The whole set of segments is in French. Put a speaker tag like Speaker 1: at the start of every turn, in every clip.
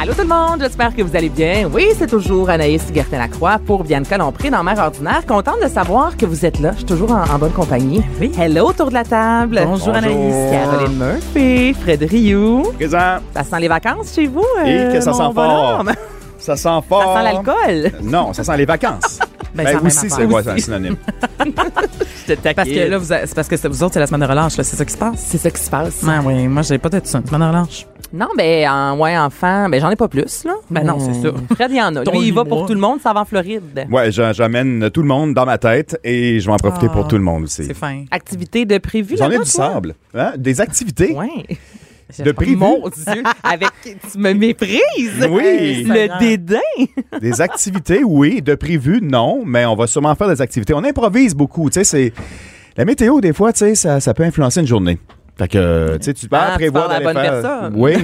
Speaker 1: Allô tout le monde, j'espère que vous allez bien. Oui, c'est toujours Anaïs Gertin-Lacroix pour Bianca Lompré dans Mère Ordinaire. Contente de savoir que vous êtes là. Je suis toujours en, en bonne compagnie. Oui. Hello autour de la table.
Speaker 2: Ben Bonjour, Anaïs.
Speaker 1: Caroline Murphy, Fred Rioux.
Speaker 2: Présent.
Speaker 1: Ça sent les vacances chez vous? euh,
Speaker 2: Et que ça
Speaker 1: mon
Speaker 2: sent fort.
Speaker 1: bonhomme?
Speaker 2: Ça sent fort.
Speaker 1: Ça sent l'alcool.
Speaker 2: Non, ça sent les vacances.
Speaker 3: Ben, c'est la même
Speaker 2: aussi, c'est
Speaker 3: affaire.
Speaker 2: ouais, c'est un synonyme.
Speaker 3: Parce que là, vous, a- c'est parce que c'est- vous autres, c'est la semaine de relâche, là, c'est ça qui se passe.
Speaker 1: C'est ça qui se passe.
Speaker 3: Ouais, Ben oui, moi, j'ai pas de ça, une semaine de relâche.
Speaker 1: Non, ben, en, ouais, enfant, ben, j'en ai pas plus, là.
Speaker 3: Ben non, c'est ça.
Speaker 1: Fred, il y en a.
Speaker 3: Ton
Speaker 1: Lui, il va pour
Speaker 3: humour.
Speaker 1: tout le monde, ça va en Floride.
Speaker 2: Ouais, j'a- j'amène tout le monde dans ma tête et je vais en profiter
Speaker 3: Ah.
Speaker 2: pour tout le monde aussi.
Speaker 3: C'est fin.
Speaker 1: Activité de prévu,
Speaker 2: J'en ai
Speaker 1: là-bas,
Speaker 2: du
Speaker 1: toi?
Speaker 2: sable. Hein? Des activités.
Speaker 1: Ouais.
Speaker 2: De prévu.
Speaker 1: Mon Dieu, avec tu me méprises.
Speaker 2: Oui.
Speaker 1: Le dédain.
Speaker 2: Des activités, oui. De prévu, non. Mais on va sûrement faire des activités. On improvise beaucoup. Tu sais, c'est. La météo, des fois, tu sais, ça, ça peut influencer une journée. Fait que, tu sais, tu peux
Speaker 1: Ah, tu
Speaker 2: prévoir
Speaker 1: parles à la
Speaker 2: d'aller
Speaker 1: bonne
Speaker 2: faire-
Speaker 1: personne.
Speaker 2: Oui.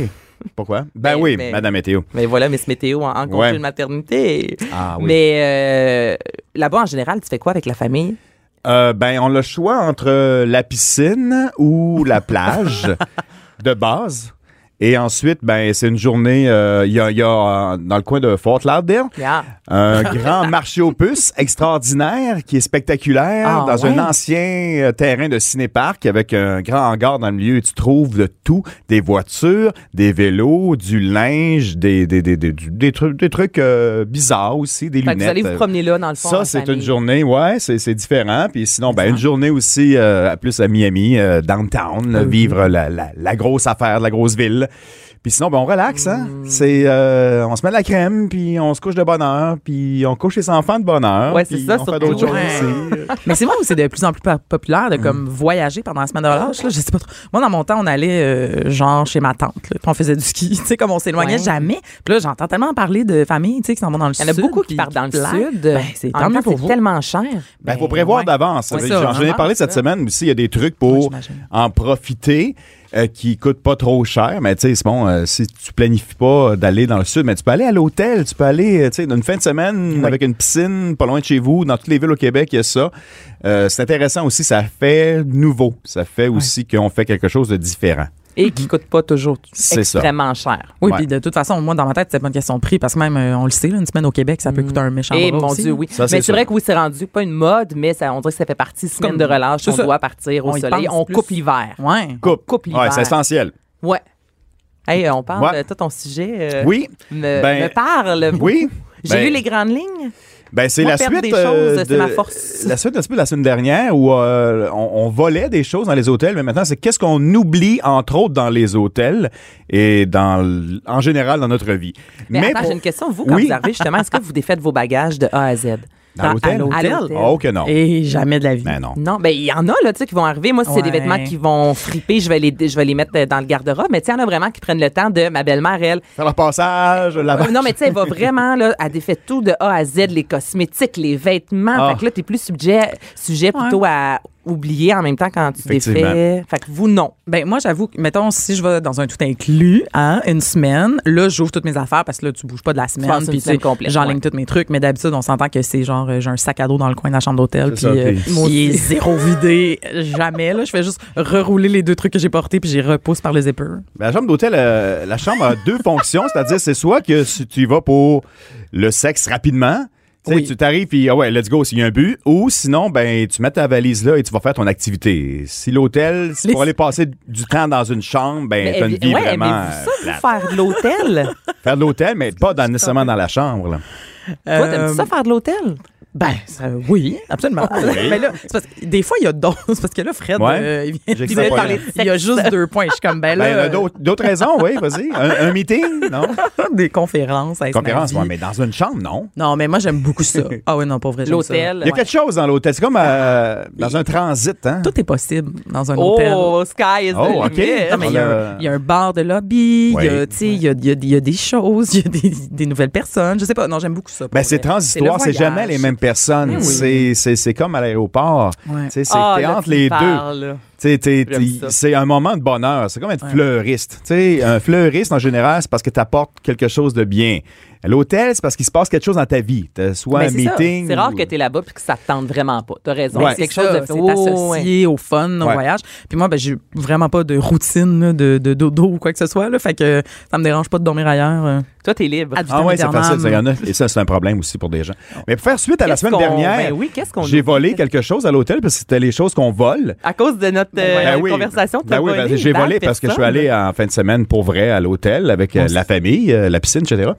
Speaker 2: Pourquoi?
Speaker 1: Mais-
Speaker 2: Ben oui,
Speaker 1: mais-
Speaker 2: Madame Météo.
Speaker 1: Mais voilà, Miss Météo en, en congé
Speaker 2: Ouais.
Speaker 1: de maternité.
Speaker 2: Ah oui.
Speaker 1: Mais euh, là-bas, en général, tu fais quoi avec la famille?
Speaker 2: Euh, ben, on a le choix entre la piscine ou la plage de base. Et ensuite, ben, c'est une journée, euh, il y a, il y a, euh, dans le coin de Fort Lauderdale,
Speaker 1: Yeah.
Speaker 2: un grand marché aux puces extraordinaire qui est
Speaker 1: Ah,
Speaker 2: spectaculaire dans
Speaker 1: ouais?
Speaker 2: un ancien euh, terrain de cinéparc avec un grand hangar dans le milieu. Et tu trouves de tout, des voitures, des vélos, du linge, des, des, des, des, du- des trucs, des trucs euh, bizarres aussi, des
Speaker 1: Fait que
Speaker 2: lunettes. euh,
Speaker 1: vous allez vous promener là, dans le fond. en
Speaker 2: Ça, c'est
Speaker 1: famille.
Speaker 2: une journée, ouais, c'est c'est différent. Puis sinon, ben, une journée aussi, euh, à plus à Miami, euh, downtown,
Speaker 1: Mm-hmm.
Speaker 2: là, vivre la, la- la grosse affaire, de la grosse ville. Puis sinon, ben, on relaxe, hein.
Speaker 1: Mm.
Speaker 2: C'est, euh, on se met de la crème, puis on se couche de bonne heure, puis on couche les enfants de bonne heure.
Speaker 1: Ouais, c'est
Speaker 2: puis
Speaker 1: ça,
Speaker 2: on fait
Speaker 1: surtout. hein.
Speaker 2: d'autres choses
Speaker 3: Ouais.
Speaker 2: aussi.
Speaker 3: Mais c'est vrai où c'est de plus en plus pa- populaire de comme voyager pendant la semaine de relâche. Là, je sais pas trop. Moi, dans mon temps, on allait euh, genre chez ma tante, là, puis on faisait du ski. Tu sais, comme on s'éloignait
Speaker 1: Ouais.
Speaker 3: jamais. Puis là, j'entends tellement parler de familles, tu sais, qui s'en vont dans le
Speaker 1: Il y
Speaker 3: sud.
Speaker 1: en a beaucoup qui
Speaker 3: puis
Speaker 1: partent dans le
Speaker 3: pleurent.
Speaker 1: sud.
Speaker 3: Ben, c'est
Speaker 1: En
Speaker 3: tant
Speaker 1: même
Speaker 3: mieux
Speaker 1: temps,
Speaker 3: pour
Speaker 1: c'est
Speaker 3: vous.
Speaker 1: tellement cher.
Speaker 2: Ben,
Speaker 3: Ben,
Speaker 2: faut prévoir
Speaker 3: ouais.
Speaker 2: d'avance.
Speaker 3: Ouais, ça,
Speaker 2: J'en j'en ai
Speaker 3: vraiment,
Speaker 2: parlé cette
Speaker 3: ça.
Speaker 2: semaine aussi. Il y a des trucs pour
Speaker 3: Ouais, j'imagine.
Speaker 2: en profiter euh, qui coûtent pas trop cher. Mais tu sais, c'est bon, euh, si tu planifies pas d'aller dans le sud, mais tu peux aller à l'hôtel, tu peux aller euh, tu sais, une fin de semaine avec une piscine pas loin de chez vous. Dans toutes les villes au Québec, il y a ça. Euh, c'est intéressant aussi, ça fait nouveau. Ça fait aussi qu'on fait quelque chose de différent.
Speaker 1: Et qui coûte pas toujours
Speaker 2: C'est ça.
Speaker 1: extrêmement cher.
Speaker 3: Oui,
Speaker 2: Ouais.
Speaker 3: puis de toute façon, moi, dans ma tête, c'est pas une question de prix, parce que même, euh, on le sait, là, une semaine au Québec, ça peut coûter un méchant
Speaker 1: Et
Speaker 3: bras
Speaker 1: Eh, mon
Speaker 3: aussi.
Speaker 1: Dieu, oui.
Speaker 2: Ça,
Speaker 1: mais
Speaker 2: c'est
Speaker 1: c'est vrai
Speaker 2: sûr.
Speaker 1: que oui, c'est rendu pas une mode, mais ça, on dirait que ça fait partie semaine
Speaker 3: Comme-
Speaker 1: de relâche.
Speaker 3: c'est
Speaker 1: On
Speaker 3: ça.
Speaker 1: doit partir au
Speaker 3: On y
Speaker 1: soleil.
Speaker 3: pense
Speaker 1: On
Speaker 3: plus.
Speaker 1: coupe l'hiver.
Speaker 3: Ouais.
Speaker 2: Coupe.
Speaker 1: coupe l'hiver.
Speaker 2: Ouais, c'est essentiel.
Speaker 1: Ouais. Hey, euh, on parle
Speaker 2: Ouais.
Speaker 1: de tout ton sujet. euh,
Speaker 2: Oui.
Speaker 1: Me,
Speaker 2: Ben,
Speaker 1: me parle.
Speaker 2: Oui.
Speaker 1: J'ai
Speaker 2: Ben,
Speaker 1: eu les grandes lignes.
Speaker 2: Ben, c'est
Speaker 1: Moi,
Speaker 2: la
Speaker 1: perdre
Speaker 2: suite. euh,
Speaker 1: des choses, c'est ma force.
Speaker 2: La suite un petit peu de la semaine dernière où euh, on, on volait des choses dans les hôtels, mais maintenant, c'est qu'est-ce qu'on oublie, entre autres, dans les hôtels et dans, l- en général dans notre vie.
Speaker 1: Mais, attends,
Speaker 2: pour-
Speaker 1: j'ai une question. Vous, quand
Speaker 2: Oui.
Speaker 1: vous arrivez, justement, est-ce que vous défaites vos bagages de A à Z?
Speaker 2: Dans
Speaker 3: Dans-
Speaker 2: l'hôtel?
Speaker 3: à l'hôtel.
Speaker 1: À l'hôtel.
Speaker 2: Oh, que non.
Speaker 3: Et jamais de la vie.
Speaker 2: Ben non.
Speaker 1: Non, ben il y en a là, tu sais, qui vont arriver. Moi, si c'est des
Speaker 3: Ouais.
Speaker 1: vêtements qui vont friper, je vais les, je vais les mettre euh, dans le garde-robe. Mais tu sais, il y en a vraiment qui prennent le temps de ma belle-mère, elle.
Speaker 2: Faire leur passage, la
Speaker 1: Euh, non, mais tu sais, elle va vraiment, là, elle défait tout de A à Z, les cosmétiques, les vêtements.
Speaker 2: Ah.
Speaker 1: Fait que là, t'es plus sujet, sujet plutôt à oublier en même temps quand tu
Speaker 2: Effectivement.
Speaker 1: défais. Fait que vous, non.
Speaker 3: Ben moi j'avoue, que, mettons si je vais dans un tout inclus, hein, une semaine, là j'ouvre toutes mes affaires parce que là tu bouges pas de la semaine,
Speaker 1: passes une
Speaker 3: puis tu
Speaker 1: semaine
Speaker 3: sais,
Speaker 1: complète,
Speaker 3: j'enligne
Speaker 1: ouais.
Speaker 3: tous mes trucs, mais d'habitude on s'entend que c'est genre euh, j'ai un sac à dos dans le coin de la chambre d'hôtel puis
Speaker 2: C'est ça,
Speaker 3: euh,
Speaker 2: puis-
Speaker 3: il est zéro vidé jamais là, je fais juste rerouler les deux trucs que j'ai portés puis j'y repousse par le zipper.
Speaker 2: Ben, la chambre d'hôtel, euh, la chambre a deux fonctions, c'est-à-dire c'est soit que si tu y vas pour le sexe rapidement, tu sais,
Speaker 3: Oui.
Speaker 2: tu t'arrives puis ah ouais, let's go s'il y a un but, ou sinon ben tu mets ta valise là et tu vas faire ton activité. Si l'hôtel, si
Speaker 3: Les-
Speaker 2: pour aller passer du temps dans une chambre, ben t'as une
Speaker 1: aimez-
Speaker 2: vie
Speaker 1: ouais,
Speaker 2: vraiment
Speaker 1: aimez-vous ça,
Speaker 2: euh,
Speaker 1: vous
Speaker 2: plate.
Speaker 1: faire de l'hôtel?
Speaker 2: faire de l'hôtel mais pas dans- nécessairement dans la chambre. là.
Speaker 1: Toi, t'aimes ça faire de l'hôtel?
Speaker 3: Euh, Ben, ça- oui, absolument. Mais là, c'est parce que des fois, il y a d'autres. C'est parce que là, Fred,
Speaker 2: Ah Ouais.
Speaker 3: euh, il vient
Speaker 2: J'extrapole.
Speaker 3: il vient de parler de sexe. Il y a juste deux points. Je suis comme, ben
Speaker 2: Ben,
Speaker 3: là,
Speaker 1: euh,
Speaker 2: il y en a d'autres d'autres raisons, oui, vas-y. Un, un meeting, non?
Speaker 3: des conférences. hey, c'est
Speaker 2: Conférence,
Speaker 3: ma
Speaker 2: oui,
Speaker 3: vie.
Speaker 2: mais dans une chambre, non.
Speaker 3: Non, mais moi, j'aime beaucoup ça. Ah oui, non, pas vrai. j'aime ça.
Speaker 1: L'hôtel.
Speaker 2: Il y a quelque chose dans l'hôtel. C'est comme euh, dans un transit, hein?
Speaker 3: Tout est possible dans un hôtel.
Speaker 1: Oh, sky is the
Speaker 2: Oh, OK.
Speaker 1: limit.
Speaker 3: Non, mais il y, a
Speaker 2: On
Speaker 3: un-
Speaker 2: a-
Speaker 3: il y a un bar de lobby, il y a,
Speaker 2: Oui.
Speaker 3: tu sais, il y a- il y a- il y a des choses, il y a des, des nouvelles personnes. Je sais pas, non, j'aime beaucoup ça. pour
Speaker 2: Ben, c'est
Speaker 3: vrai.
Speaker 2: transitoire,
Speaker 3: le
Speaker 2: c'est jamais
Speaker 3: voyage.
Speaker 2: les mêmes personnes.
Speaker 3: Ben oui.
Speaker 2: C'est- C'est c'est comme à l'aéroport.
Speaker 3: Ouais.
Speaker 2: Tu sais, C'est
Speaker 1: Ah,
Speaker 2: t'es
Speaker 1: là,
Speaker 2: entre
Speaker 1: tu
Speaker 2: les
Speaker 1: me
Speaker 2: deux.
Speaker 1: parles.
Speaker 2: Tu sais, t'es-
Speaker 1: J'aime
Speaker 2: t'es-
Speaker 1: ça.
Speaker 2: C'est un moment de bonheur. C'est comme être fleuriste. Tu sais, un fleuriste, en général, c'est parce que tu apportes quelque chose de bien. À L'hôtel, c'est parce qu'il se passe quelque chose dans ta vie. T'as Soit
Speaker 1: Ben,
Speaker 2: un
Speaker 1: c'est ça.
Speaker 2: meeting.
Speaker 1: C'est rare
Speaker 2: ou-
Speaker 1: que t'es là-bas puis que ça te tente vraiment pas. T'as raison.
Speaker 2: Ouais.
Speaker 1: C'est quelque
Speaker 3: C'est
Speaker 1: chose
Speaker 3: ça,
Speaker 1: de
Speaker 3: c'est
Speaker 1: Oh, ouais.
Speaker 3: associé au fun, au
Speaker 2: Ouais.
Speaker 3: voyage. Puis moi, ben, j'ai vraiment pas de routine là, de, de dodo ou quoi que ce soit. Là, fait que ça me dérange pas de dormir ailleurs. euh,
Speaker 1: Toi, t'es libre.
Speaker 3: à du
Speaker 2: Ah
Speaker 3: temps
Speaker 2: oui, c'est
Speaker 3: éternel.
Speaker 2: facile. ça, il y en a- et ça, c'est un problème aussi pour des gens. Mais pour faire suite à la
Speaker 1: Oh. Qu'est-ce
Speaker 2: semaine
Speaker 1: qu'on-
Speaker 2: dernière,
Speaker 1: ben oui, qu'est-ce qu'on
Speaker 2: j'ai
Speaker 1: a-
Speaker 2: volé quelque chose à l'hôtel parce que c'était les choses qu'on vole.
Speaker 1: À cause de notre euh,
Speaker 2: Ben oui.
Speaker 1: conversation, t'as
Speaker 2: Ben oui,
Speaker 1: volé
Speaker 2: parce que j'ai
Speaker 1: dans
Speaker 2: volé parce que je suis allé en fin de semaine pour vrai à l'hôtel avec euh, la famille, euh, la piscine, etc.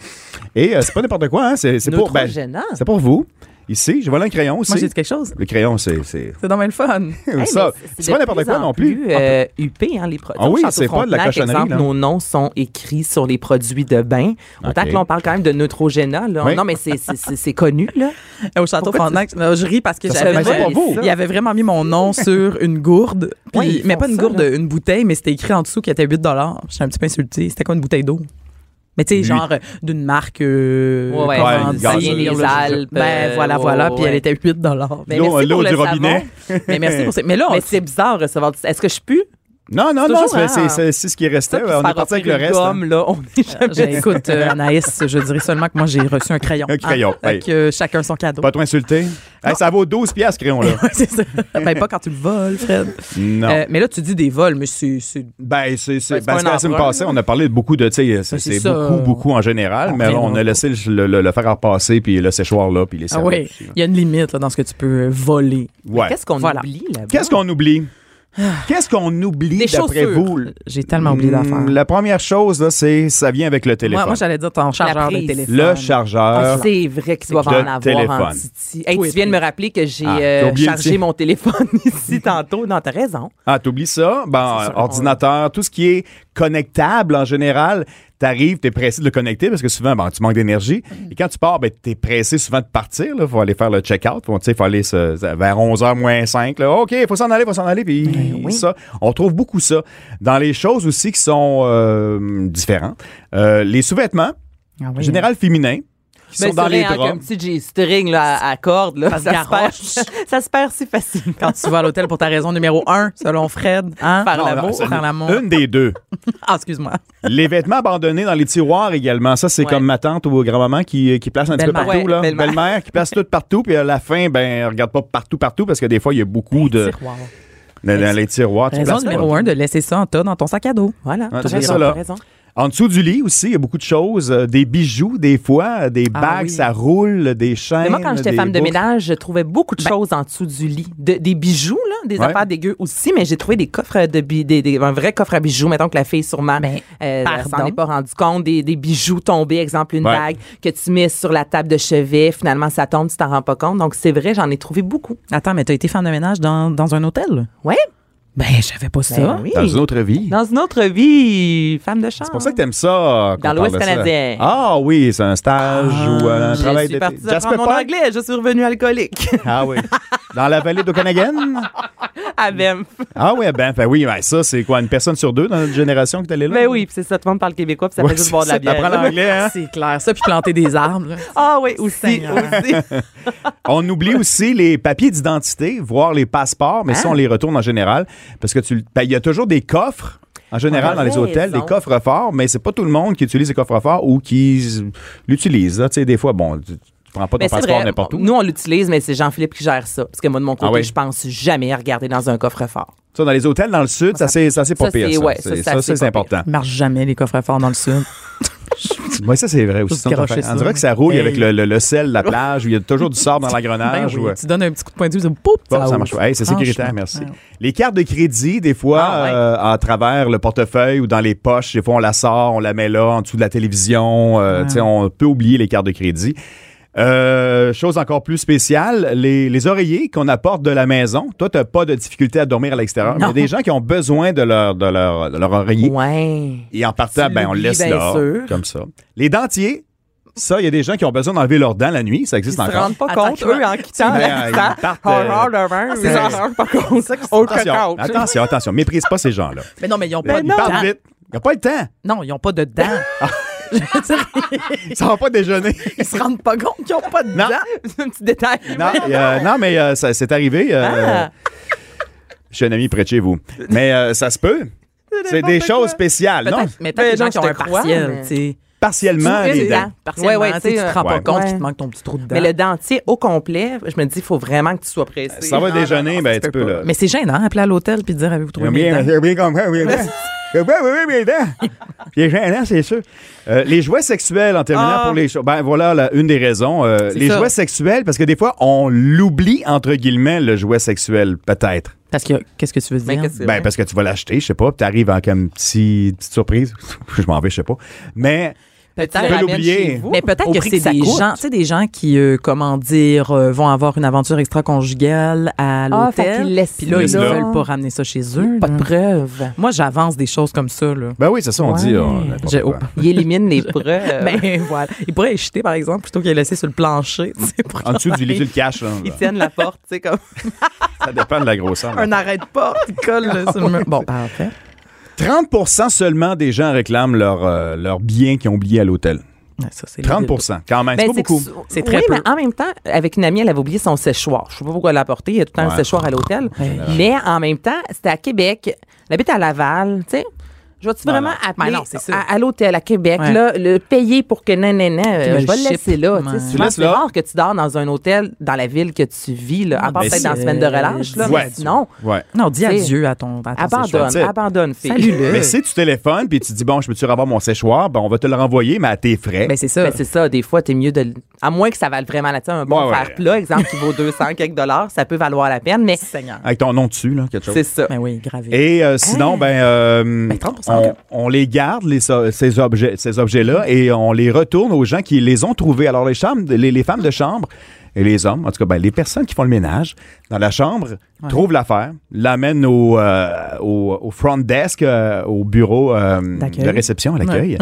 Speaker 2: Et euh, c'est pas n'importe quoi, hein, c'est c'est pour, ben,
Speaker 1: Neutrogénant.
Speaker 2: c'est pour vous. Ici, j'ai volé un crayon
Speaker 3: Moi,
Speaker 2: aussi.
Speaker 3: j'ai dit quelque chose.
Speaker 2: Le crayon, c'est c'est
Speaker 3: C'est dans le fun.
Speaker 1: Hey,
Speaker 2: ça.
Speaker 1: mais
Speaker 2: C'est pas
Speaker 1: de
Speaker 2: n'importe
Speaker 1: plus
Speaker 2: quoi
Speaker 1: en
Speaker 2: non plus.
Speaker 1: euh, huppé, hein, les produits.
Speaker 2: Ah oui,
Speaker 1: Château
Speaker 2: c'est pas de la
Speaker 1: Frontenac,
Speaker 2: cochonnerie,
Speaker 1: exemple,
Speaker 2: là.
Speaker 1: nos noms sont écrits sur les produits de bain. Autant
Speaker 2: OK.
Speaker 1: que l'on parle quand même de Neutrogena. Là.
Speaker 2: Oui.
Speaker 1: Non, mais c'est- c'est c'est- c'est connu. Là.
Speaker 3: Au château Frontenac, non, je ris parce que
Speaker 2: Ça
Speaker 3: j'avais
Speaker 2: serait bien
Speaker 3: vraiment-
Speaker 2: pour vous.
Speaker 3: il avait vraiment mis mon nom sur une gourde, puis-
Speaker 1: Ouais, ils
Speaker 3: mais
Speaker 1: font
Speaker 3: pas une
Speaker 1: ça,
Speaker 3: gourde,
Speaker 1: là.
Speaker 3: une bouteille, mais c'était écrit en dessous qui était 8 dollars. J'étais un petit peu insultée, c'était quoi une bouteille d'eau Mais tu sais genre euh, d'une marque euh,
Speaker 1: Ouais, ouais,
Speaker 3: comment
Speaker 2: une
Speaker 3: dire,
Speaker 2: gazeuse,
Speaker 3: là,
Speaker 2: les
Speaker 3: je sais-
Speaker 1: Alpes,
Speaker 3: Ben
Speaker 1: euh,
Speaker 3: voilà
Speaker 1: ouais,
Speaker 3: voilà,
Speaker 1: ouais,
Speaker 3: puis elle
Speaker 1: ouais.
Speaker 3: était 8 dollars.
Speaker 1: Ben,
Speaker 3: Mais,
Speaker 2: L'eau-
Speaker 1: merci pour
Speaker 2: l'eau
Speaker 1: le
Speaker 2: du
Speaker 1: savon.
Speaker 2: robinet.
Speaker 3: mais merci pour ça. Mais là on-
Speaker 1: Mais c'est bizarre recevoir du- Est-ce que je pue?
Speaker 2: Non, non,
Speaker 1: C'est
Speaker 2: non,
Speaker 1: toujours,
Speaker 2: c'est-
Speaker 1: hein,
Speaker 2: c'est c'est- c'est ce qui restait.
Speaker 1: Ça, puis
Speaker 2: on
Speaker 1: se
Speaker 2: est
Speaker 1: faire
Speaker 2: parti avec le
Speaker 1: offrir une
Speaker 2: reste. hein.
Speaker 1: gomme, là, on est jamais-
Speaker 3: je- écoute euh, Anaïs, je dirais seulement que moi j'ai reçu un crayon. Ah,
Speaker 2: Un crayon,
Speaker 3: Fait
Speaker 2: ouais.
Speaker 3: que, euh, chacun son cadeau.
Speaker 2: Pas trop insulté. Hey, ça vaut 12 piastres, ce crayon-là.
Speaker 3: Ouais, c'est ça. Ben, pas quand tu le voles, Fred.
Speaker 2: non.
Speaker 3: Euh, mais là, tu dis des vols, mais c'est- c'est
Speaker 2: Ben, c'est, c'est,
Speaker 1: c'est
Speaker 2: parce
Speaker 1: pas
Speaker 2: que
Speaker 1: un
Speaker 2: la semaine
Speaker 1: empereur.
Speaker 2: passée, on a parlé de beaucoup de, tu sais, euh, c'est,
Speaker 3: c'est
Speaker 2: c'est
Speaker 3: ça.
Speaker 2: beaucoup, beaucoup en général, mais
Speaker 3: reviendra
Speaker 2: on
Speaker 3: pas.
Speaker 2: a laissé le, le, le fer à repasser, puis le séchoir là, puis les
Speaker 3: Ah
Speaker 2: serviettes.
Speaker 3: oui, il y a une limite là, dans ce que tu peux euh, voler.
Speaker 2: Ouais.
Speaker 1: Qu'est-ce qu'on
Speaker 3: Voilà.
Speaker 1: oublie là-bas?
Speaker 2: Qu'est-ce qu'on oublie? Qu'est-ce qu'on oublie
Speaker 1: Des
Speaker 2: d'après
Speaker 1: chaussures.
Speaker 2: vous?
Speaker 3: J'ai tellement
Speaker 1: Mm,
Speaker 3: oublié d'affaires.
Speaker 2: Hmm, La première chose, là, c'est ça vient avec le téléphone.
Speaker 3: Moi, moi, j'allais dire ton chargeur de
Speaker 1: prise.
Speaker 3: téléphone.
Speaker 2: le
Speaker 1: Ah,
Speaker 2: chargeur.
Speaker 1: c'est vrai qu'ils doivent en
Speaker 2: Le
Speaker 1: avoir en
Speaker 2: euh, téléphone.
Speaker 1: Titi. Hey,
Speaker 3: Oui,
Speaker 1: tu viens de
Speaker 3: oui.
Speaker 1: me rappeler que j'ai
Speaker 2: Ah,
Speaker 1: euh,
Speaker 2: t'as oublié le
Speaker 1: chargé
Speaker 2: tien.
Speaker 1: mon téléphone ici tantôt. Non, t'as raison.
Speaker 2: Ah, t'oublies ça? Ben,
Speaker 1: C'est sûr,
Speaker 2: ordinateur, tout ce qui est connectable en général, t'arrives, t'es pressé de le connecter parce que souvent, ben, tu manques d'énergie.
Speaker 1: Mm-hmm.
Speaker 2: Et quand tu pars, ben, t'es pressé souvent de partir, là. Faut aller faire le check-out. Faut, tu sais, faut aller se- se- vers 11h moins 5, là. OK, faut s'en aller, faut s'en aller. Puis
Speaker 1: Ben
Speaker 2: ça, on trouve beaucoup ça. Dans les choses aussi qui sont euh, différentes, euh, les sous-vêtements,
Speaker 3: Ah
Speaker 2: en
Speaker 3: oui.
Speaker 2: général féminins, qui
Speaker 1: Ben,
Speaker 2: sont dans
Speaker 1: c'est
Speaker 2: les
Speaker 1: vrai, hein,
Speaker 2: draps.
Speaker 1: qu'un petit G-string là, à, à corde, là,
Speaker 3: Ça
Speaker 1: ça,
Speaker 3: se
Speaker 1: se perd, ça se perd si facilement.
Speaker 3: Quand tu vas à l'hôtel pour ta raison numéro un, selon Fred, hein?
Speaker 1: Faire
Speaker 2: Non,
Speaker 1: l'amour,
Speaker 2: non, c'est
Speaker 3: faire l'amour.
Speaker 2: Une des deux.
Speaker 3: Ah, excuse-moi.
Speaker 2: Les vêtements abandonnés dans les tiroirs également. Ça, c'est
Speaker 1: Ouais.
Speaker 2: comme ma tante ou grand-maman qui, qui place un petit peu
Speaker 3: Belle-mère.
Speaker 2: partout.
Speaker 1: Ouais,
Speaker 2: là.
Speaker 1: belle-mère.
Speaker 2: Belle-mère qui place tout partout. Puis à la fin, ben, elle regarde pas partout, partout parce que des fois, il y a beaucoup de.
Speaker 3: Tiroir.
Speaker 2: Dans, dans les tiroirs. tu
Speaker 3: Raison
Speaker 2: places
Speaker 3: numéro
Speaker 2: pas.
Speaker 3: un de laisser ça en tas dans ton sac à dos.
Speaker 1: Voilà,
Speaker 2: Ah,
Speaker 1: t'as
Speaker 2: c'est
Speaker 1: raison,
Speaker 2: ça, là.
Speaker 1: t'as raison.
Speaker 2: En dessous du lit aussi, il y a beaucoup de choses. Euh, Des bijoux, des fois, euh, des
Speaker 3: Ah
Speaker 2: bagues,
Speaker 3: oui.
Speaker 2: ça roule, des chaînes.
Speaker 1: Mais moi, quand j'étais
Speaker 2: des
Speaker 1: femme de
Speaker 2: boucles. Ben
Speaker 1: ménage, je trouvais beaucoup de choses en dessous du lit. De- des bijoux, là, des
Speaker 2: Ouais.
Speaker 1: affaires dégueu aussi, mais j'ai trouvé des coffres de bi- des, des- un vrai coffre à bijoux. Mettons que la fille, sûrement,
Speaker 3: Ben,
Speaker 1: euh, elle
Speaker 3: pardon.
Speaker 1: s'en est pas rendue compte. Des, des bijoux tombés, exemple, une
Speaker 2: Ouais.
Speaker 1: bague que tu mets sur la table de chevet. Finalement, ça tombe, tu t'en rends pas compte. Donc, c'est vrai, j'en ai trouvé beaucoup.
Speaker 3: Attends, mais t'as été femme de ménage dans, dans un hôtel?
Speaker 1: Ouais.
Speaker 3: Ben, j'avais pas ça.
Speaker 1: Ben oui.
Speaker 2: Dans une autre vie.
Speaker 1: Dans une autre vie, femme de chambre.
Speaker 2: C'est pour ça que t'aimes ça. qu'on
Speaker 1: Dans
Speaker 2: parle
Speaker 1: l'Ouest
Speaker 2: de ça.
Speaker 1: canadien. Ah,
Speaker 2: Ah oui, c'est un stage ou euh, un
Speaker 1: je
Speaker 2: travail
Speaker 1: suis
Speaker 2: d'été.
Speaker 1: partie
Speaker 2: Jasper
Speaker 1: d'apprendre mon
Speaker 2: Park?
Speaker 1: anglais, je suis revenue alcoolique
Speaker 2: Ah oui. Dans la vallée d'Okanagan?
Speaker 1: à Banff.
Speaker 2: Ah oui, ben, ben oui, ben ça, c'est quoi, une personne sur deux dans notre génération qui est allée là?
Speaker 1: Ben oui, puis c'est ça, tout le monde parle québécois, puis ça
Speaker 2: Ouais,
Speaker 1: fait juste
Speaker 2: c'est
Speaker 1: boire de la
Speaker 2: ça,
Speaker 1: bière.
Speaker 2: t'apprends
Speaker 1: là.
Speaker 2: l'anglais, hein?
Speaker 3: C'est clair, ça, puis planter des arbres. là.
Speaker 1: Ah oui, aussi,
Speaker 3: Seigneur.
Speaker 1: aussi.
Speaker 2: On oublie aussi les papiers d'identité, voire les passeports,
Speaker 1: Ah.
Speaker 2: mais ça, on les retourne en général parce que tu, le- ben, il y a toujours des coffres. En général,
Speaker 1: Ouais,
Speaker 2: dans les
Speaker 1: Ah, raison.
Speaker 2: hôtels, des coffres forts, mais c'est pas tout le monde qui utilise les coffres forts ou qui s- l'utilise. là. Tu sais, des fois, bon, tu, tu prends
Speaker 1: Mais
Speaker 2: pas ton
Speaker 1: Ben, c'est
Speaker 2: passeport
Speaker 1: vrai,
Speaker 2: n'importe où.
Speaker 1: nous on l'utilise, mais c'est Jean-Philippe qui gère ça. Parce que moi de mon côté,
Speaker 2: Ah ouais.
Speaker 1: je pense jamais regarder dans un coffre-fort.
Speaker 2: Ça, dans les hôtels, dans le sud, ça, c'est ça, c'est pas
Speaker 1: Ah, ça,
Speaker 2: pire.
Speaker 1: c'est-
Speaker 2: ça.
Speaker 1: ouais, ça,
Speaker 2: C'est-
Speaker 1: c'est
Speaker 2: ça,
Speaker 1: assez pas
Speaker 2: c'est
Speaker 1: pire.
Speaker 2: important.
Speaker 3: Ils marchent jamais, les coffres forts dans le sud.
Speaker 2: Moi, ça, c'est vrai aussi.
Speaker 3: Juste
Speaker 2: ton affaire.
Speaker 3: garocher ça.
Speaker 2: On dirait que ça roule
Speaker 3: Hey.
Speaker 2: avec le, le- le sel de la plage où il y a toujours du sable dans l'agrenage.
Speaker 3: Ben oui,
Speaker 2: ou- euh,
Speaker 3: Tu donnes un petit coup de poing de vue, boum,
Speaker 2: Ah, Bon, ça
Speaker 3: ouvre. Ah,
Speaker 2: marche pas. Hey, c'est sécuritaire,
Speaker 3: Franchement.
Speaker 2: merci.
Speaker 3: Ouais.
Speaker 2: Les cartes de crédit, des fois,
Speaker 1: Ah, ouais.
Speaker 2: euh, à travers le portefeuille ou dans les poches, des fois, on la sort, on la met là, en dessous de la télévision. euh, tu sais, On peut oublier les cartes de crédit. Euh, chose encore plus spéciale, les, les oreillers qu'on apporte de la maison. Toi, tu pas de difficulté à dormir à l'extérieur. mais Il y a des gens qui ont besoin de leur, de leur, de leur oreiller.
Speaker 1: Ouais.
Speaker 2: Et en partant,
Speaker 3: Tu
Speaker 2: ben, on le laisse
Speaker 3: l'oublies, bien
Speaker 2: là,
Speaker 3: sûr.
Speaker 2: comme ça. Les dentiers, ça, il y a des gens qui ont besoin d'enlever leurs dents la nuit. Ça existe
Speaker 1: Ils se
Speaker 2: encore.
Speaker 1: rendent pas
Speaker 3: Attends,
Speaker 1: compte,
Speaker 3: quoi?
Speaker 1: eux, en quittant
Speaker 2: Ben,
Speaker 1: la
Speaker 2: ils
Speaker 1: star.
Speaker 2: partent, euh,
Speaker 1: Horreur de vin, Ah, ils
Speaker 2: c'est-
Speaker 1: s'en rendent pas compte. Au
Speaker 2: Attention,
Speaker 1: cocotte.
Speaker 2: attention, attention. Méprise pas ces gens-là.
Speaker 3: Mais non, mais ils n'ont
Speaker 1: Ben
Speaker 3: pas
Speaker 2: Ils
Speaker 3: de dents.
Speaker 2: parlent vite. Ah. Ils n'ont pas le temps.
Speaker 3: Non, ils n'ont pas de dents. Je veux dire,
Speaker 2: Ils ne vont pas déjeuner.
Speaker 3: ils se rendent pas compte qu'ils n'ont pas de
Speaker 2: Non.
Speaker 3: dents.
Speaker 1: C'est un petit détail.
Speaker 2: Non, euh, non, mais euh, ça- c'est arrivé. euh,
Speaker 1: Ah.
Speaker 2: Je suis un ami près de chez vous. Mais euh, ça se peut. C'est des
Speaker 1: n'importe
Speaker 2: choses
Speaker 1: quoi.
Speaker 2: spéciales, non?
Speaker 3: Peut-être, mais peut-être
Speaker 1: Mais
Speaker 3: les gens
Speaker 1: non,
Speaker 3: qui ont
Speaker 1: je
Speaker 3: un
Speaker 1: te crois,
Speaker 3: Ben, partiel,
Speaker 1: mais-
Speaker 3: tu sais.
Speaker 2: Partiellement,
Speaker 1: Tu-
Speaker 2: les
Speaker 1: les
Speaker 2: dents.
Speaker 3: hein, Partiellement,
Speaker 1: Ouais, ouais,
Speaker 3: tu sais, tu te rends
Speaker 2: ouais.
Speaker 3: pas compte
Speaker 1: Ouais.
Speaker 3: qu'il te manque ton petit trou de dent.
Speaker 1: Mais
Speaker 2: Hein?
Speaker 1: le dentier au complet, je me dis, il faut vraiment que tu sois pressé.
Speaker 2: Ça va
Speaker 1: Non,
Speaker 2: déjeuner,
Speaker 1: non, non,
Speaker 2: ben,
Speaker 1: ça se
Speaker 2: tu
Speaker 1: peut
Speaker 2: peux,
Speaker 1: pas.
Speaker 2: là.
Speaker 3: Mais c'est gênant, appeler à l'hôtel puis dire avez-vous trouvé mes dents?
Speaker 2: bien compris, bien compris. Oui, oui, oui, mes dents. Bien gênant, c'est sûr. Euh, les jouets sexuels, en terminant
Speaker 1: Ah.
Speaker 2: pour les choses. Ben voilà là, une des raisons. Euh, les
Speaker 3: ça.
Speaker 2: jouets sexuels, parce que des fois, on l'oublie, entre guillemets, le jouet sexuel, peut-être.
Speaker 3: Parce que qu'est-ce que tu veux
Speaker 1: Mais
Speaker 3: dire?
Speaker 1: qu'est-ce que c'est?
Speaker 2: Ben, parce que tu vas l'acheter, je sais pas, puis t'arrives en comme petit- petite surprise. je m'en vais, je sais pas. Mais
Speaker 1: Peut-être
Speaker 2: Tu peux
Speaker 1: ramène
Speaker 2: l'oublier.
Speaker 1: chez vous,
Speaker 3: Mais peut-être
Speaker 1: au
Speaker 3: que
Speaker 1: prix
Speaker 3: c'est
Speaker 1: ça
Speaker 3: des
Speaker 1: coûte.
Speaker 3: gens, tu sais, des gens qui, euh, comment dire, euh, vont avoir une aventure extra-conjugale à
Speaker 1: Ah, fait qu'ils
Speaker 3: l'hôtel.
Speaker 1: laissent
Speaker 3: Puis là,
Speaker 2: Laisse
Speaker 3: ils ne
Speaker 2: là.
Speaker 3: veulent pas ramener ça chez eux.
Speaker 1: Pas
Speaker 2: Hum.
Speaker 3: là.
Speaker 1: de preuves.
Speaker 3: Moi, j'avance des choses comme ça, là.
Speaker 2: ben oui, c'est ça, on
Speaker 3: Ouais.
Speaker 2: dit. oh, n'importe
Speaker 3: J'ai-
Speaker 2: quoi.
Speaker 3: oh.
Speaker 1: Il élimine les preuves.
Speaker 3: Ben voilà. Il pourrait les jeter, par exemple, plutôt qu'il les laisser sur le plancher. tu sais, pour
Speaker 2: En dessous du lit,
Speaker 3: travailler.
Speaker 2: tu le caches. là.
Speaker 1: Ils tiennent la porte, tu sais, comme
Speaker 2: Ça dépend de la grosseur. là.
Speaker 3: Un arrêt de porte, il colle là, sur le mur. Bon, parfait.
Speaker 2: 30 seulement des gens réclament leurs euh, leurs biens qu'ils ont oubliés à l'hôtel.
Speaker 3: Ouais, ça, c'est
Speaker 2: 30
Speaker 3: ridicule.
Speaker 2: quand même. c'est pas beaucoup.
Speaker 1: Eh, C'est
Speaker 3: Ben, C'est
Speaker 1: très
Speaker 3: très
Speaker 1: oui,
Speaker 3: peu.
Speaker 1: mais en même temps, avec une amie, elle avait oublié son séchoir. Je sais pas pourquoi elle l'a apporté. Il y a tout le temps
Speaker 2: Ouais.
Speaker 1: un séchoir à l'hôtel. Mais en même temps, c'était à Québec. Elle habite à Laval, tu sais. Je vais-tu
Speaker 2: Non,
Speaker 1: vraiment
Speaker 2: Ben non.
Speaker 1: appeler
Speaker 3: Mais non, c'est sûr.
Speaker 1: à, à l'hôtel à Québec,
Speaker 3: Ouais.
Speaker 1: là, le payer pour que nan, nan, nan, euh,
Speaker 3: me
Speaker 1: je vais
Speaker 3: le
Speaker 1: le laisser
Speaker 3: ship.
Speaker 1: là.
Speaker 3: Ouais.
Speaker 1: tu sais.
Speaker 3: Tu
Speaker 1: Souvent,
Speaker 2: laisses
Speaker 1: c'est
Speaker 2: là.
Speaker 1: rare que tu dors dans un hôtel dans la ville que tu vis, là, à part
Speaker 2: ben,
Speaker 1: peut-être dans la
Speaker 3: Ah, c'est-
Speaker 1: semaine de relâche. Là,
Speaker 2: Ouais.
Speaker 1: mais sinon,
Speaker 2: Ouais.
Speaker 3: Non, dis
Speaker 1: Tu sais,
Speaker 3: adieu à ton, à ton séchoir.
Speaker 1: abandonne,
Speaker 2: sais.
Speaker 1: abandonne, fille.
Speaker 3: Salut-le.
Speaker 2: Mais si tu téléphones puis tu dis bon, je peux-tu avoir mon séchoir, ben on va te le renvoyer, mais à tes frais.
Speaker 3: Ben, c'est ça.
Speaker 1: Ben, c'est ça, des fois, t'es mieux de. l- À moins que ça vale vraiment la peine. Un bon
Speaker 2: Ouais, ouais.
Speaker 1: fer plat, exemple, qui vaut 200 quelques dollars, ça peut valoir la peine, mais
Speaker 3: Seigneur.
Speaker 2: Avec ton nom dessus, là, quelque chose.
Speaker 1: c'est ça.
Speaker 3: Ben oui, gravé.
Speaker 2: Et euh, sinon,
Speaker 3: Hein?
Speaker 2: ben, euh,
Speaker 3: 30%
Speaker 2: on, on les garde, les, so- ces objets- ces objets-là, et on les retourne aux gens qui les ont trouvés. Alors, les, chambres, les, les femmes de chambre et les hommes, en tout cas, ben, les personnes qui font le ménage dans la chambre, trouvent l'affaire, l'amènent au, euh, au, au front desk, euh, au bureau euh,
Speaker 3: D'accueil.
Speaker 2: de réception, à l'accueil.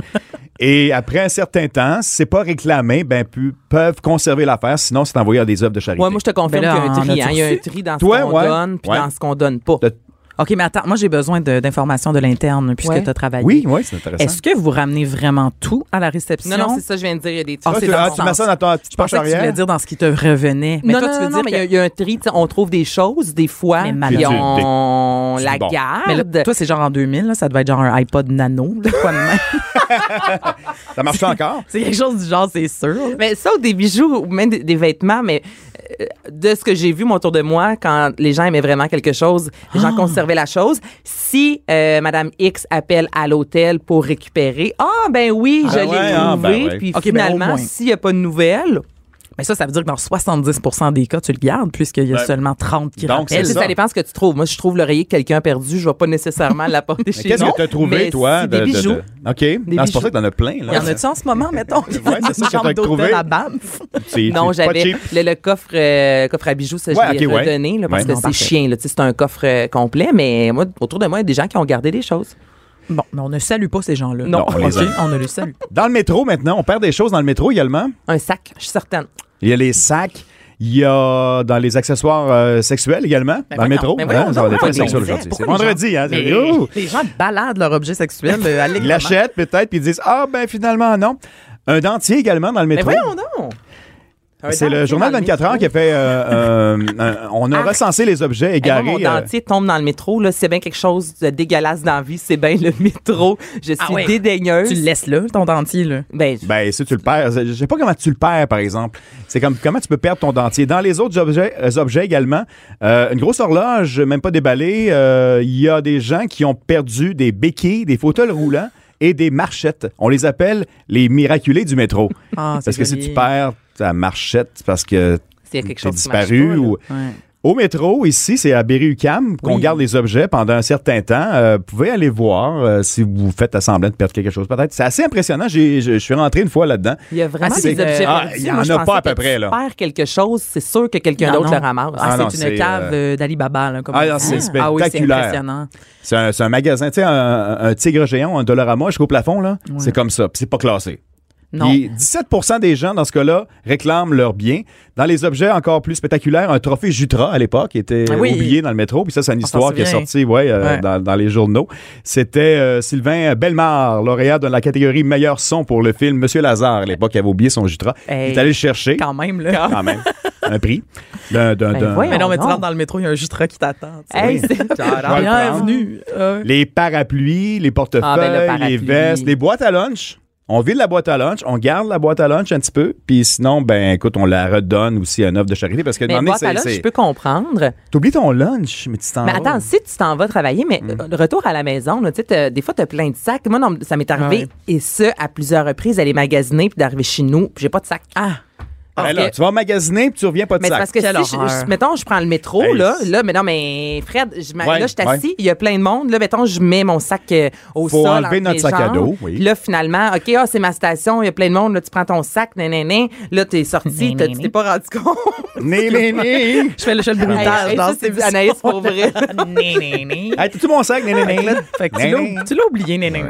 Speaker 2: et après un certain temps, si c'est pas réclamé, ben, pu- peuvent conserver l'affaire, sinon c'est envoyé à des œuvres de charité.
Speaker 1: Ouais, moi, je te confirme
Speaker 3: Ben là,
Speaker 1: qu'il y a un
Speaker 3: en
Speaker 1: tri. hein.
Speaker 3: as-tu
Speaker 1: Il y a un
Speaker 3: reçu?
Speaker 1: tri dans
Speaker 2: Toi,
Speaker 1: ce qu'on
Speaker 2: ouais.
Speaker 1: donne puis
Speaker 2: Ouais.
Speaker 1: dans ce qu'on donne pas.
Speaker 2: De-
Speaker 3: OK, mais attends, moi, j'ai besoin de- d'informations de, l'interne puisque
Speaker 1: Ouais.
Speaker 3: tu as travaillé.
Speaker 2: Oui, oui, c'est intéressant.
Speaker 3: Est-ce que vous ramenez vraiment tout à la réception?
Speaker 1: Non, non, c'est ça, je viens de dire. Il y a des
Speaker 3: Ah,
Speaker 1: tri.
Speaker 2: Ah,
Speaker 3: c'est
Speaker 2: tu,
Speaker 3: dans
Speaker 2: ah,
Speaker 3: le
Speaker 2: tu
Speaker 3: sens.
Speaker 2: mets ça dans ton
Speaker 3: Je
Speaker 2: petit poche
Speaker 3: pensais que tu
Speaker 2: arrière?
Speaker 3: voulais dire dans ce qui te revenait. Mais
Speaker 1: non,
Speaker 3: toi,
Speaker 1: non,
Speaker 3: tu veux
Speaker 1: non, non, mais
Speaker 3: dire
Speaker 1: il
Speaker 3: que-
Speaker 1: y, a- il y a un tri. tu sais, On trouve des choses, des fois,
Speaker 3: Mais
Speaker 1: puis
Speaker 3: malheureusement.
Speaker 1: on
Speaker 2: C'est
Speaker 1: la
Speaker 2: bon.
Speaker 1: garde.
Speaker 3: Mais là, toi, c'est genre en 2000, là, ça devait être genre un iPod nano, là, quoi de même.
Speaker 2: Ça marche encore?
Speaker 3: c'est quelque chose du genre, c'est sûr.
Speaker 1: Mais ça, ou des bijoux ou même des, des vêtements, mais euh, de ce que j'ai vu mon tour de moi, quand les gens aimaient vraiment quelque chose, les
Speaker 2: Ah.
Speaker 1: gens conservaient la chose. Si euh, Madame X appelle à l'hôtel pour récupérer, ah ben oui, je
Speaker 2: Ah
Speaker 1: l'ai
Speaker 2: ouais,
Speaker 1: trouvé.
Speaker 2: ah, ben ouais.
Speaker 1: Puis
Speaker 3: Ok, ben, au
Speaker 1: finalement,
Speaker 3: moins.
Speaker 1: s'il n'y a pas de nouvelles,
Speaker 3: Mais ça, ça veut dire que dans 70 des cas, tu le gardes, puisqu'il y a
Speaker 2: Ouais.
Speaker 3: seulement 30 qui
Speaker 2: Ben, Donc,
Speaker 3: rappellent.
Speaker 2: c'est
Speaker 1: ben, ça,
Speaker 2: ça.
Speaker 1: ça dépend ce que tu trouves. Moi, je trouve l'oreiller que quelqu'un a perdu, je vais pas nécessairement l'apporter
Speaker 2: Mais
Speaker 1: chez
Speaker 2: qu'est-ce
Speaker 1: nous.
Speaker 2: que tu as trouvé,
Speaker 1: Mais
Speaker 2: toi?
Speaker 1: si, des bijoux.
Speaker 2: OK. Non, c'est pour ça que t'en as plein. Là.
Speaker 3: Il y en a-tu en ce moment, mettons?
Speaker 2: Ouais, c'est ça que
Speaker 3: Une chambre
Speaker 2: t'as trouvé.
Speaker 3: d'hôtel à Banff.
Speaker 2: C'est-
Speaker 1: Non,
Speaker 2: c'est pas
Speaker 1: j'avais
Speaker 2: cheap.
Speaker 1: le, le coffre, euh, coffre à bijoux, ça,
Speaker 2: Ouais,
Speaker 1: je l'ai
Speaker 2: ok, ouais.
Speaker 1: redonné, là, parce
Speaker 2: Ouais.
Speaker 1: que
Speaker 2: Non,
Speaker 1: c'est
Speaker 3: parfait.
Speaker 1: chien. là. Tu sais, C'est un coffre euh, complet, mais moi, autour de moi, il y a des gens qui ont gardé des choses.
Speaker 3: Bon, mais on ne salue pas ces gens-là.
Speaker 1: Non.
Speaker 2: on les
Speaker 3: OK,
Speaker 2: aime.
Speaker 3: on ne les salue pas.
Speaker 2: Dans le métro, maintenant, on perd des choses dans le métro également.
Speaker 1: Un sac, je suis certaine.
Speaker 2: Il y a les sacs. Il y a dans les accessoires euh, sexuels également,
Speaker 1: Ben
Speaker 2: dans le
Speaker 3: voyons,
Speaker 2: métro.
Speaker 3: mais voyons
Speaker 2: hein,
Speaker 3: donc,
Speaker 2: ça va être
Speaker 3: pourquoi
Speaker 2: très sexuel
Speaker 3: on disait,
Speaker 2: aujourd'hui. C'est
Speaker 3: pourquoi les
Speaker 2: vendredi, hein? c'est- Ouh!
Speaker 3: Les gens baladent leur objet sexuel
Speaker 1: Ben,
Speaker 3: euh, à
Speaker 2: Ils
Speaker 3: l'écran.
Speaker 2: l'achètent peut-être, puis ils disent Ah, ben finalement, non. Un dentier également dans le
Speaker 1: Mais
Speaker 2: métro.
Speaker 1: Ben voyons donc! Un
Speaker 2: C'est le
Speaker 1: dentier
Speaker 2: journal
Speaker 1: dans le hein.
Speaker 2: 24 heures qui a fait. euh, euh, un- on a
Speaker 1: Arc.
Speaker 2: recensé les objets
Speaker 1: Eh, Hey, moi,
Speaker 2: égarés.
Speaker 1: mon
Speaker 2: euh,
Speaker 1: dentier tombe dans le métro, là, c'est bien quelque chose de dégueulasse dans la vie, c'est bien le métro. Je suis
Speaker 3: Ah ouais.
Speaker 1: dédaigneuse.
Speaker 3: Tu le laisses là, ton dentier, là.
Speaker 1: Ben,
Speaker 2: Ben, si tu le perds, je sais pas comment tu le perds, par exemple. C'est comme comment tu peux perdre ton dentier. Dans les autres objets, euh, objets également, euh, une grosse horloge, même pas déballée, euh, il y a des gens qui ont perdu des béquilles, des fauteuils roulants et des marchettes. On les appelle les miraculés du métro.
Speaker 3: Ah,
Speaker 2: parce que si tu perds ta marchette, c'est parce que
Speaker 1: c'est quelque
Speaker 2: t'es
Speaker 1: chose qui marche
Speaker 2: disparu
Speaker 1: pas, là.
Speaker 2: ou,
Speaker 3: Ouais.
Speaker 2: Au métro, ici, c'est à Berry-UQAM qu'on garde les objets pendant un certain temps. Euh, vous pouvez aller voir euh, si vous faites à semblant de perdre quelque chose, peut-être. C'est assez impressionnant. J'ai- Je je suis rentré une fois là-dedans.
Speaker 1: Il y a vraiment
Speaker 3: Ah,
Speaker 1: des
Speaker 3: c'est des-
Speaker 1: objets
Speaker 2: Ah,
Speaker 1: perdus.
Speaker 2: il y
Speaker 1: Moi,
Speaker 2: en
Speaker 1: je
Speaker 2: a pas
Speaker 1: pensais
Speaker 2: à peu
Speaker 1: que
Speaker 2: près, là.
Speaker 1: Tu perds quelque chose, c'est sûr que quelqu'un
Speaker 3: Non,
Speaker 1: d'autre le
Speaker 3: non.
Speaker 1: ramasse.
Speaker 2: Ah,
Speaker 3: Ah,
Speaker 2: non,
Speaker 3: c'est
Speaker 2: c'est,
Speaker 3: une cave
Speaker 2: euh,
Speaker 3: euh, d'Ali Baba, là, comme
Speaker 2: Ah,
Speaker 3: on
Speaker 2: non,
Speaker 3: dit.
Speaker 2: c'est
Speaker 3: Ah oui, c'est
Speaker 2: spectaculaire.
Speaker 3: impressionnant.
Speaker 2: C'est un, c'est un magasin, tu sais, un, un tigre géant, un Dollarama jusqu'au plafond, là. C'est comme ça, puis c'est pas classé.
Speaker 3: Non.
Speaker 2: Puis 17 des gens, dans ce cas-là, réclament leurs biens. Dans les objets encore plus spectaculaires, un trophée Jutra, à l'époque, était
Speaker 3: Ah oui.
Speaker 2: oublié dans le métro. Puis ça, c'est une
Speaker 3: On s'en
Speaker 2: histoire qui est
Speaker 3: souvient.
Speaker 2: sortie ouais, euh,
Speaker 3: Ouais.
Speaker 2: Dans, dans les journaux. C'était euh, Sylvain Bellemare, lauréat de la catégorie meilleur son pour le film Monsieur Lazare. À l'époque, il avait oublié son Jutra.
Speaker 3: Hey.
Speaker 2: Il est allé le chercher,
Speaker 3: Quand même, là.
Speaker 2: quand même, un prix. D'un, d'un-
Speaker 1: Ben
Speaker 2: d'un-
Speaker 1: voyons.
Speaker 3: Mais Ah, non, mais tu
Speaker 1: Non.
Speaker 3: rentres dans le métro, il y a un jutra qui t'attend. tu sais.
Speaker 1: Hey, c'est-
Speaker 2: vais Ah, le prendre.
Speaker 3: Bienvenue. Euh,
Speaker 2: Les parapluies, les portefeuilles,
Speaker 1: Ah, ben, le
Speaker 2: les
Speaker 1: parapluie.
Speaker 2: vestes, les boîtes à lunch. On vide la boîte à lunch, on garde la boîte à lunch un petit peu, puis sinon, ben écoute, on la redonne aussi à une offre de charité parce que
Speaker 1: Mais
Speaker 2: dans
Speaker 1: boîte à lunch, je peux comprendre.
Speaker 2: T'oublies ton lunch, mais tu t'en
Speaker 1: Mais
Speaker 2: vas.
Speaker 1: attends, si tu t'en vas travailler, mais
Speaker 2: Mm.
Speaker 1: euh, le retour à la maison, là, tu sais, t'as- des fois, t'as plein de sacs. Moi, non, ça m'est arrivé,
Speaker 3: Ouais.
Speaker 1: et ce, à plusieurs reprises, d'aller magasiner, puis d'arriver chez nous, puis j'ai pas de sac. Ah!
Speaker 2: Ben là, tu vas magasiner puis tu reviens pas de
Speaker 1: Mais c'est
Speaker 2: sac.
Speaker 1: parce que si,
Speaker 3: Quelle
Speaker 1: je-
Speaker 3: horreur.
Speaker 1: je- mettons, je prends le métro,
Speaker 2: Hey,
Speaker 1: là,
Speaker 2: c'est-
Speaker 1: là, mais non, mais Fred, je, m'a-
Speaker 2: Ouais,
Speaker 1: là, je suis assis, il y a plein de monde, là, mettons, je mets mon sac euh, au
Speaker 2: Faut
Speaker 1: sol.
Speaker 2: enlever
Speaker 1: entre
Speaker 2: notre
Speaker 1: mes
Speaker 2: sac à
Speaker 1: jambes.
Speaker 2: dos, oui.
Speaker 1: Là, finalement, OK, ah, c'est ma station, il y a plein de monde, là, tu prends ton sac, nan, nan, nan. là, t'es sorti, t'as- tu t'es pas rendu compte.
Speaker 2: Né, né, né.
Speaker 3: Je fais le chef de bruitage
Speaker 1: Hey,
Speaker 3: dans
Speaker 1: ça,
Speaker 3: ces
Speaker 1: c'est du Anaïs pour vrai.
Speaker 2: Hey, t'as-tu mon sac? Né, né, né.
Speaker 3: Fait que
Speaker 2: Né,
Speaker 3: tu
Speaker 2: né.
Speaker 3: l'as- tu l'as oublié, néné.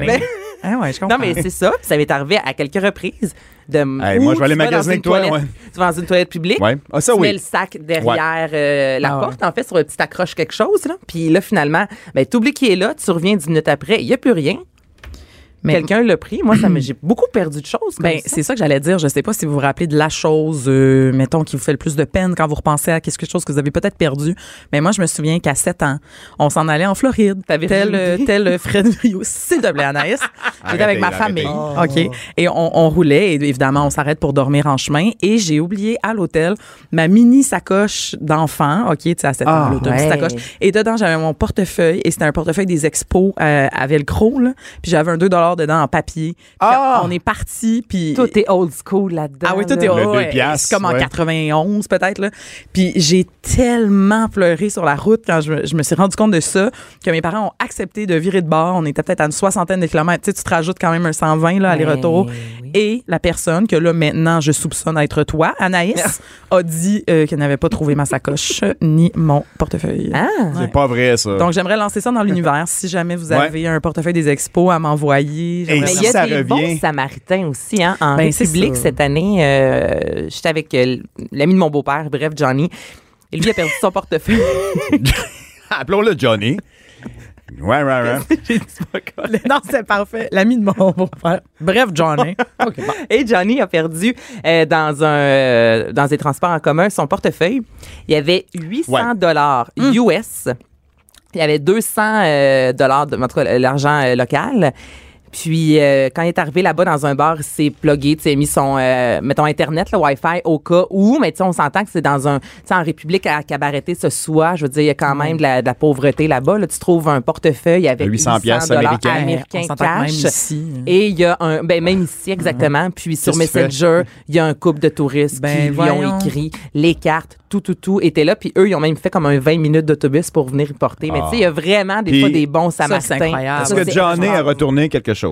Speaker 3: Ah ouais, je comprends.
Speaker 1: Non, mais c'est ça. Puis ça m'est arrivé à quelques reprises. De m-
Speaker 2: Hey,
Speaker 1: ou
Speaker 2: moi, je vais aller
Speaker 1: tu vas dans une
Speaker 2: magasiner avec toi,
Speaker 1: toilette-
Speaker 2: ouais.
Speaker 1: Tu vas dans une toilette publique.
Speaker 2: Ouais. Ah, ça,
Speaker 1: tu
Speaker 2: oui.
Speaker 1: mets le sac derrière euh, la
Speaker 3: Ah,
Speaker 1: porte, en fait, sur un petit accroche quelque chose. Là. Puis là, finalement, ben, t'oublies qu'il est là. Tu reviens dix minutes après. Il n'y a plus rien.
Speaker 3: Mais-
Speaker 1: Quelqu'un l'a pris. Moi, ça me- j'ai beaucoup perdu de choses. comme
Speaker 3: Ben,
Speaker 1: ça.
Speaker 3: c'est ça que j'allais dire. Je sais pas si vous vous rappelez de la chose, euh, mettons, qui vous fait le plus de peine quand vous repensez à quelque chose que vous avez peut-être perdu. Mais moi, je me souviens qu'à 7 ans, on s'en allait en Floride.
Speaker 1: T'avais
Speaker 3: tel,
Speaker 1: rien
Speaker 3: euh,
Speaker 1: dit.
Speaker 3: tel euh, Fred Rio, s'il te plaît, Anaïs. J'étais avec ma
Speaker 2: Arrêtez,
Speaker 3: famille. OK. Et on, on roulait. Et évidemment, on s'arrête pour dormir en chemin. Et j'ai oublié à l'hôtel ma mini sacoche d'enfant. OK, tu sais, à 7
Speaker 2: Ah,
Speaker 3: ans, l'hôtel,
Speaker 1: ouais.
Speaker 3: sacoche. Et dedans, j'avais mon portefeuille. Et c'était un portefeuille des expos euh, à Velcro. là. Puis j'avais un 2 dedans en papier. Puis
Speaker 2: Ah!
Speaker 3: on est parti. Puis
Speaker 1: Tout est old school là-dedans.
Speaker 3: ah oui, tout
Speaker 1: là.
Speaker 3: est
Speaker 2: Le
Speaker 3: oh,
Speaker 2: deux
Speaker 3: ouais,
Speaker 2: piastres,
Speaker 3: C'est comme en
Speaker 2: ouais.
Speaker 3: 91 peut-être. là. Puis j'ai tellement pleuré sur la route quand je, me- je me suis rendu compte de ça que mes parents ont accepté de virer de bord. On était peut-être à une soixantaine de kilomètres. Tu sais, tu te rajoutes quand même un 120 là,
Speaker 2: Ben,
Speaker 3: aller-retour.
Speaker 1: oui.
Speaker 3: Et la personne que là maintenant je soupçonne être toi, Anaïs, a dit euh, qu'elle n'avait pas trouvé ma sacoche ni mon portefeuille.
Speaker 1: Ah!
Speaker 2: C'est pas vrai, ça.
Speaker 3: Donc j'aimerais lancer ça dans l'univers. Si jamais vous
Speaker 2: Ouais.
Speaker 3: avez un portefeuille des expos à m'envoyer, j'aimerais
Speaker 2: Et
Speaker 1: Mais
Speaker 2: si
Speaker 1: il y a
Speaker 2: ça
Speaker 1: des
Speaker 2: revient-
Speaker 1: bons Samaritains aussi, hein, en
Speaker 3: Ben, c'est
Speaker 1: République
Speaker 3: ça.
Speaker 1: cette année. euh, J'étais avec euh, l'ami de mon beau-père, bref, Johnny. Et lui a perdu son portefeuille.
Speaker 2: Appelons-le Johnny. Ouais, ouais, ouais.
Speaker 3: non, c'est parfait. L'ami de mon beau-père. Bref, Johnny. OK, bon.
Speaker 1: Et Johnny a perdu euh, dans un euh, dans des transports en commun son portefeuille. Il y avait 800
Speaker 2: Ouais. Hmm.
Speaker 1: dollars US. Il y avait 200 euh, dollars de en tout cas, euh, l'argent euh, local. Puis euh, quand il est arrivé là-bas dans un bar, il s'est plugué, tu sais, il a mis son euh, mettons internet, le Wi-Fi au cas où, mais tu sais, on s'entend que c'est dans un tu sais, en République à cabareté ce soir, je veux dire, il y a quand même de la, de la pauvreté là-bas, là, tu trouves un portefeuille avec
Speaker 2: 800
Speaker 1: 800
Speaker 2: piastres
Speaker 1: dollars
Speaker 2: américains.
Speaker 1: américains
Speaker 3: Euh, On s'entend
Speaker 1: cash.
Speaker 3: que même ici. hein.
Speaker 1: Et il y a un, ben même ici exactement, puis sur
Speaker 2: Qu'est-ce que tu
Speaker 1: Messenger, il y a un couple de touristes
Speaker 3: Ben,
Speaker 1: qui lui ont
Speaker 3: voyons.
Speaker 1: écrit les cartes, tout, tout, tout était là, puis eux, ils ont même fait comme un 20 minutes d'autobus pour venir y porter. Mais
Speaker 2: Ah.
Speaker 1: tu sais, il y a vraiment des
Speaker 2: Puis-
Speaker 1: fois des bons
Speaker 3: c'est
Speaker 1: samaritains.
Speaker 3: incroyable.
Speaker 2: Est-ce
Speaker 1: Ça,
Speaker 2: que
Speaker 1: c'est
Speaker 2: Johnny a
Speaker 1: extraordinaire.
Speaker 2: retourné quelque chose?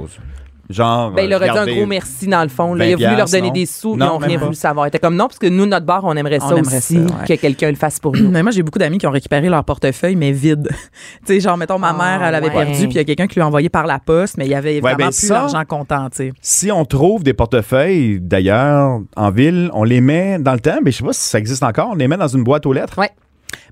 Speaker 2: Genre. euh,
Speaker 1: Ben, il leur a dit un
Speaker 2: regardez-
Speaker 1: gros merci dans le fond. là. Il a
Speaker 2: 20
Speaker 1: voulu leur donner
Speaker 2: non?
Speaker 1: des sous,
Speaker 2: Non,
Speaker 1: ils n'ont
Speaker 2: même
Speaker 1: rien
Speaker 2: pas.
Speaker 1: voulu savoir. Il était comme non, parce que nous, notre bar, on aimerait ça
Speaker 3: On aimerait
Speaker 1: aussi,
Speaker 3: ça, ouais.
Speaker 1: que quelqu'un le fasse pour nous.
Speaker 3: Mais moi, j'ai beaucoup d'amis qui ont récupéré leur portefeuille, mais vide. tu sais, genre, mettons, ma
Speaker 1: Ah,
Speaker 3: mère, elle avait
Speaker 1: ouais.
Speaker 3: perdu, puis il y a quelqu'un qui lui a envoyé par la poste, mais il y avait vraiment
Speaker 2: ben,
Speaker 3: plus
Speaker 2: ça-
Speaker 3: d'argent comptant, tu sais.
Speaker 2: Si on trouve des portefeuilles, d'ailleurs, en ville, on les met dans le temps, mais je sais pas si ça existe encore, on les met dans une boîte aux lettres.
Speaker 1: Ouais.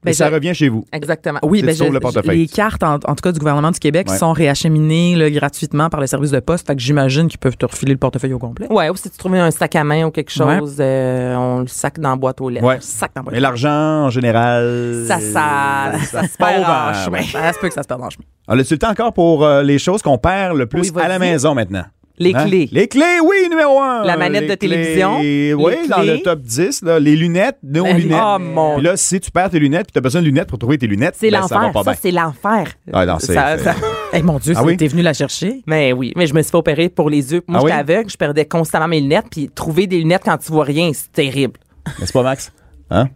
Speaker 2: Mais
Speaker 3: Ben,
Speaker 2: ça
Speaker 3: je-
Speaker 2: revient chez vous.
Speaker 1: Exactement.
Speaker 3: Oui,
Speaker 2: C'est
Speaker 3: ben,
Speaker 2: sur
Speaker 3: je-
Speaker 2: le
Speaker 3: je-
Speaker 2: portefeuille.
Speaker 3: les cartes, en, en tout cas, du gouvernement du Québec
Speaker 2: Ouais.
Speaker 3: sont réacheminées là, gratuitement par le service de poste. Fait que j'imagine qu'ils peuvent te refiler le portefeuille au complet.
Speaker 1: Ouais, ou si tu trouvais un sac à main ou quelque chose, euh, on le sac dans la boîte aux lettres.
Speaker 2: Ouais.
Speaker 3: Sac dans le
Speaker 2: Mais l'argent, en général.
Speaker 1: Ça, ça, ça se perd en
Speaker 2: en-
Speaker 1: chemin.
Speaker 3: Ben, Ça se peut que ça se perde en chemin.
Speaker 2: On a-tu le temps encore pour euh, les choses qu'on perd le
Speaker 1: Oui,
Speaker 2: plus
Speaker 1: vas-y.
Speaker 2: à la maison maintenant?
Speaker 1: Les
Speaker 2: Hein?
Speaker 1: clés.
Speaker 2: Les clés, oui, numéro un.
Speaker 1: La manette
Speaker 2: Les
Speaker 1: de
Speaker 2: clés.
Speaker 1: télévision.
Speaker 2: Oui,
Speaker 1: Les
Speaker 2: dans
Speaker 1: clés.
Speaker 2: le top 10. là. les lunettes, nos
Speaker 1: Ben,
Speaker 2: lunettes.
Speaker 1: oh, mon-
Speaker 2: Puis là, si tu perds tes lunettes, puis tu as besoin de lunettes pour trouver tes lunettes,
Speaker 1: C'est
Speaker 2: ben, ça va
Speaker 1: l'enfer.
Speaker 2: pas
Speaker 1: Ça,
Speaker 2: bien.
Speaker 1: c'est l'enfer.
Speaker 2: Ah, non, c'est-
Speaker 1: Ça-
Speaker 2: c'est-
Speaker 1: ça-
Speaker 3: Hey, Eh, mon Dieu,
Speaker 2: Ah
Speaker 3: c'est-
Speaker 2: oui?
Speaker 3: t'es venu la chercher?
Speaker 1: Mais oui, mais je me suis fait opérer pour les yeux. Moi,
Speaker 2: Ah oui?
Speaker 1: j'étais aveugle, je perdais constamment mes lunettes, puis trouver des lunettes quand tu vois rien, c'est terrible.
Speaker 2: N'est-ce pas, Max? Hein?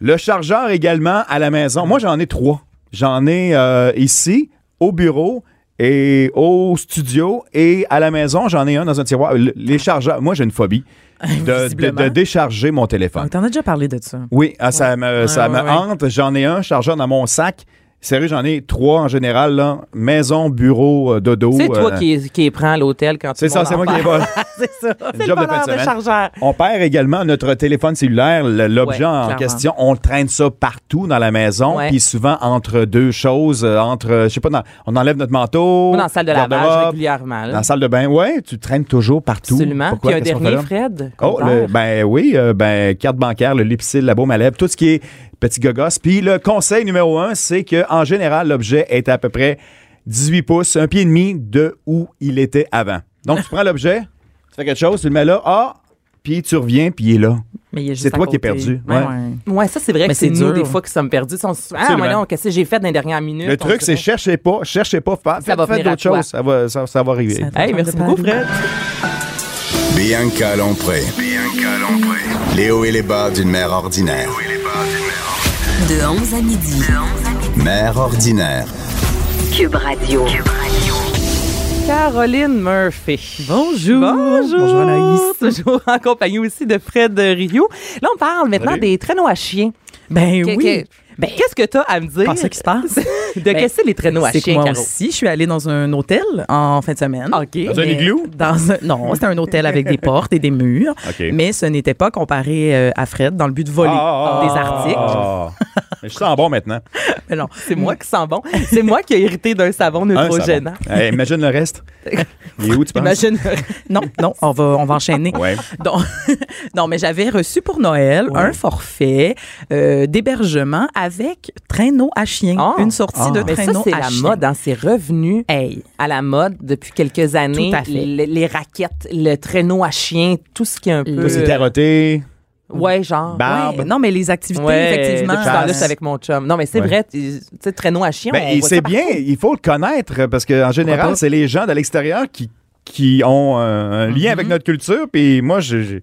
Speaker 2: Le chargeur également à la maison. Moi, j'en ai trois. J'en ai euh, ici, au bureau et au studio et à la maison. J'en ai un dans un tiroir. Le- les chargeurs, moi, j'ai une phobie de- de- de,
Speaker 3: Visiblement.
Speaker 2: décharger mon téléphone.
Speaker 3: Donc, T'en as déjà parlé de ça.
Speaker 2: Oui, ah, ça me, ça
Speaker 3: Ouais, ouais,
Speaker 2: me
Speaker 3: ouais.
Speaker 2: hante. J'en ai un chargeur dans mon sac. Sérieux, j'en ai trois en général. là. Maison, bureau, euh, dodo.
Speaker 1: C'est toi
Speaker 2: euh,
Speaker 1: qui, qui prends l'hôtel quand tu
Speaker 2: C'est ça, c'est moi qui les vole.
Speaker 1: C'est ça. C'est le
Speaker 2: job de
Speaker 1: bonheur
Speaker 2: fin de
Speaker 1: de,
Speaker 2: semaine.
Speaker 1: chargeur.
Speaker 2: On perd également notre téléphone cellulaire, le- l'objet
Speaker 1: Ouais,
Speaker 2: en
Speaker 1: clairement.
Speaker 2: question. On traîne ça partout dans la maison,
Speaker 1: Ouais.
Speaker 2: puis souvent entre deux choses, euh, entre, euh, je sais pas, dans- on enlève notre manteau.
Speaker 1: Moi, dans la salle de lavage
Speaker 2: garde-robe,
Speaker 1: régulièrement. là.
Speaker 2: Dans la salle de bain, ouais, tu traînes toujours partout.
Speaker 1: Absolument.
Speaker 2: Pourquoi?
Speaker 1: Puis un
Speaker 2: Qu'est-ce qu'on
Speaker 1: dernier,
Speaker 2: fait là?
Speaker 1: Fred.
Speaker 2: Oh,
Speaker 1: qu'on
Speaker 2: le-
Speaker 1: perd.
Speaker 2: ben oui, euh, ben carte bancaire, le lipsil, la baume à lèvres, tout ce qui est petit gogos. Puis le conseil numéro un, c'est que en général, l'objet est à peu près 18 pouces, un pied et demi de où il était avant. Donc tu prends l'objet, tu fais quelque chose, tu le mets là, ah, puis tu reviens, puis il est là.
Speaker 3: Mais il est juste
Speaker 2: C'est
Speaker 3: à
Speaker 2: toi qui es
Speaker 3: côté.
Speaker 2: perdu,
Speaker 3: Ouais,
Speaker 2: ouais.
Speaker 3: ouais.
Speaker 1: Ouais, ça, c'est vrai
Speaker 3: Mais
Speaker 1: que c'est
Speaker 3: c'est
Speaker 1: nous,
Speaker 3: dur.
Speaker 1: des fois, qui sommes perdus. On se dit, ah,
Speaker 2: Absolument.
Speaker 1: moi, non, qu'est-ce que j'ai fait dans les dernières minutes?
Speaker 2: Le
Speaker 1: On
Speaker 2: truc,
Speaker 1: se
Speaker 2: c'est
Speaker 1: dit,
Speaker 2: cherchez pas, cherchez pas, fa-
Speaker 1: Ça va
Speaker 2: faites,
Speaker 1: venir
Speaker 2: faites
Speaker 1: à
Speaker 2: d'autres
Speaker 1: toi.
Speaker 2: choses, ça va, ça, ça va arriver.
Speaker 3: Ça-
Speaker 1: Hey, merci beaucoup, Fred.
Speaker 4: Bianca Lompré. Les hauts et les bas d'une mère ordinaire.
Speaker 5: De 11 à midi.
Speaker 4: Mère ordinaire.
Speaker 5: Cube Radio.
Speaker 1: Caroline Murphy.
Speaker 3: Bonjour.
Speaker 1: Bonjour.
Speaker 3: Bonjour, Anaïs.
Speaker 1: Toujours en compagnie aussi de Fred Rio. Là, on parle maintenant
Speaker 2: Salut.
Speaker 1: des traîneaux à chiens.
Speaker 3: Ben
Speaker 1: Que-
Speaker 3: oui.
Speaker 1: que- ben, Qu'est-ce que tu as à me dire?
Speaker 3: Ah, c'est qui se passe? Ben,
Speaker 1: De qu'est-ce que c'est les traîneaux à
Speaker 3: C'est que
Speaker 1: chiens,
Speaker 3: moi
Speaker 1: Caro?
Speaker 3: aussi, je suis allée dans un hôtel en fin de semaine.
Speaker 1: OK. Dans
Speaker 2: un
Speaker 3: Mais-
Speaker 2: igloo?
Speaker 3: Dans un- non, c'était un hôtel avec des portes et des murs.
Speaker 2: OK.
Speaker 3: Mais ce n'était pas comparé euh, à Fred dans le but de voler
Speaker 2: Ah,
Speaker 3: des articles.
Speaker 2: Mais je sens bon maintenant.
Speaker 3: Mais non,
Speaker 1: C'est moi qui sens bon. C'est moi qui ai hérité d'un savon
Speaker 2: Hein, ça va.
Speaker 1: neutrogénant.
Speaker 2: Hey, imagine le reste. Il est où, tu penses?
Speaker 3: Imagine. non, non, on va, on va enchaîner.
Speaker 2: Ouais.
Speaker 3: Donc, non, mais j'avais reçu pour Noël un forfait euh, d'hébergement avec traîneau à chien.
Speaker 1: Ah.
Speaker 3: une sortie de
Speaker 1: Mais ça,
Speaker 3: traîneau
Speaker 1: c'est
Speaker 3: à
Speaker 1: la
Speaker 3: chien.
Speaker 1: mode. Hein, c'est revenu
Speaker 3: Hey.
Speaker 1: à la mode depuis quelques années.
Speaker 3: Tout à fait.
Speaker 1: Le- les raquettes, le traîneau à chien, tout ce qui est un peu...
Speaker 2: Toi, c'est carotté.
Speaker 1: Ouais, genre.
Speaker 2: Barbe.
Speaker 3: Ouais, non, mais les activités,
Speaker 1: Ah, ben Ouais,
Speaker 3: effectivement. euh,
Speaker 1: Depuis ce temps-là,
Speaker 2: Chasse.
Speaker 1: je suis avec mon chum. Non, mais c'est
Speaker 2: Ouais.
Speaker 1: vrai, tu tu sais, traîneau à chien.
Speaker 2: Ben,
Speaker 1: on
Speaker 2: il-
Speaker 1: voit
Speaker 2: c'est
Speaker 1: ça
Speaker 2: bien, il faut le connaître euh, parce qu'en général,
Speaker 3: pas?
Speaker 2: c'est les gens de l'extérieur qui, qui ont euh, un lien
Speaker 3: Mm-hmm.
Speaker 2: avec notre culture. Puis moi, je, je-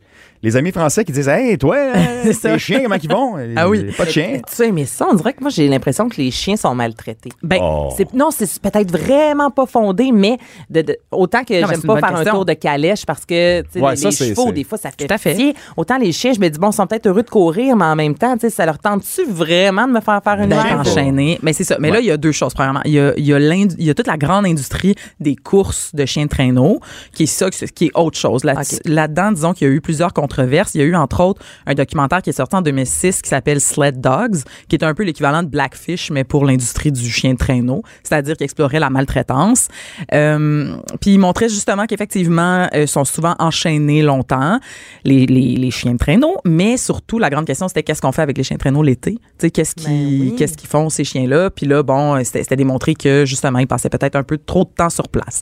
Speaker 2: les amis français qui disent Hey, toi, euh,
Speaker 3: C'est ça.
Speaker 2: tes chiens, comment ils vont
Speaker 3: Ah oui.
Speaker 2: Pas de chien.
Speaker 1: Tu sais, mais ça, on dirait que moi, j'ai l'impression que les chiens sont maltraités.
Speaker 3: Ben,
Speaker 2: Oh.
Speaker 1: C'est- Non, c'est peut-être vraiment pas fondé, mais de- de- autant que
Speaker 3: mais c'est
Speaker 1: j'aime
Speaker 3: une
Speaker 1: pas
Speaker 3: bonne
Speaker 1: faire
Speaker 3: question.
Speaker 1: un tour de calèche parce que tu sais,
Speaker 2: Ouais,
Speaker 1: les,
Speaker 2: ça,
Speaker 1: les
Speaker 2: c'est-
Speaker 1: chevaux,
Speaker 2: c'est-
Speaker 1: des fois, ça fait,
Speaker 3: Tout à fait.
Speaker 1: pitié. Autant les chiens, je me dis, bon, ils sont peut-être heureux de courir, mais en même temps, tu sais, ça leur tente-tu vraiment de me faire faire une
Speaker 3: d'être
Speaker 1: heure?
Speaker 3: enchaîné. Mais c'est ça. Mais là, il y a deux choses. Premièrement, il y a, il y a l'indu- il y a toute la grande industrie des courses de chiens de traîneau, qui est ça, qui est autre chose. Là-
Speaker 1: Ok.
Speaker 3: Là-dedans, disons qu'il y a eu plusieurs controverses. Il y a eu, entre autres, un documentaire qui est sorti en 2006 qui s'appelle Sled Dogs, qui est un peu l'équivalent de Blackfish, mais pour l'industrie du chien de traîneau, c'est-à-dire qui explorait la maltraitance. Euh, puis il montrait justement qu'effectivement, euh, sont souvent enchaînés longtemps, les, les, les chiens de traîneau, mais surtout, la grande question, c'était qu'est-ce qu'on fait avec les chiens de traîneau l'été? Tu sais, qu'est-ce qui,
Speaker 1: Ben oui.
Speaker 3: qu'est-ce qu'est-ce qu'ils font ces chiens-là. Puis là, bon, euh, c'était c'était démontré que justement, ils passaient peut-être un peu trop de temps sur place.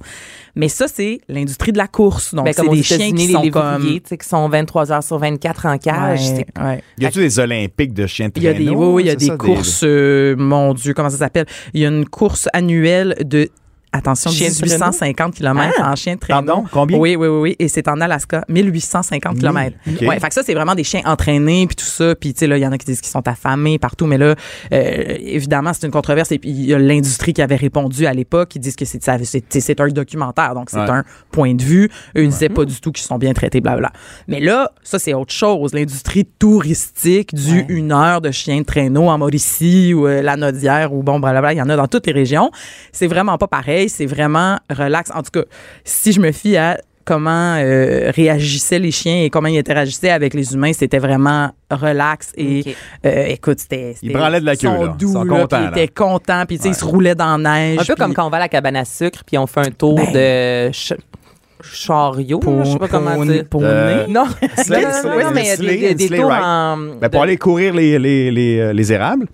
Speaker 3: Mais ça, c'est l'industrie de la course. Donc,
Speaker 1: Ben,
Speaker 3: c'est
Speaker 1: comme
Speaker 3: des chiens qui sont comme.
Speaker 1: qui sont 23 heures sur 24 en cage.
Speaker 3: Ouais,
Speaker 1: c'est-
Speaker 3: ouais.
Speaker 2: Y a-tu des Olympiques de chiens de
Speaker 3: Il y a des, oui,
Speaker 2: traîneau?
Speaker 3: oui, il y a
Speaker 2: C'est
Speaker 3: des
Speaker 2: ça,
Speaker 3: courses, euh, mon Dieu, comment ça s'appelle? Il y a une course annuelle de, attention,
Speaker 1: Chien de Ah!
Speaker 3: 1850 km en chien de traîneau.
Speaker 2: Pardon, combien?
Speaker 3: Oui, oui, oui, oui. Et c'est en Alaska, 1850 km.
Speaker 2: OK.
Speaker 3: Ouais, fait que ça, c'est vraiment des chiens entraînés, puis tout ça. Puis, tu sais, là, il y en a qui disent qu'ils sont affamés partout, mais là, euh, évidemment, c'est une controverse. Et puis, il y a l'industrie qui avait répondu à l'époque, qui disent que c'est ça- c'est c'est- c'est un documentaire, donc c'est
Speaker 2: Ouais.
Speaker 3: un point de vue. Eux, ils disaient pas du tout qu'ils sont bien traités, blablabla. Mais là, ça, c'est autre chose. L'industrie touristique du une heure de chien de traîneau en Mauricie ou euh, la Nodière ou bon, blablabla, il y en a dans toutes les régions. C'est vraiment pas pareil, c'est vraiment relax. En tout cas, si je me fie à comment euh, réagissaient les chiens et comment ils interagissaient avec les humains, c'était vraiment relax et
Speaker 1: Ok.
Speaker 3: euh, écoute, c'était c'était-
Speaker 2: Ils branlaient de la queue,
Speaker 3: ils sont
Speaker 2: là. Ils
Speaker 3: doux,
Speaker 2: sont
Speaker 3: là,
Speaker 2: contents,
Speaker 3: puis
Speaker 2: là.
Speaker 3: ils étaient contents, puis tu sais, ils se roulaient dans la neige.
Speaker 1: Un peu comme
Speaker 3: puis-
Speaker 1: quand on va à la cabane à sucre puis on fait un tour
Speaker 3: Ben.
Speaker 1: de ch- chariot, là, je sais pas comment
Speaker 3: poney-
Speaker 1: dire.
Speaker 3: poney.
Speaker 2: Euh,
Speaker 1: Non,
Speaker 2: Slay,
Speaker 1: non, non,
Speaker 2: slay,
Speaker 1: non, mais
Speaker 2: slay,
Speaker 1: des, des- des
Speaker 2: slay
Speaker 1: tours
Speaker 2: ride.
Speaker 1: en.
Speaker 2: Ben, pour
Speaker 1: de-
Speaker 2: aller courir les, les, les, euh, les érables,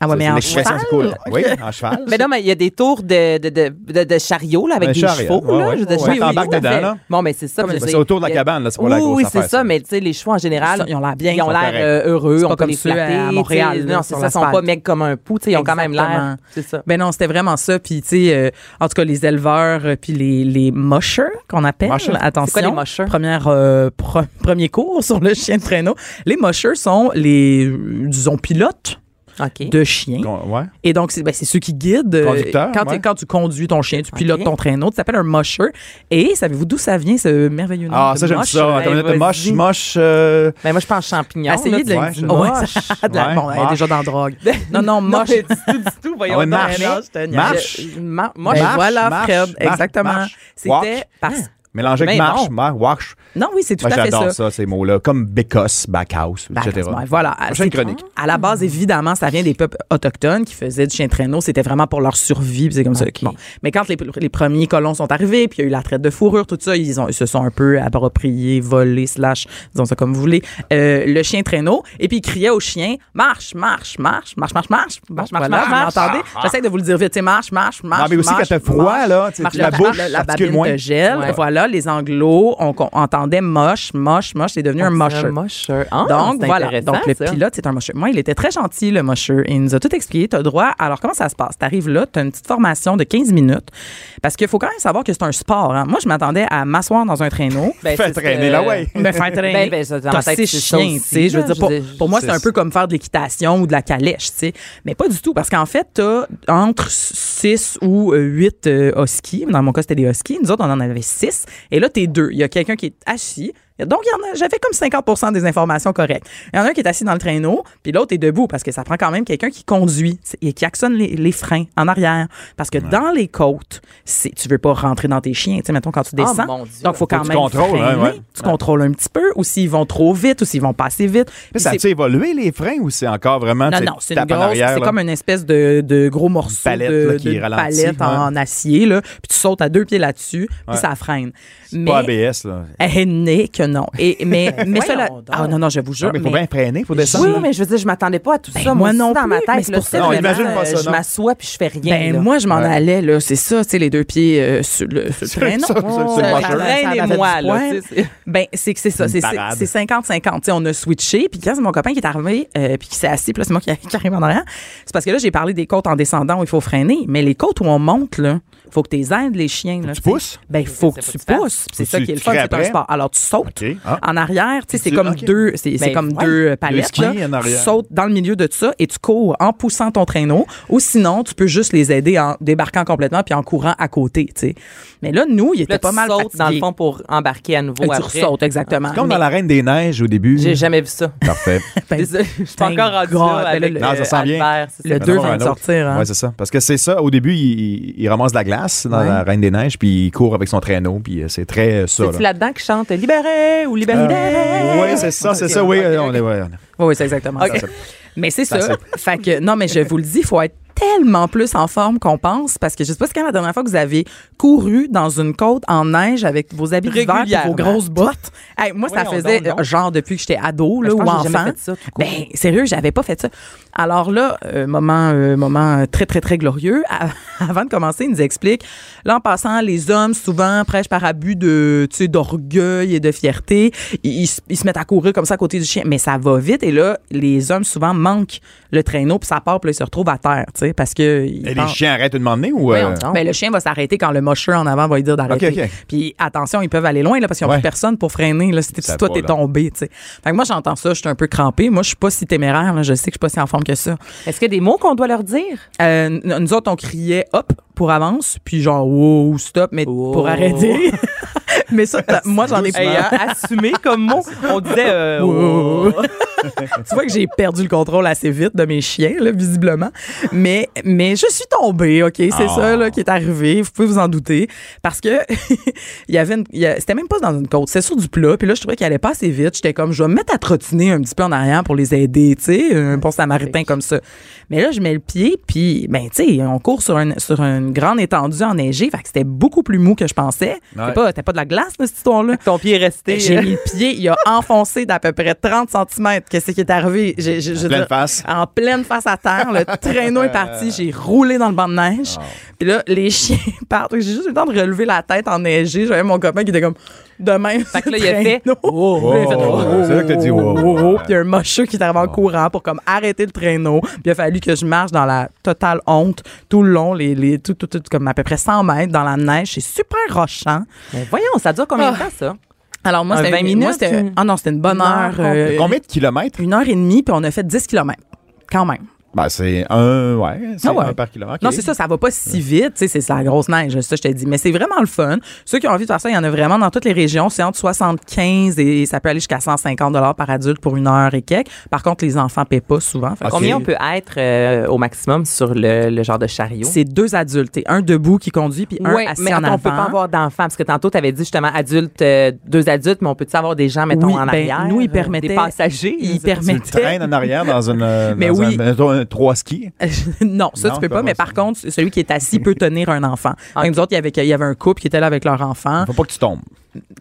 Speaker 3: Ah ouais, mais en
Speaker 2: expression
Speaker 3: cheval?
Speaker 2: qui coule. Oui, en cheval.
Speaker 1: Mais non, mais il y a des tours de, de, de, de, de chariot là, avec
Speaker 2: Un
Speaker 1: des
Speaker 2: chariot,
Speaker 1: chevaux.
Speaker 2: ouais,
Speaker 1: là,
Speaker 2: ouais.
Speaker 1: Je veux dire,
Speaker 2: Ouais,
Speaker 1: chariot,
Speaker 2: t'embarques
Speaker 1: oui,
Speaker 2: dedans,
Speaker 1: ça fait-
Speaker 2: là.
Speaker 1: Bon, mais c'est ça. je veux
Speaker 2: c'est
Speaker 1: dire,
Speaker 2: autour de la
Speaker 1: il y a-
Speaker 2: cabane, là, c'est pas la
Speaker 1: Oui,
Speaker 2: grosse
Speaker 1: Oui,
Speaker 2: affaire,
Speaker 1: c'est
Speaker 2: ça.
Speaker 1: ça, mais tu sais, les chevaux en général.
Speaker 3: Ça, ils ont l'air bien,
Speaker 1: Ils ont
Speaker 2: sont
Speaker 1: l'air
Speaker 2: corrects.
Speaker 1: euh, heureux,
Speaker 3: C'est
Speaker 1: on
Speaker 3: pas
Speaker 1: peut
Speaker 3: comme
Speaker 1: les
Speaker 3: ceux à
Speaker 1: flatter. tu sais,
Speaker 3: Montréal, là,
Speaker 1: Non, c'est
Speaker 3: sur
Speaker 1: ça, ils sont pas
Speaker 3: l'asphalte.
Speaker 1: maigres comme un pou, tu sais, ils ont quand même
Speaker 3: Exactement.
Speaker 1: l'air. C'est ça.
Speaker 3: Ben non, c'était vraiment ça. Puis, tu sais, euh, en tout cas, les éleveurs, euh, puis les, les mushers qu'on appelle.
Speaker 2: Mushers.
Speaker 3: Attention.
Speaker 1: C'est quoi les mushers?
Speaker 3: Première, euh, pro- premier cours sur le chien de traîneau. Les mushers sont les, euh, disons, pilotes
Speaker 1: OK.
Speaker 3: de chiens.
Speaker 2: Con- ouais.
Speaker 3: Et donc, c'est ben, c'est ceux qui guident. euh,
Speaker 2: Conducteur,
Speaker 3: quand, tu-
Speaker 2: ouais.
Speaker 3: quand tu conduis ton chien, tu pilotes
Speaker 1: Ok.
Speaker 3: ton traîneau, tu t'appelles un musher. Et savez-vous d'où ça vient, ce merveilleux nom?
Speaker 2: Ah,
Speaker 3: de
Speaker 2: ça, j'aime
Speaker 3: musher?
Speaker 2: ça. Attends, une
Speaker 3: Ben,
Speaker 2: minute, moche,
Speaker 3: vas-y.
Speaker 2: moche. euh,
Speaker 1: Ben moi, je pense champignons.
Speaker 3: Essayez de
Speaker 1: là,
Speaker 3: le
Speaker 1: tu
Speaker 3: dire.
Speaker 2: Ouais, je-
Speaker 3: Ouais,
Speaker 2: moche.
Speaker 3: ça- de la-
Speaker 2: Ouais,
Speaker 3: bon, elle est
Speaker 2: moche.
Speaker 3: déjà dans la drogue. Non, non,
Speaker 1: Non,
Speaker 3: moche.
Speaker 1: mais du tout, du tout, voyons.
Speaker 2: Ah ouais,
Speaker 1: donc.
Speaker 2: marche.
Speaker 1: Non, je te niaise.
Speaker 2: Marche.
Speaker 1: Je- ma- Moi,
Speaker 3: Ben
Speaker 2: Marche,
Speaker 3: voilà,
Speaker 2: marche,
Speaker 3: Fred,
Speaker 2: marche,
Speaker 3: exactement.
Speaker 2: marche.
Speaker 3: C'était parce.
Speaker 2: Mélangé avec
Speaker 1: Ben
Speaker 2: marche,
Speaker 1: non.
Speaker 2: marche, wash.
Speaker 3: Non, oui, c'est tout
Speaker 2: Moi,
Speaker 3: à fait
Speaker 2: j'adore
Speaker 3: ça.
Speaker 2: ça. ces mots-là. Comme Bécosse, Backhouse,
Speaker 3: Back
Speaker 2: etc.
Speaker 3: house, ouais, voilà.
Speaker 2: Prochaine
Speaker 3: C'est-
Speaker 2: chronique.
Speaker 3: À la base, évidemment, ça vient des peuples autochtones qui faisaient du chien de traîneau. C'était vraiment pour leur survie. puis C'est comme ça. Bon. Mais quand les, les premiers colons sont arrivés, puis il y a eu la traite de fourrure, tout ça, ils, ont, ils se sont un peu appropriés, volés, slash, disons ça comme vous voulez, euh, le chien de traîneau. Et puis ils criaient au chien marche, marche, marche, marche, marche, marche, marche, marche,
Speaker 1: marche, marche.
Speaker 3: Entendez? J'essaie de vous le dire vite. Tu sais, marche, marche, marche.
Speaker 2: Non, mais aussi,
Speaker 3: marche,
Speaker 2: quand t'as froid,
Speaker 3: marche,
Speaker 2: là, tu sais,
Speaker 3: marche,
Speaker 2: la
Speaker 3: le-
Speaker 2: bouche,
Speaker 3: la,
Speaker 2: ça
Speaker 3: la
Speaker 2: particule
Speaker 3: babine
Speaker 2: moins.
Speaker 3: te gèle.
Speaker 1: Ouais.
Speaker 3: Voilà, les anglos, on, on entendait moche, moche, moche. C'est devenu un musher.
Speaker 1: musher. Ah,
Speaker 3: Donc
Speaker 1: c'est
Speaker 3: voilà,
Speaker 1: intéressant,
Speaker 3: donc le
Speaker 1: ça.
Speaker 3: pilote c'est un mosher. Moi, il était très gentil le mosher. Il nous a tout expliqué, t'as droit. Alors comment ça se passe T'arrives là, t'as une petite formation de 15 minutes parce qu'il faut quand même savoir que c'est un sport. hein. Moi, je m'attendais à m'asseoir dans un traîneau.
Speaker 1: Ben,
Speaker 2: Fais
Speaker 1: c'est ce
Speaker 2: traîner
Speaker 1: que-
Speaker 2: là, ouais.
Speaker 3: me faire traîner.
Speaker 1: Ben, ben, ça, dans ma
Speaker 3: T'as
Speaker 1: tête,
Speaker 3: six
Speaker 1: c'est ça
Speaker 3: chiens,
Speaker 1: aussi,
Speaker 3: tu sais, Je veux
Speaker 1: là,
Speaker 3: dire,
Speaker 1: je
Speaker 3: pour,
Speaker 1: veux dire,
Speaker 3: pour moi,
Speaker 2: c'est
Speaker 3: c'est un peu comme faire de l'équitation ou de la calèche, tu sais. Mais pas du tout, parce qu'en fait, t'as entre 6 ou 8 huskies. Dans mon cas, c'était des huskies. Nous autres, on en avait 6. Et là, t'es deux. Il y a quelqu'un qui est assis. Donc, il y en a- j'avais comme 50 des informations correctes. Il y en a un qui est assis dans le traîneau, puis l'autre est debout, parce que ça prend quand même quelqu'un qui conduit c'est- et qui actionne les, les freins en arrière. Parce que dans les côtes, c'est- tu veux pas rentrer dans tes chiens. Tu sais, mettons, quand tu
Speaker 1: Ah,
Speaker 3: descends.
Speaker 1: mon Dieu.
Speaker 3: donc, faut quand
Speaker 2: que tu
Speaker 3: même
Speaker 2: contrôles, hein,
Speaker 3: freiner.
Speaker 2: ouais.
Speaker 3: Tu contrôles un petit peu, ou s'ils vont trop vite, ou s'ils vont passer vite.
Speaker 2: Mais
Speaker 3: Puis
Speaker 2: ça
Speaker 3: c'est-
Speaker 2: a-tu évolué les freins ou c'est encore vraiment.
Speaker 3: non,
Speaker 2: tu sais,
Speaker 3: non,
Speaker 2: tu
Speaker 3: c'est une
Speaker 2: tapes en
Speaker 3: grosse,
Speaker 2: arrière,
Speaker 3: c'est
Speaker 2: là?
Speaker 3: comme une espèce de, de gros morceau
Speaker 2: palette,
Speaker 3: de,
Speaker 2: là, qui
Speaker 3: de
Speaker 2: ralentit,
Speaker 3: palette en,
Speaker 2: ouais.
Speaker 3: en acier, là, puis tu sautes à deux pieds là-dessus,
Speaker 2: Ouais.
Speaker 3: puis ça freine. Mais
Speaker 2: Pas ABS, là.
Speaker 3: eh, né que non. Et, mais mais cela,
Speaker 1: donc.
Speaker 3: ah non non, je vous jure,
Speaker 2: Non, mais faut
Speaker 3: mais-
Speaker 2: bien freiner, faut
Speaker 1: Oui,
Speaker 2: descendre.
Speaker 1: oui, mais je veux dire, je m'attendais pas à tout
Speaker 3: Ben,
Speaker 1: ça.
Speaker 3: moi
Speaker 1: aussi,
Speaker 3: non
Speaker 1: dans ma
Speaker 3: plus, mais
Speaker 1: tête,
Speaker 3: c'est
Speaker 1: là,
Speaker 3: pour
Speaker 1: tu sais,
Speaker 3: ça
Speaker 2: que- Non,
Speaker 1: vraiment,
Speaker 2: imagine pas ça,
Speaker 1: euh, Je
Speaker 2: non.
Speaker 1: m'assois puis je fais rien.
Speaker 3: Ben,
Speaker 1: là.
Speaker 3: moi, je m'en
Speaker 2: Ouais.
Speaker 3: allais, là, c'est ça, tu sais, les deux pieds euh, sur le, sur le traîneau.
Speaker 2: ça, ça, c'est
Speaker 3: Oh,
Speaker 2: le
Speaker 3: ça,
Speaker 2: washer.
Speaker 3: ça, ça m'avait
Speaker 1: Traînez-moi,
Speaker 3: du
Speaker 1: là,
Speaker 3: poil.
Speaker 1: tu sais, c'est-
Speaker 3: Ben, c'est que c'est ça,
Speaker 2: Une
Speaker 3: c'est
Speaker 2: parade.
Speaker 3: c'est 50-50. Tu sais, on a switché, puis quand c'est mon copain qui est arrivé, euh, puis qui s'est assis, puis là, c'est moi qui, qui arrive en arrière, c'est parce que là, j'ai parlé des côtes en descendant où il faut freiner, mais les côtes où on monte, là, faut que tu aides les chiens. Là,
Speaker 2: Tu
Speaker 3: sais.
Speaker 2: pousses?
Speaker 3: Ben, faut que
Speaker 1: C'est
Speaker 3: tu
Speaker 1: pas de
Speaker 3: pousses. C'est ça
Speaker 2: tu
Speaker 3: qui est le
Speaker 2: te
Speaker 3: fun, c'est un
Speaker 2: frapperais?
Speaker 3: sport. Alors, tu sautes
Speaker 2: OK. Ah.
Speaker 3: en arrière, tu sais, c'est
Speaker 2: Tu-
Speaker 3: comme
Speaker 2: OK.
Speaker 3: deux, c'est c'est
Speaker 1: Ben,
Speaker 3: comme
Speaker 1: ouais.
Speaker 3: deux euh,
Speaker 2: Le
Speaker 3: palettes.
Speaker 2: ski
Speaker 3: là.
Speaker 2: en
Speaker 3: Tu
Speaker 2: arrière.
Speaker 3: sautes dans le milieu de ça et tu cours en poussant ton traîneau. Ou sinon, tu peux juste les aider en débarquant complètement puis en courant à côté, tu sais. Mais là, nous, il
Speaker 1: Là,
Speaker 3: était pas
Speaker 1: tu
Speaker 3: mal
Speaker 1: sautes dans le
Speaker 3: fatigués.
Speaker 1: fond pour embarquer à nouveau
Speaker 3: Et tu
Speaker 1: après.
Speaker 3: sautes exactement.
Speaker 2: Comme
Speaker 3: Mais-
Speaker 2: dans la Reine des Neiges au début.
Speaker 1: J'ai jamais vu ça.
Speaker 2: Parfait.
Speaker 3: Ben,
Speaker 1: Désolée, Je suis pas
Speaker 3: thank
Speaker 1: encore rendu
Speaker 3: God. Ben
Speaker 1: là
Speaker 3: là,
Speaker 1: avec
Speaker 3: le-
Speaker 2: Non, ça sent bien.
Speaker 1: Albert, c'est ça.
Speaker 3: Le
Speaker 2: Mais
Speaker 3: 2
Speaker 2: d'abord,
Speaker 3: vient de
Speaker 2: un autre.
Speaker 3: sortir. hein.
Speaker 2: Ouais, c'est ça. Parce que c'est ça. Au début, il, il- il ramasse de la glace dans
Speaker 3: Ouais.
Speaker 2: la Reine des Neiges, puis il court avec son traîneau, puis euh, c'est très euh, ça.
Speaker 1: C'est-tu là-dedans qui chante Libéré ou Libéré?
Speaker 2: oui, c'est ça, c'est ça. Oui, euh, on est. ouais, on est-
Speaker 3: Oui, oui, c'est exactement
Speaker 1: Ok.
Speaker 3: ça. Mais c'est
Speaker 2: Ça,
Speaker 3: ça. Fait que, non, mais je vous le dis, il faut être tellement plus en forme qu'on pense parce que je sais pas si quand la dernière fois que vous avez couru dans une côte en neige avec vos habits d'hiver et vos
Speaker 1: Régulièrement.
Speaker 3: grosses bottes. Hey, moi, ça
Speaker 1: Voyons
Speaker 3: faisait
Speaker 1: donc, non. Ben,
Speaker 3: euh, genre depuis que j'étais ado là,
Speaker 1: je
Speaker 3: ou
Speaker 1: pense que j'ai jamais
Speaker 3: enfant.
Speaker 1: fait ça, tout court.
Speaker 3: ben, sérieux, j'avais pas fait ça. Alors là, euh, moment, euh, moment euh, très, très, très glorieux. À- Avant de commencer, il nous explique, là, en passant, les hommes, souvent, prêchent par abus de, tu sais, d'orgueil et de fierté. Ils, ils se- ils se mettent à courir comme ça à côté du chien, mais ça va vite. Et là, les hommes, souvent, manquent le traîneau, puis ça part, puis là, ils se retrouvent à terre, tu sais, parce que... ils
Speaker 2: Et les
Speaker 3: pensent-
Speaker 2: chiens arrêtent de demander ou. euh,
Speaker 1: Voyons donc.
Speaker 3: mais Ben, le chien va s'arrêter quand le mocheur en avant va lui dire d'arrêter.
Speaker 2: Ok, ok.
Speaker 3: Puis attention, ils peuvent aller loin là, parce qu'ils n'ont
Speaker 2: Ouais.
Speaker 3: plus personne pour freiner. Là, si t'es-
Speaker 2: Ça
Speaker 3: si toi,
Speaker 2: va,
Speaker 3: t'es
Speaker 2: là.
Speaker 3: tombé. tu sais. Fait que moi, j'entends ça, je suis un peu crampé. Moi, je suis pas si téméraire. là, Je sais que je suis pas si en forme que ça.
Speaker 1: Est-ce qu'il y a des mots qu'on doit leur dire?
Speaker 3: Euh, n- nous autres, on criait hop pour avance, puis genre wow, stop, mais
Speaker 1: Wow.
Speaker 3: pour arrêter. mais ça, t'as- moi, j'en ai pas.
Speaker 1: Hey, hein, assumé comme mot, on disait... euh,
Speaker 3: Wow. tu vois que j'ai perdu le contrôle assez vite de mes chiens, là, visiblement. Mais, mais je suis tombée, OK? C'est
Speaker 2: Ah.
Speaker 3: ça là, qui est arrivé. Vous pouvez vous en douter. Parce que il y avait une- il y a- c'était même pas dans une côte. C'était sur du plat. Puis là, je trouvais qu'il allait pas assez vite. J'étais comme, je vais me mettre à trottiner un petit peu en arrière pour les aider, tu sais, un bon samaritain comme ça. Mais là, je mets le pied, puis, ben, tu sais, on court sur, un, sur une grande étendue enneigée. Fait que c'était beaucoup plus mou que je pensais.
Speaker 2: Ouais.
Speaker 3: C'était pas, c'était pas de la glace, là, cette histoire-là.
Speaker 1: Ton pied est
Speaker 3: J'ai
Speaker 1: resté.
Speaker 3: mis le pied, il a enfoncé d'à peu près 30 cm. qu'est-ce qui est arrivé. J'ai- j'ai- je veux
Speaker 2: pleine
Speaker 3: dire,
Speaker 2: face. Euh.
Speaker 3: En pleine face à terre. Le traîneau est parti. J'ai roulé dans le banc de neige.
Speaker 2: Ah.
Speaker 3: Puis là, les chiens partent. J'ai juste eu le temps de relever la tête enneigée. J'avais mon copain qui était comme demain.
Speaker 1: Fait que là, il a fait.
Speaker 2: Oh, c'est là que t'as dit oh, wow.
Speaker 3: Oh, Puis il y a un mocheux qui est arrivé en
Speaker 2: Ah.
Speaker 3: courant pour comme arrêter le traîneau. Puis il a fallu que je marche dans la totale honte tout le long, les, les, tout, tout, tout, comme à peu près 100 mètres dans la neige. C'est super rochant.
Speaker 1: Mais voyons, ça dure combien de temps, ça?
Speaker 3: Alors moi,
Speaker 1: Un
Speaker 3: c'était
Speaker 1: 20
Speaker 3: une- moi,
Speaker 1: minutes,
Speaker 3: c'était-
Speaker 1: ou-
Speaker 3: Ah non, c'était une bonne
Speaker 1: Une heure
Speaker 3: heure. euh,
Speaker 2: Combien de kilomètres?
Speaker 3: une heure et demie, puis on a fait 10 km. Quand même.
Speaker 2: Ben, c'est un, ouais, c'est
Speaker 3: Ah ouais.
Speaker 2: un par kilomètre.
Speaker 3: Non,
Speaker 2: ok.
Speaker 3: c'est ça, ça va pas si vite. tu sais, C'est c'est la grosse neige, ça, je te dis. Mais c'est vraiment le fun. Ceux qui ont envie de faire ça, il y en a vraiment dans toutes les régions. C'est entre 75 et ça peut aller jusqu'à 150 par adulte pour une heure et quelques. Par contre, les enfants paient pas souvent. Fait que
Speaker 2: Ok.
Speaker 1: Combien on peut être euh, au maximum sur le, le genre de chariot?
Speaker 3: C'est deux adultes. et un debout qui conduit, puis un
Speaker 1: Ouais,
Speaker 3: assis
Speaker 1: mais
Speaker 3: en
Speaker 1: attends,
Speaker 3: avant.
Speaker 1: on peut pas avoir d'enfants parce que tantôt tu avais dit justement adultes, euh, deux adultes, mais on peut tu avoir des gens mettons
Speaker 3: Oui,
Speaker 1: en
Speaker 3: ben,
Speaker 1: arrière.
Speaker 3: nous, ils
Speaker 1: euh,
Speaker 3: permettaient-
Speaker 1: des passagers.
Speaker 3: Il
Speaker 2: Tu le
Speaker 3: permettait.
Speaker 2: traînes en arrière dans une. euh,
Speaker 3: Mais
Speaker 2: dans
Speaker 3: oui.
Speaker 2: un- mettons, un trois skis.
Speaker 3: non, ça,
Speaker 2: Non,
Speaker 3: tu peux pas.
Speaker 2: comment
Speaker 3: Mais
Speaker 2: ça?
Speaker 3: par contre, celui qui est assis peut tenir un enfant. Fait que Nous autres, il y, avait, il y avait un couple qui était là avec leur enfant.
Speaker 2: Faut pas que tu tombes avec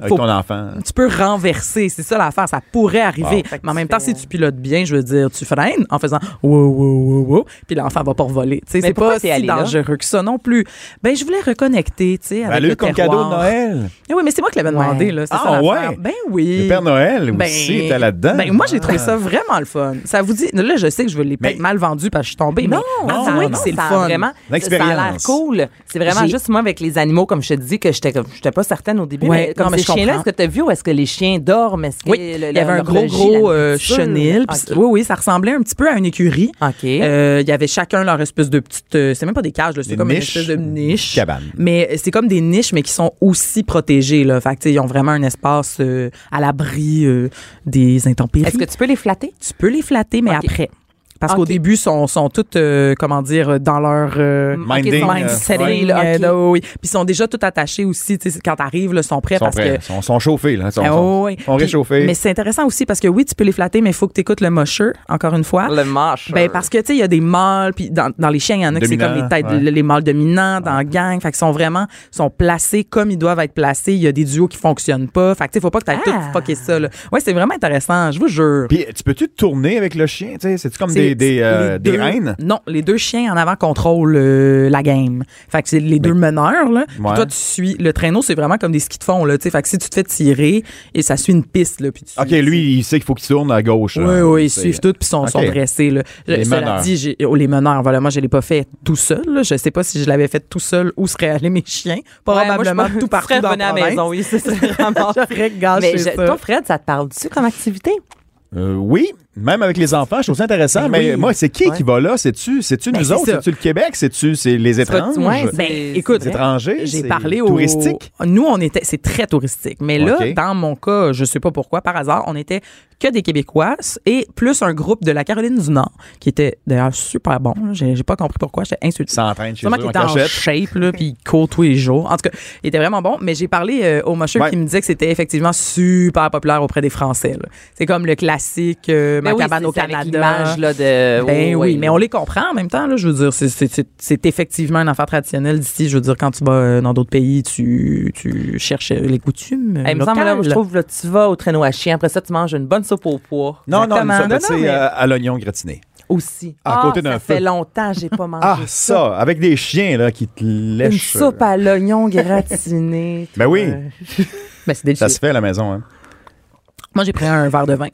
Speaker 3: Hein? Faut-
Speaker 2: ton enfant.
Speaker 3: tu peux renverser. C'est ça l'affaire. Ça pourrait arriver.
Speaker 1: Fait que
Speaker 3: Mais en
Speaker 1: tu
Speaker 3: même temps,
Speaker 1: fais-
Speaker 3: si tu pilotes bien, je veux dire, tu freines en faisant wow, wow, wow, wow, puis l'enfant va pas revoler. Tu sais,
Speaker 1: Mais
Speaker 3: c'est
Speaker 1: pourquoi
Speaker 3: pas
Speaker 1: t'es
Speaker 3: si
Speaker 1: allée là?
Speaker 3: dangereux que ça non plus. Ben, je voulais reconnecter, tu sais, avec
Speaker 2: Ben, Elle a
Speaker 3: le
Speaker 2: eu comme
Speaker 3: terroir.
Speaker 2: cadeau de Noël.
Speaker 3: Eh oui, mais c'est moi qui l'avais demandé,
Speaker 1: Ouais.
Speaker 3: là. C'est
Speaker 2: Ah,
Speaker 3: ça, l'affaire.
Speaker 2: ouais?
Speaker 3: Ben oui.
Speaker 2: Le Père Noël
Speaker 3: Ben,
Speaker 2: aussi était là-dedans.
Speaker 3: Ben, moi, j'ai trouvé
Speaker 2: Ah.
Speaker 3: ça vraiment le fun. Ça vous dit, là, je sais que je veux les
Speaker 2: Mais-
Speaker 3: peut-être mal vendus parce que je suis tombée.
Speaker 1: Non,
Speaker 3: mais
Speaker 1: non,
Speaker 3: avouez
Speaker 1: Ah, non,
Speaker 3: que c'est le
Speaker 1: ça a
Speaker 3: fun.
Speaker 1: Vraiment, ça a
Speaker 2: L'expérience.
Speaker 1: l'air cool. C'est vraiment
Speaker 3: J'ai-
Speaker 1: juste moi avec les animaux, comme je te dis, que j'étais comme- j'étais pas certaine au début.
Speaker 3: Ouais,
Speaker 1: mais comme
Speaker 3: non, mais
Speaker 1: ces
Speaker 3: je comprends.
Speaker 1: chiens-là, est-ce que tu as vu ou est-ce que les chiens dorment? Est-ce que
Speaker 3: Oui,
Speaker 1: le-
Speaker 3: il
Speaker 1: le-
Speaker 3: y avait un
Speaker 1: leur
Speaker 3: gros,
Speaker 1: logis,
Speaker 3: gros
Speaker 1: la
Speaker 3: euh,
Speaker 1: nourriture?
Speaker 3: chenil. puis
Speaker 1: Ok.
Speaker 3: c- Oui, oui, ça ressemblait un petit peu à une écurie.
Speaker 1: OK.
Speaker 3: Euh, il y avait chacun leur espèce de petite. euh, c'est même pas des cages, là, c'est
Speaker 2: Des
Speaker 3: comme
Speaker 2: niches.
Speaker 3: une espèce de niche.
Speaker 2: Cabane.
Speaker 3: Mais euh, c'est comme des niches, mais qui sont aussi protégées. Là. Fait que, tu sais, ils ont vraiment un espace euh, à l'abri euh, des intempéries.
Speaker 1: Est-ce que tu peux les flatter?
Speaker 3: tu peux les flatter, mais
Speaker 1: Ok.
Speaker 3: après? Parce qu'au
Speaker 1: Ok.
Speaker 3: début, ils sont, sont toutes, euh, comment dire, dans leur. euh,
Speaker 2: Minding,
Speaker 1: Ok,
Speaker 2: euh,
Speaker 3: mindset,
Speaker 2: ouais.
Speaker 3: là,
Speaker 1: ouais.
Speaker 3: là, oui. Puis ils sont déjà tout attachés aussi. tu sais, Quand t'arrives, là, ils sont prêts
Speaker 2: Ils sont
Speaker 3: parce
Speaker 2: prêts.
Speaker 3: que
Speaker 2: Ils sont, sont chauffés, là. Ils sont,
Speaker 3: ah,
Speaker 2: sont-
Speaker 3: ouais.
Speaker 2: sont
Speaker 3: Puis-
Speaker 2: réchauffés.
Speaker 3: Mais c'est intéressant aussi parce que oui, tu peux les flatter, mais il faut que tu écoutes le mosher, encore une fois.
Speaker 1: Le mâche.
Speaker 3: Ben parce que tu sais il y a des mâles puis dans, dans les chiens il y en a qui c'est comme les
Speaker 2: Dominant,
Speaker 3: têtes
Speaker 2: ouais.
Speaker 3: les, les mâles dominants dans la gang fait qu'ils sont vraiment sont placés comme ils doivent être placés il y a des duos qui fonctionnent pas fait que tu sais faut pas que t'ailles
Speaker 1: Ah.
Speaker 3: tout fucker ça là. ouais c'est vraiment intéressant je vous jure
Speaker 2: Puis, tu peux-tu te tourner avec le chien? Tu sais, C'est-tu comme
Speaker 3: C'est-
Speaker 2: des, des,
Speaker 3: c'est
Speaker 2: euh,
Speaker 3: les
Speaker 2: des
Speaker 3: deux-
Speaker 2: reines?
Speaker 3: Non, les deux chiens en avant contrôlent euh, la game. Fait que c'est les deux meneurs, là. Puis
Speaker 2: Ouais.
Speaker 3: toi, tu suis. Le traîneau, c'est vraiment comme des skis de fond, là. tu sais. Fait que si tu te fais tirer et ça suit une piste, là. Puis tu,
Speaker 2: OK, lui, il sait qu'il faut qu'il tourne à gauche.
Speaker 3: Oui, oui, ils suivent tout puis sont, sont
Speaker 2: OK.
Speaker 3: dressés. Là. Je-
Speaker 2: Les
Speaker 3: cela
Speaker 2: meneurs.
Speaker 3: dit, j'ai- oh, les meneurs, voilà, moi, je ne l'ai pas fait tout seul. là. Je ne sais pas si je l'avais fait tout seul, où seraient allés mes chiens. Probablement
Speaker 1: moi, je-
Speaker 3: tout partout
Speaker 1: Fred
Speaker 3: dans
Speaker 1: venait
Speaker 3: la
Speaker 1: à la maison, oui, c'est vraiment.
Speaker 3: J'aurais gâché
Speaker 1: Mais je-
Speaker 3: ça.
Speaker 1: toi, Fred, ça te parle-tu comme activité?
Speaker 2: Euh, oui, même avec les enfants, je trouve ça intéressant.
Speaker 3: Ben
Speaker 2: Mais
Speaker 3: oui.
Speaker 2: moi, c'est qui
Speaker 1: Ouais.
Speaker 2: qui va là? C'est-tu c'est-tu
Speaker 3: Ben,
Speaker 2: nous
Speaker 3: c'est
Speaker 2: autres?
Speaker 3: ça.
Speaker 2: C'est-tu le Québec? C'est-tu c'est les étranges?
Speaker 1: ouais,
Speaker 2: Les
Speaker 3: Ben,
Speaker 1: c'est-
Speaker 3: écoute,
Speaker 1: c'est
Speaker 2: étrangers?
Speaker 3: j'ai
Speaker 2: C'est
Speaker 3: parlé au
Speaker 2: Touristique?
Speaker 3: Nous, on était, c'est très touristique. Mais là,
Speaker 2: OK.
Speaker 3: dans mon cas, je sais pas pourquoi, par hasard, on était que des Québécoises et plus un groupe de la Caroline du Nord qui était d'ailleurs super bon. là. J'ai j'ai pas compris pourquoi, j'étais insultée.
Speaker 2: S'entraîne chez eux
Speaker 3: Sûrement qu'il
Speaker 2: en
Speaker 3: était en
Speaker 2: cachette.
Speaker 3: shape, là, puis il court tous les jours. En tout cas, il était vraiment bon, mais j'ai parlé euh, au mocheux
Speaker 2: Ouais.
Speaker 3: qui me disait que c'était effectivement super populaire auprès des Français. là. C'est comme le classique euh, Ma
Speaker 1: Ben oui,
Speaker 3: cabane
Speaker 1: c'est-
Speaker 3: au
Speaker 1: c'est avec
Speaker 3: Canada.
Speaker 1: l'image, là, de.
Speaker 3: Ben oui,
Speaker 1: Oh, ouais.
Speaker 3: mais on les comprend en même temps. Là, je veux dire, c'est- c'est- c'est c'est effectivement un affaire traditionnelle d'ici. Je veux dire, quand tu vas euh, dans d'autres pays, tu, tu cherches euh, les coutumes.
Speaker 1: Eh,
Speaker 3: euh,
Speaker 1: il me semble, là,
Speaker 3: locales.
Speaker 1: je trouve, là, tu vas au traîneau à chien. Après ça, tu manges une bonne soupe au pois.
Speaker 2: Non, non,
Speaker 3: Exactement.
Speaker 2: nous sommes
Speaker 3: Non, non,
Speaker 2: passés
Speaker 3: mais-
Speaker 2: euh, à l'oignon gratiné.
Speaker 1: Aussi.
Speaker 2: À côté
Speaker 1: Ah,
Speaker 2: d'un
Speaker 1: ça fait
Speaker 2: feu.
Speaker 1: longtemps que j'ai pas mangé
Speaker 2: Ah, ça, avec des chiens là, qui te
Speaker 1: Une
Speaker 2: lèchent. euh,
Speaker 1: soupe à l'oignon gratiné.
Speaker 2: Ben oui,
Speaker 3: Ben, c'est
Speaker 2: ça
Speaker 3: délicieux.
Speaker 2: se fait à la maison. Hein.
Speaker 3: Moi, j'ai pris un verre de vin.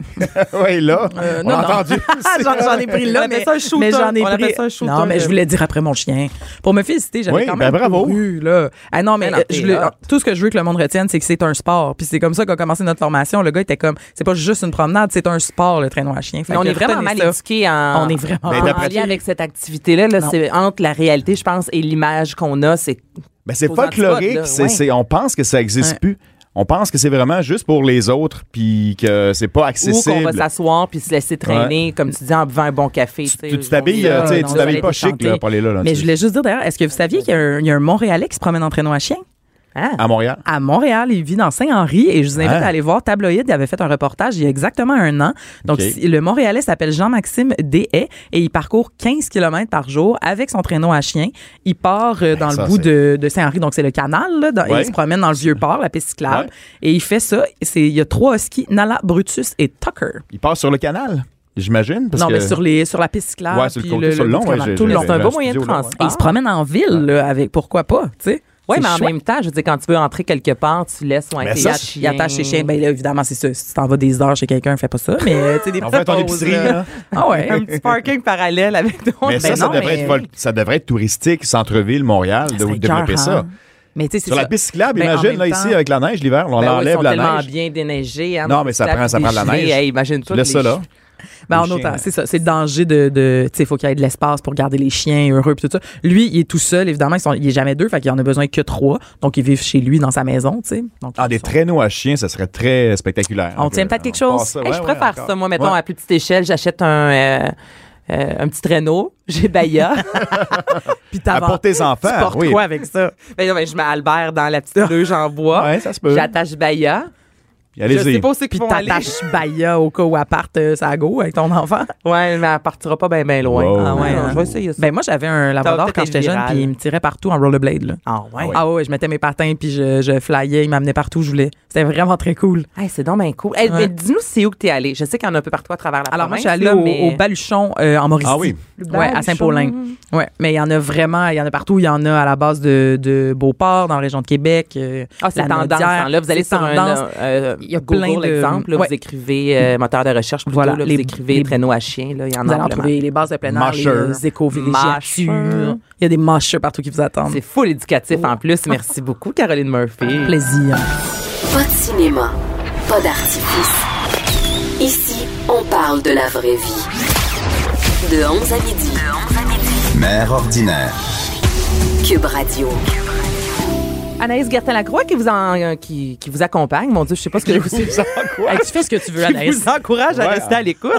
Speaker 2: oui, là,
Speaker 1: Euh,
Speaker 2: on
Speaker 3: non,
Speaker 2: a
Speaker 3: non.
Speaker 2: entendu.
Speaker 3: Ah, j'en, j'en ai pris
Speaker 1: On
Speaker 3: là,
Speaker 1: appelle
Speaker 3: mais,
Speaker 1: ça un shooter.
Speaker 3: mais j'en ai
Speaker 1: On appelle
Speaker 3: pris.
Speaker 1: ça un shooter.
Speaker 3: non, mais je voulais dire après mon chien. Pour me féliciter, j'avais
Speaker 2: Oui,
Speaker 3: quand
Speaker 2: ben
Speaker 3: même
Speaker 2: bravo.
Speaker 3: couru, là. Ah non, mais
Speaker 1: Ben non,
Speaker 3: euh, je
Speaker 1: t'es
Speaker 3: voulais-
Speaker 1: hot.
Speaker 3: tout ce que je veux que le monde retienne, c'est que c'est un sport. Puis c'est comme ça qu'a commencé notre formation. Le gars était comme, c'est pas juste une promenade, c'est un sport, le traîneau à chien. Fait
Speaker 1: Mais on
Speaker 3: que
Speaker 1: est vraiment
Speaker 3: retenez
Speaker 1: mal
Speaker 3: ça.
Speaker 1: éduqués en,
Speaker 3: On est vraiment
Speaker 2: Ben,
Speaker 1: en-
Speaker 2: d'après-
Speaker 1: en lien avec cette activité-là. là,
Speaker 3: Non.
Speaker 1: c'est entre la réalité, je pense, et l'image qu'on a. C'est
Speaker 2: Ben, c'est
Speaker 1: Aux
Speaker 2: folklorique.
Speaker 1: antipodes, là,
Speaker 2: c'est-
Speaker 1: ouais.
Speaker 2: c'est- on pense que ça n'existe
Speaker 3: Ouais.
Speaker 2: plus. On pense que c'est vraiment juste pour les autres, puis que c'est pas
Speaker 1: où qu'on va
Speaker 2: accessible.
Speaker 1: s'asseoir puis se laisser traîner, comme tu dis, en buvant un bon café.
Speaker 2: Tu-
Speaker 1: sais,
Speaker 2: tu
Speaker 1: on
Speaker 2: t'habilles,
Speaker 1: est là,
Speaker 2: euh, tu sais,
Speaker 1: non,
Speaker 2: tu
Speaker 1: ça
Speaker 2: t'habilles
Speaker 1: allait
Speaker 2: pas
Speaker 3: déchanter.
Speaker 2: chic là, pour aller là. là,
Speaker 3: Mais je
Speaker 2: tu sais.
Speaker 3: voulais juste dire d'ailleurs, est-ce que vous saviez qu'il y a un, il y a un Montréalais qui se promène en traîneau à chien?
Speaker 1: Ah.
Speaker 2: à Montréal.
Speaker 3: à Montréal. Il vit dans Saint-Henri et je vous invite
Speaker 2: Hein?
Speaker 3: à aller voir Tabloïd. Il avait fait un reportage il y a exactement un an. Donc,
Speaker 2: Ok.
Speaker 3: si- le Montréalais s'appelle Jean-Maxime Deshaies et il parcourt 15 km par jour avec son traîneau à chien. Il part euh, dans
Speaker 2: Ben, ça,
Speaker 3: le bout de, de Saint-Henri, donc c'est le canal. Là, dans-
Speaker 2: Ouais. Mm.
Speaker 3: Il se promène dans le vieux port, la piste cyclable.
Speaker 2: Ouais.
Speaker 3: Et il fait ça. C'est- Il y a trois skis, Nala, Brutus et Tucker.
Speaker 2: Il passe sur le canal, j'imagine. parce
Speaker 3: non,
Speaker 2: que-
Speaker 3: mais sur, les, sur la piste cyclable.
Speaker 2: Ouais, sur le
Speaker 3: puis
Speaker 2: côté, sur le long,
Speaker 3: bout de
Speaker 2: ouais,
Speaker 3: canal,
Speaker 2: j'ai-
Speaker 3: tout le
Speaker 2: j'ai-
Speaker 3: long.
Speaker 2: j'ai-
Speaker 1: C'est un beau
Speaker 2: un
Speaker 1: moyen de
Speaker 2: studio, là, ouais.
Speaker 3: Et
Speaker 1: transport.
Speaker 3: il se promène en ville là, avec pourquoi pas, tu sais.
Speaker 1: Oui,
Speaker 3: C'est
Speaker 1: mais en
Speaker 3: chouette.
Speaker 1: même temps, je veux dire, quand tu veux entrer quelque part, tu laisses ou un
Speaker 2: Mais
Speaker 1: tes
Speaker 2: ça,
Speaker 1: yachts,
Speaker 2: c'est-
Speaker 3: Il attache ses chiens. Ben là, évidemment, c'est ça. Si tu t'en vas des heures chez quelqu'un, fais pas ça. Mais tu sais, des
Speaker 2: On
Speaker 3: petites
Speaker 2: va à ton
Speaker 3: pauses,
Speaker 2: épicerie,
Speaker 3: là.
Speaker 2: là.
Speaker 3: Ah ouais.
Speaker 1: un petit parking parallèle avec ton
Speaker 2: Mais ça,
Speaker 1: Ben
Speaker 2: ça,
Speaker 1: non,
Speaker 2: devrait
Speaker 1: mais-
Speaker 2: être, vol- ça devrait être touristique, centreville, Montréal, de
Speaker 3: serait
Speaker 2: développer
Speaker 3: écœurant.
Speaker 2: ça.
Speaker 3: Mais tu sais, c'est
Speaker 2: Sur la
Speaker 3: ça.
Speaker 2: piste cyclable,
Speaker 3: Ben, en
Speaker 2: imagine,
Speaker 3: même
Speaker 2: là,
Speaker 3: temps-
Speaker 2: ici, avec la neige, l'hiver, on
Speaker 1: Ben oui,
Speaker 2: enlève
Speaker 1: ils sont
Speaker 2: la
Speaker 1: tellement
Speaker 2: neige.
Speaker 1: bien déneigés. hein,
Speaker 2: Non,
Speaker 1: dans
Speaker 2: mais
Speaker 1: le
Speaker 2: ça
Speaker 1: lac
Speaker 2: prend- ça
Speaker 1: des
Speaker 2: prend de la
Speaker 1: Gelées.
Speaker 2: neige.
Speaker 1: Hey, imagine
Speaker 2: Tu
Speaker 1: tout.
Speaker 2: laisses ça là.
Speaker 3: Ben, en
Speaker 2: Les
Speaker 3: autant,
Speaker 2: chiens.
Speaker 3: c'est ça. C'est le danger de. de tu sais, il faut qu'il y ait de l'espace pour garder les chiens heureux puis tout ça. Lui, il est tout seul, évidemment. Ils sont, il est jamais deux, fait qu'il en a besoin que trois. Donc, ils vivent chez lui, dans sa maison, tu sais. Donc,
Speaker 2: Ah, des
Speaker 3: ils sont-
Speaker 2: traîneaux à chiens, ça serait très spectaculaire.
Speaker 3: On
Speaker 2: Donc,
Speaker 3: tient
Speaker 2: euh,
Speaker 3: peut-être quelque
Speaker 2: on
Speaker 3: chose.
Speaker 2: passe ça,
Speaker 1: Hey,
Speaker 2: ouais,
Speaker 1: je
Speaker 2: ouais,
Speaker 1: préfère
Speaker 2: encore.
Speaker 1: ça, moi, mettons,
Speaker 2: Ouais.
Speaker 1: à plus petite échelle, j'achète un, euh, euh, un petit traîneau, j'ai Baya.
Speaker 3: Puis
Speaker 2: À
Speaker 3: t'avances.
Speaker 2: Ah, pour tes enfants,
Speaker 3: Tu portes
Speaker 2: oui.
Speaker 3: quoi avec ça?
Speaker 1: ben non, ben, je mets Albert dans la petite rue, j'en bois.
Speaker 2: Ouais, ça se peut.
Speaker 1: J'attache Baya.
Speaker 2: Puis
Speaker 1: Je sais
Speaker 2: Allez-y.
Speaker 1: pas où c'est
Speaker 3: Puis
Speaker 1: qu'ils vont aller.
Speaker 3: t'attaches Baya au cas où elle parte, euh, ça go avec ton enfant.
Speaker 1: Ouais, mais elle partira pas bien, bien loin.
Speaker 2: Wow.
Speaker 1: Ah ouais,
Speaker 3: Ouais,
Speaker 1: non,
Speaker 3: hein.
Speaker 1: je vais essayer ça.
Speaker 3: Ben moi j'avais un labrador
Speaker 1: peut-être
Speaker 3: quand j'étais
Speaker 1: été
Speaker 3: jeune
Speaker 1: viral.
Speaker 3: puis il me tirait partout en rollerblade là.
Speaker 1: ah ouais.
Speaker 3: Ah ouais, je mettais mes patins puis je, je flyais, il m'amenait partout où je voulais. C'était vraiment très cool.
Speaker 1: Ah, Hey, c'est donc bien cool. Hey,
Speaker 3: Ouais.
Speaker 1: mais dis-nous c'est où que t'es allé. Je sais qu'il y en a un peu partout à travers la
Speaker 3: Alors moi je
Speaker 1: province.
Speaker 3: suis allée
Speaker 1: là,
Speaker 3: au,
Speaker 1: mais-
Speaker 3: au Baluchon euh, en Mauricie.
Speaker 2: Ah oui.
Speaker 3: Ouais, à Saint-Paulin. Ouais, mais il y en a vraiment, il y en a partout, il y en a à la base de, de Beauport dans la région de Québec. euh,
Speaker 1: Ah, c'est
Speaker 3: la
Speaker 1: tendance.
Speaker 3: Naudière.
Speaker 1: hein. Là, vous allez
Speaker 3: C'est
Speaker 1: sur
Speaker 3: tendance.
Speaker 1: un euh,
Speaker 3: Il y a
Speaker 1: Google,
Speaker 3: plein de-
Speaker 1: exemple. là,
Speaker 3: ouais.
Speaker 1: Vous écrivez euh, moteur de recherche plutôt.
Speaker 3: Voilà,
Speaker 1: là, vous
Speaker 3: les-
Speaker 1: écrivez
Speaker 3: les-
Speaker 1: traîneau à chien. Là, il y en
Speaker 3: Vous
Speaker 1: a
Speaker 3: allez en
Speaker 1: amplement.
Speaker 3: trouver les bases de plein air, les,
Speaker 2: Mâcheurs.
Speaker 3: les éco-villégiatures.
Speaker 1: Mâcheurs.
Speaker 3: Il y a des mâcheurs partout qui vous attendent.
Speaker 1: C'est full éducatif en plus. Merci beaucoup, Caroline Murphy.
Speaker 3: plaisir.
Speaker 5: Pas de cinéma, pas d'artifice. Ici, on parle de la vraie vie. De 11 à midi.
Speaker 4: Mère ordinaire.
Speaker 5: Cube Radio.
Speaker 1: Anaïs Gertin-Lacroix qui vous, en- euh, qui, qui vous accompagne. Mon Dieu, je sais pas ce que vous...
Speaker 2: Vous en quoi?
Speaker 3: Hey, tu fais ce que tu veux,
Speaker 1: qui
Speaker 3: Anaïs.
Speaker 1: vous encourage à
Speaker 2: Ouais.
Speaker 1: rester à l'écoute.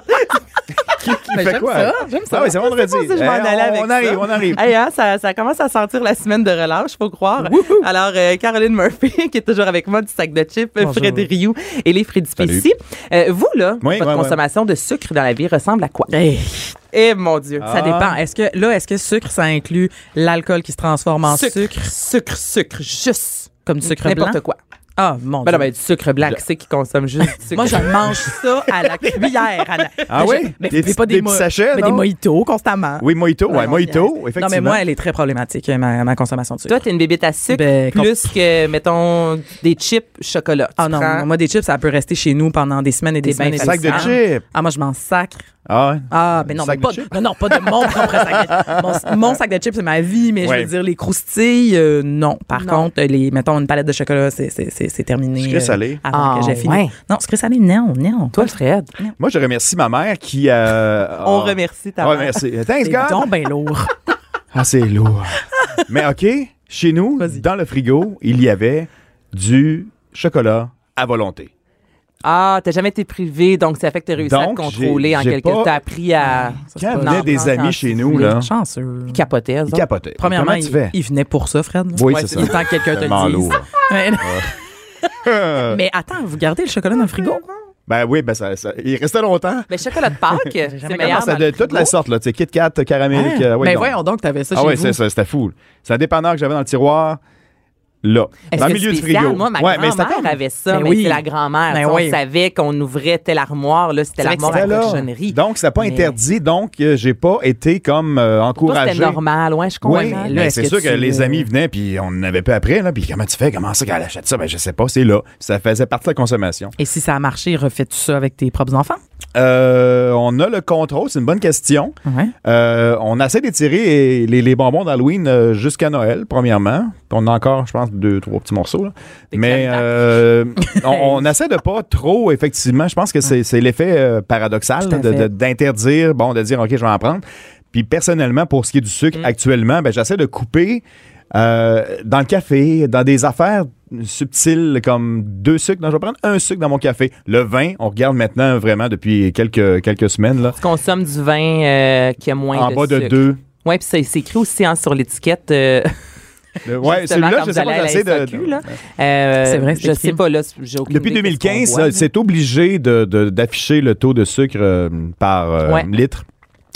Speaker 2: Qui fait quoi?
Speaker 1: j'aime ça.
Speaker 2: Ah oui, c'est vendredi.
Speaker 1: Je sais pas si je m'en
Speaker 2: Eh,
Speaker 1: allais avec
Speaker 2: on- on arrive,
Speaker 1: ça.
Speaker 2: on arrive.
Speaker 1: Hey, hein, ça, ça commence à sentir la semaine de relâche, faut croire. Alors, euh, Caroline Murphy, qui est toujours avec moi du sac de chips, Fred Rioux et les Frédéric Euh, vous, là,
Speaker 2: Oui,
Speaker 1: votre
Speaker 2: ouais, ouais.
Speaker 1: consommation de sucre dans la vie ressemble à quoi?
Speaker 3: Hey.
Speaker 1: Eh mon Dieu.
Speaker 2: Ah.
Speaker 3: Ça dépend. Est-ce que là, est-ce que sucre, ça inclut l'alcool qui se transforme en
Speaker 1: Sucre,
Speaker 3: sucre,
Speaker 1: sucre, sucre, juste.
Speaker 3: comme du sucre blanc
Speaker 1: N'importe quoi.
Speaker 3: Ah mon
Speaker 1: Ben
Speaker 3: dieu.
Speaker 1: non, ben, du sucre blanc, qui c'est qui consomme juste du sucre?
Speaker 3: Moi, je mange ça à la cuillère. Anna.
Speaker 2: Ah
Speaker 3: Je-
Speaker 2: oui?
Speaker 3: Mais
Speaker 2: Des
Speaker 3: fais pas des,
Speaker 2: petits- des
Speaker 3: mo-
Speaker 2: petits sachets,
Speaker 3: mais
Speaker 2: non?
Speaker 3: des mojitos constamment.
Speaker 2: Oui, Mojito, ouais,
Speaker 3: Non, non,
Speaker 2: Mojito,
Speaker 3: Non, mais
Speaker 2: effectivement.
Speaker 3: moi, elle est très problématique, ma, ma consommation de sucre.
Speaker 1: Toi, t'es une bébête à sucre
Speaker 3: Ben, com-
Speaker 1: plus que, mettons, des chips chocolat. Tu
Speaker 3: ah non,
Speaker 1: prends-
Speaker 3: moi, des chips, ça peut rester chez nous pendant des semaines et des
Speaker 1: T'es
Speaker 3: semaines.
Speaker 1: bien
Speaker 3: et des
Speaker 2: Sac de
Speaker 3: semaines.
Speaker 2: chips.
Speaker 3: Ah, moi, je m'en sacre.
Speaker 2: Ah ouais.
Speaker 3: Ah, ben non, mais
Speaker 2: Sac de
Speaker 3: pas,
Speaker 2: chips?
Speaker 3: non, non, pas de mon propre sac de chips. Mon, mon sac de chips, c'est ma vie, mais
Speaker 2: Ouais.
Speaker 3: je veux dire, les croustilles, euh, non. Par contre, les, mettons, une palette de chocolat, c'est, c'est, c'est, c'est terminé.
Speaker 2: Sucré
Speaker 3: euh,
Speaker 2: salé.
Speaker 3: avant que
Speaker 1: Ah,
Speaker 3: j'ai fini.
Speaker 1: ouais.
Speaker 3: Non, sucré salé, non, non.
Speaker 1: Toi, Fred,
Speaker 2: Moi, je remercie ma mère qui. euh,
Speaker 1: on
Speaker 2: a-
Speaker 1: remercie ta
Speaker 2: Ah,
Speaker 1: mère.
Speaker 2: merci. Thanks,
Speaker 3: c'est
Speaker 2: God.
Speaker 3: donc bien lourd.
Speaker 2: Ah, c'est lourd. Mais OK, chez nous, dans le frigo, il y avait du chocolat à volonté.
Speaker 1: Ah, t'as jamais été privé, donc ça fait que t'as réussi à te
Speaker 2: Donc,
Speaker 1: contrôler
Speaker 2: j'ai-
Speaker 1: en
Speaker 2: j'ai
Speaker 1: quelque
Speaker 2: pas-
Speaker 1: T'as appris à
Speaker 2: Quand
Speaker 1: Non,
Speaker 2: venaient
Speaker 1: non,
Speaker 2: des
Speaker 1: quand
Speaker 2: amis chez nous, là,
Speaker 3: Chanceux.
Speaker 1: capoter. eux
Speaker 2: ils
Speaker 1: autres.
Speaker 2: capotaient.
Speaker 3: Premièrement,
Speaker 2: Comment tu fais?
Speaker 3: il, il venait pour ça, Fred. là.
Speaker 2: Oui,
Speaker 1: Ouais,
Speaker 2: c'est
Speaker 1: c'est
Speaker 2: ça.
Speaker 3: Le temps que quelqu'un te
Speaker 2: Tellement
Speaker 3: le dise.
Speaker 2: lourd.
Speaker 3: Ouais, non. mais attends, vous gardez le chocolat dans le frigo?
Speaker 2: Ben oui, ben ça, ça- il restait longtemps.
Speaker 1: Mais Ben, chocolat de Pâques, c'est
Speaker 3: jamais
Speaker 2: Ah,
Speaker 1: meilleur.
Speaker 2: ça
Speaker 1: dans
Speaker 2: de
Speaker 1: le
Speaker 2: toute
Speaker 1: frigo.
Speaker 2: la sorte, là. Tu sais, Kit Kat, caramel.
Speaker 3: Hein?
Speaker 2: euh, ouais,
Speaker 3: mais
Speaker 2: donc.
Speaker 3: voyons donc, t'avais ça
Speaker 2: Ah
Speaker 3: chez
Speaker 2: oui,
Speaker 3: vous.
Speaker 2: c'est ça, c'était fou. C'est un dépanneur que j'avais dans le tiroir, là.
Speaker 1: Est-ce
Speaker 2: Dans le
Speaker 1: que
Speaker 2: milieu du
Speaker 1: spécial?
Speaker 2: frigo.
Speaker 1: Moi, ma
Speaker 2: Ouais, mais c'était
Speaker 1: grand-mère
Speaker 2: comme-
Speaker 1: avait ça,
Speaker 3: Ben
Speaker 1: mais
Speaker 3: oui.
Speaker 1: c'est la grand-mère.
Speaker 3: Ben
Speaker 1: Tu sais, on
Speaker 3: oui.
Speaker 1: savait qu'on ouvrait telle armoire, là, c'était
Speaker 3: vrai que
Speaker 1: l'armoire à
Speaker 2: c'était
Speaker 1: la
Speaker 2: là.
Speaker 1: cochonnerie.
Speaker 2: Donc, c'était pas
Speaker 1: Mais-
Speaker 2: interdit. Donc, euh, j'ai pas été comme euh,
Speaker 1: Toi,
Speaker 2: encouragé.
Speaker 1: c'était normal, ouais, je comprends.
Speaker 2: Oui,
Speaker 1: Mais
Speaker 2: mais
Speaker 1: là,
Speaker 2: c'est
Speaker 1: est-ce
Speaker 2: sûr que,
Speaker 1: tu-
Speaker 2: les amis venaient, puis on n'avait pas après, là, puis comment tu fais, comment ça qu'elle achète ça, ben je sais pas, c'est là. Ça faisait partie de la consommation.
Speaker 3: Et si ça a marché, refais-tu ça avec tes propres enfants?
Speaker 2: Euh, on a le contrôle, c'est une bonne question.
Speaker 3: Ouais.
Speaker 2: Euh, on essaie d'étirer les, les bonbons d'Halloween euh, jusqu'à Noël, premièrement. Puis On a encore, je pense, deux, trois petits morceaux. là. Mais euh, on, on essaie de pas trop, effectivement. Je pense que c'est c'est l'effet euh, paradoxal
Speaker 3: Tout à
Speaker 2: de- de-
Speaker 3: fait.
Speaker 2: d'interdire, bon, de dire, OK, je vais en prendre. Puis personnellement, pour ce qui est du sucre,
Speaker 3: Mm.
Speaker 2: actuellement, ben, j'essaie de couper euh, dans le café, dans des affaires subtiles comme deux sucres. Non, je vais prendre un sucre dans mon café. Le vin, on regarde maintenant vraiment depuis quelques, quelques semaines, là,
Speaker 1: Tu consommes du vin euh, qui a moins
Speaker 2: en
Speaker 1: de
Speaker 2: bas de
Speaker 1: sucre.
Speaker 2: deux.
Speaker 1: Oui, puis c'est c'est écrit aussi hein, sur l'étiquette. euh,
Speaker 2: Le- ouais,
Speaker 1: Justement,
Speaker 2: celui-là,
Speaker 1: quand
Speaker 2: je
Speaker 1: vous
Speaker 2: sais pas,
Speaker 1: allez à la
Speaker 2: j'essaie de-
Speaker 1: SAQ, là. Euh,
Speaker 3: C'est vrai, c'est
Speaker 1: Je
Speaker 3: écrit.
Speaker 1: sais pas, là, j'ai aucune
Speaker 2: Depuis
Speaker 1: idée de ce qu'on
Speaker 2: 2015,
Speaker 1: voit.
Speaker 2: là, euh, c'est obligé de- de- d'afficher le taux de sucre euh, par euh,
Speaker 1: Ouais.
Speaker 2: litre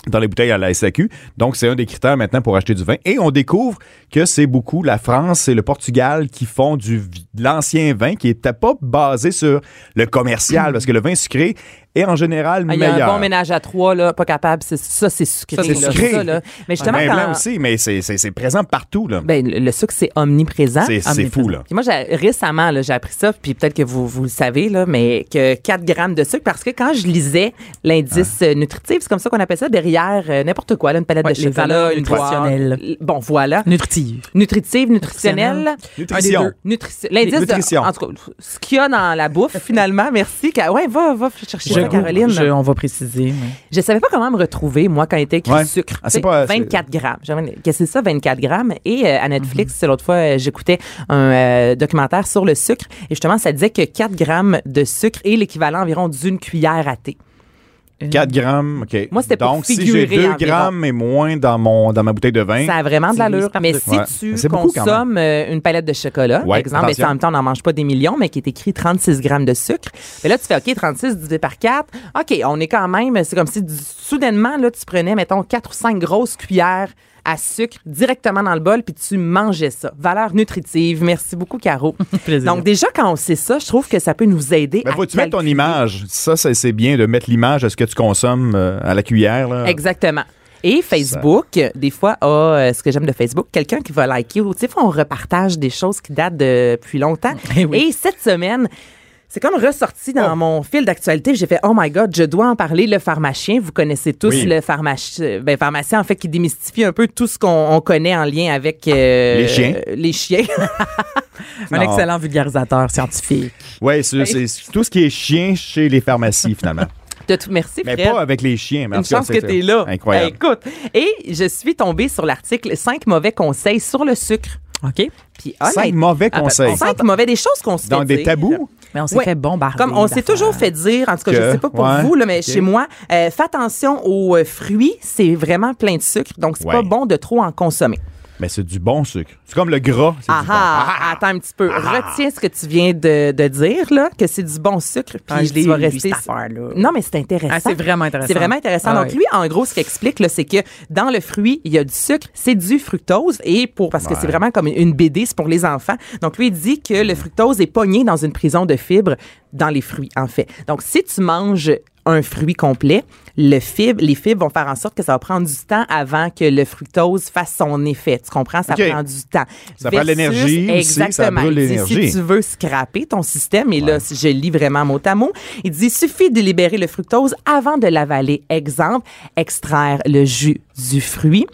Speaker 2: dans les bouteilles à la SAQ. Donc, c'est un des critères maintenant pour acheter du vin. Et on découvre que c'est beaucoup la France et le Portugal qui font du vi- de l'ancien vin qui n'était pas basé sur le commercial, parce que le vin sucré est en général
Speaker 1: Ah, Il y
Speaker 2: meilleur.
Speaker 1: a un bon ménage à trois, là, pas capable. c'est- Ça, c'est sucré.
Speaker 2: Ça, c'est
Speaker 1: là,
Speaker 2: sucré.
Speaker 1: ça, là. Mais justement,
Speaker 2: Le vin
Speaker 1: quand-
Speaker 2: blanc aussi, mais c'est- c'est c'est présent partout. là.
Speaker 1: ben, hein? Ah, le le sucre, c'est omniprésent.
Speaker 2: C'est- c'est
Speaker 1: Omniprésent.
Speaker 2: fou, là.
Speaker 1: Puis moi, j'ai- récemment, là, j'ai appris ça, puis peut-être que vous, vous le savez, là, mais que 4 grammes de sucre, parce que quand je lisais
Speaker 2: Ah.
Speaker 1: l'indice euh, nutritif, c'est comme ça qu'on appelle ça, derrière euh, n'importe quoi, là, une palette
Speaker 3: Ouais,
Speaker 1: de
Speaker 3: les
Speaker 1: chocolat,
Speaker 3: valeurs
Speaker 1: une boire.
Speaker 3: nutritionnelles.
Speaker 1: Bon, voilà.
Speaker 3: Nutritive.
Speaker 1: Nutritive, nutritionnelle.
Speaker 2: Nutrition.
Speaker 1: Un des deux. Nutrition. L'indice de-
Speaker 2: Nutrition.
Speaker 1: en tout cas, ce qu'il y a dans la bouffe, finalement. Merci. Ca- Ouais, va, va chercher
Speaker 3: Je
Speaker 1: ça, Caroline.
Speaker 3: je- on va préciser. mais-
Speaker 1: Je savais pas comment me retrouver, moi, quand il était écrit
Speaker 2: Ouais.
Speaker 1: sucre.
Speaker 2: Ah,
Speaker 1: Tu
Speaker 2: c'est
Speaker 1: sais,
Speaker 2: pas- c'est-
Speaker 1: 24 grammes. J'avais une- Qu'est-ce que c'est ça, 24 grammes? Et euh, à Netflix, c'est l'autre fois, euh, j'écoutais un euh, documentaire sur le sucre. Et justement, ça disait que 4 grammes de sucre est l'équivalent environ d'une cuillère à thé.
Speaker 2: 4 grammes, OK.
Speaker 1: Moi, c'était pour
Speaker 2: Donc, si j'ai
Speaker 1: figurer
Speaker 2: 2
Speaker 1: environ.
Speaker 2: grammes et moins dans, mon, dans ma bouteille de vin,
Speaker 1: Ça a vraiment de
Speaker 3: C'est
Speaker 1: l'allure.
Speaker 3: par
Speaker 1: Mais
Speaker 3: deux.
Speaker 1: si
Speaker 2: Hein? Ouais. C'est
Speaker 1: tu
Speaker 2: beaucoup, quand
Speaker 1: consommes euh, une palette de chocolat, par
Speaker 2: Ouais,
Speaker 1: exemple, mais
Speaker 2: attention.
Speaker 1: en même temps, on n'en mange pas des millions, mais qui est écrit 36 grammes de sucre, mais là, tu fais OK, 36 divisé par 4. OK, on est quand même, c'est comme si du- soudainement, là, tu prenais, mettons, 4 ou 5 grosses cuillères à sucre directement dans le bol, puis tu mangeais ça. Valeur nutritive. Merci beaucoup, Caro.
Speaker 3: Plaisir.
Speaker 1: Donc, déjà, quand on sait ça, je trouve que ça peut nous aider.
Speaker 2: Ben,
Speaker 1: à
Speaker 2: faut-tu mettre ton
Speaker 1: calculer.
Speaker 2: image? Ça, ça, c'est bien de mettre l'image à ce que tu consommes euh, à la cuillère. Là.
Speaker 1: Exactement. Et Facebook, euh, des fois, a euh, ce que j'aime de Facebook, quelqu'un qui va liker. ou, Tu sais, on repartage des choses qui datent de- depuis longtemps.
Speaker 3: Eh oui.
Speaker 1: Et cette semaine, c'est comme ressorti
Speaker 2: Oh.
Speaker 1: dans mon fil d'actualité. J'ai fait, oh my God, je dois en parler. Le pharmacien, vous connaissez tous
Speaker 2: Oui.
Speaker 1: le pharmaci- euh, ben, pharmacien, en fait, qui démystifie un peu tout ce qu'on on connaît en lien avec euh,
Speaker 2: Les chiens.
Speaker 1: euh, les chiens.
Speaker 3: Un
Speaker 2: Non.
Speaker 3: excellent vulgarisateur scientifique.
Speaker 2: Oui, c'est c'est tout ce qui est chien chez les pharmacies, finalement.
Speaker 1: De tout- Merci,
Speaker 2: mais
Speaker 1: Fred.
Speaker 2: pas avec les chiens. Mais en
Speaker 1: Une
Speaker 2: tout cas,
Speaker 1: chance que
Speaker 2: c'est- euh,
Speaker 1: tu es là. Ben,
Speaker 2: Incroyable.
Speaker 1: Écoute, et je suis tombée sur l'article 5 mauvais conseils sur le sucre.
Speaker 3: OK?
Speaker 1: Puis
Speaker 2: Cinq
Speaker 1: honnêtement,
Speaker 2: mauvais conseils.
Speaker 1: Cinq mauvais, des choses qu'on se
Speaker 2: Dans
Speaker 1: fait
Speaker 2: des
Speaker 1: dire.
Speaker 2: tabous?
Speaker 3: Mais on s'est
Speaker 1: Ouais.
Speaker 3: fait bombarder.
Speaker 1: Comme on s'est
Speaker 3: d'affaires.
Speaker 1: toujours fait dire, en tout cas, je
Speaker 2: Que-
Speaker 1: ne sais pas pour
Speaker 2: ouais,
Speaker 1: vous, là, mais
Speaker 2: ok.
Speaker 1: chez moi, euh, fais attention aux euh, fruits, c'est vraiment plein de sucre, donc c'est pas
Speaker 2: Ouais.
Speaker 1: bon de trop en consommer.
Speaker 2: Mais c'est du bon sucre. C'est comme le gras. c'est
Speaker 1: Ah
Speaker 2: du bon.
Speaker 1: ah, attends un petit peu.
Speaker 3: ah.
Speaker 1: Retiens ce que tu viens de, de dire, là, que c'est du bon sucre, puis
Speaker 3: Ah, je l'ai
Speaker 1: tu vas
Speaker 3: lu,
Speaker 1: rester.
Speaker 3: cette affaire-là.
Speaker 1: Non, mais c'est intéressant.
Speaker 3: Ah, c'est vraiment intéressant.
Speaker 1: C'est vraiment intéressant.
Speaker 3: Ah,
Speaker 1: Donc,
Speaker 3: ouais.
Speaker 1: lui, en gros, ce qu'il explique, là, c'est que dans le fruit, il y a du sucre, c'est du fructose, et pour, parce que c'est vraiment comme une BD, c'est pour les enfants. Donc, lui, il dit que
Speaker 3: Mm.
Speaker 1: le fructose est pogné dans une prison de fibres dans les fruits, en fait. Donc, si tu manges un fruit complet, le fibre, les fibres vont faire en sorte que ça va prendre du temps avant que le fructose fasse son effet. Tu comprends? Ça
Speaker 2: OK.
Speaker 1: prend du temps.
Speaker 2: Ça prend de
Speaker 1: Versus-
Speaker 2: l'énergie aussi, ça
Speaker 1: Exactement.
Speaker 2: brûle
Speaker 1: Il dit,
Speaker 2: l'énergie.
Speaker 1: Si tu veux scraper ton système, et là, si je lis vraiment mot à mot, il dit, suffit de libérer le fructose avant de l'avaler. Exemple, extraire le jus du fruit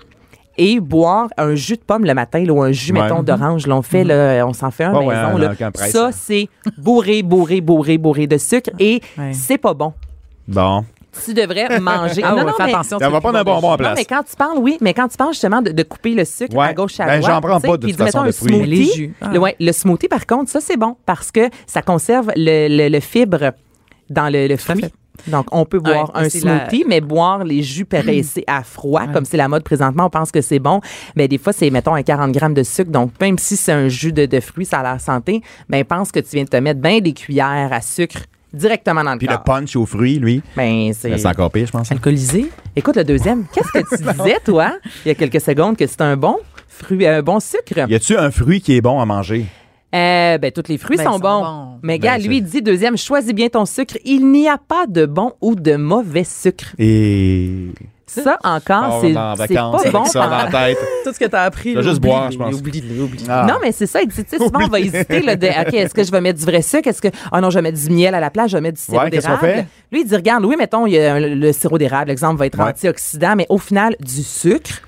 Speaker 1: et boire un jus de pomme le matin là, ou un jus,
Speaker 2: Ouais. Mm-hmm.
Speaker 1: mettons, d'orange. Là, on fait, là, on s'en fait un
Speaker 2: Ouais, ouais,
Speaker 1: maison.
Speaker 2: un
Speaker 1: là.
Speaker 2: en compresse,
Speaker 1: Ça,
Speaker 2: hein.
Speaker 1: c'est bourré, bourré, bourré, bourré de sucre et
Speaker 3: Ouais.
Speaker 1: c'est pas bon.
Speaker 2: Bon.
Speaker 1: Tu devrais manger.
Speaker 3: Ah,
Speaker 1: Non,
Speaker 3: ouais,
Speaker 1: non,
Speaker 3: fais
Speaker 1: mais-
Speaker 3: attention.
Speaker 2: Ça va prendre un bonbon en
Speaker 1: non,
Speaker 2: place.
Speaker 1: mais quand tu parles, oui, mais quand tu parles justement de, de couper le sucre
Speaker 2: Ouais.
Speaker 1: à gauche à
Speaker 2: Ben,
Speaker 1: droite.
Speaker 2: j'en prends
Speaker 1: tu
Speaker 2: pas,
Speaker 1: sais,
Speaker 2: de
Speaker 1: puis
Speaker 2: toute façon,
Speaker 1: mettons
Speaker 2: de
Speaker 1: un
Speaker 2: fruits.
Speaker 3: Mais les
Speaker 1: smoothie.
Speaker 3: jus, ah.
Speaker 1: Le, ouais, le smoothie, par contre, ça, c'est bon parce que ça conserve le, le- le fibre dans le, le fruit.
Speaker 3: fait.
Speaker 1: Donc, on peut boire
Speaker 3: Ouais,
Speaker 1: un
Speaker 3: c'est la-
Speaker 1: smoothie, mais boire les jus pressés à froid, comme c'est la mode présentement, on pense que c'est bon. Mais des fois, c'est, mettons, un 40 grammes de sucre. Donc, même si c'est un jus de, de fruits, ça a l'air santé, ben, pense que tu viens de te mettre bien des cuillères à sucre directement dans le
Speaker 2: Puis le
Speaker 1: corps.
Speaker 2: punch aux fruits, lui,
Speaker 1: Ben, Ah. c'est...
Speaker 2: ben, c'est encore pire, je pense.
Speaker 3: Alcoolisé?
Speaker 1: Écoute, le deuxième, qu'est-ce que tu disais, toi, il y a quelques secondes, que c'est un bon fruit, un bon sucre?
Speaker 2: Y a-tu un fruit qui est bon à manger?
Speaker 1: Euh, ben, tous les fruits
Speaker 3: Ben,
Speaker 1: sont,
Speaker 3: ils sont
Speaker 1: bons.
Speaker 3: bons.
Speaker 1: Mais
Speaker 2: Ben,
Speaker 1: gars,
Speaker 2: c'est-
Speaker 1: lui, il dit, deuxième, choisis bien ton sucre. Il n'y a pas de bon ou de mauvais sucre.
Speaker 2: Et.
Speaker 1: Ça,
Speaker 2: Ah,
Speaker 1: encore, c'est c'est pas bon. par-
Speaker 2: tête.
Speaker 3: Tout ce que t'as appris.
Speaker 2: Je vais
Speaker 3: là,
Speaker 2: juste
Speaker 3: oublie-le,
Speaker 2: boire, je pense.
Speaker 3: Oublie-le, oublie-le.
Speaker 2: Ah.
Speaker 1: Non, mais c'est ça. il dit, Tu sais, souvent, on va hésiter là, de OK, est-ce que je vais mettre du vrai sucre? Est-ce que. Ah non, je vais mettre du miel à la place, je vais mettre du sirop
Speaker 2: Ouais, qu'est-ce qu'on
Speaker 1: d'érable.
Speaker 2: fait?
Speaker 1: Lui, il dit regarde, oui, mettons, il y a un- le sirop d'érable, exemple, va être
Speaker 2: Ouais.
Speaker 1: antioxydant, mais au final, du sucre.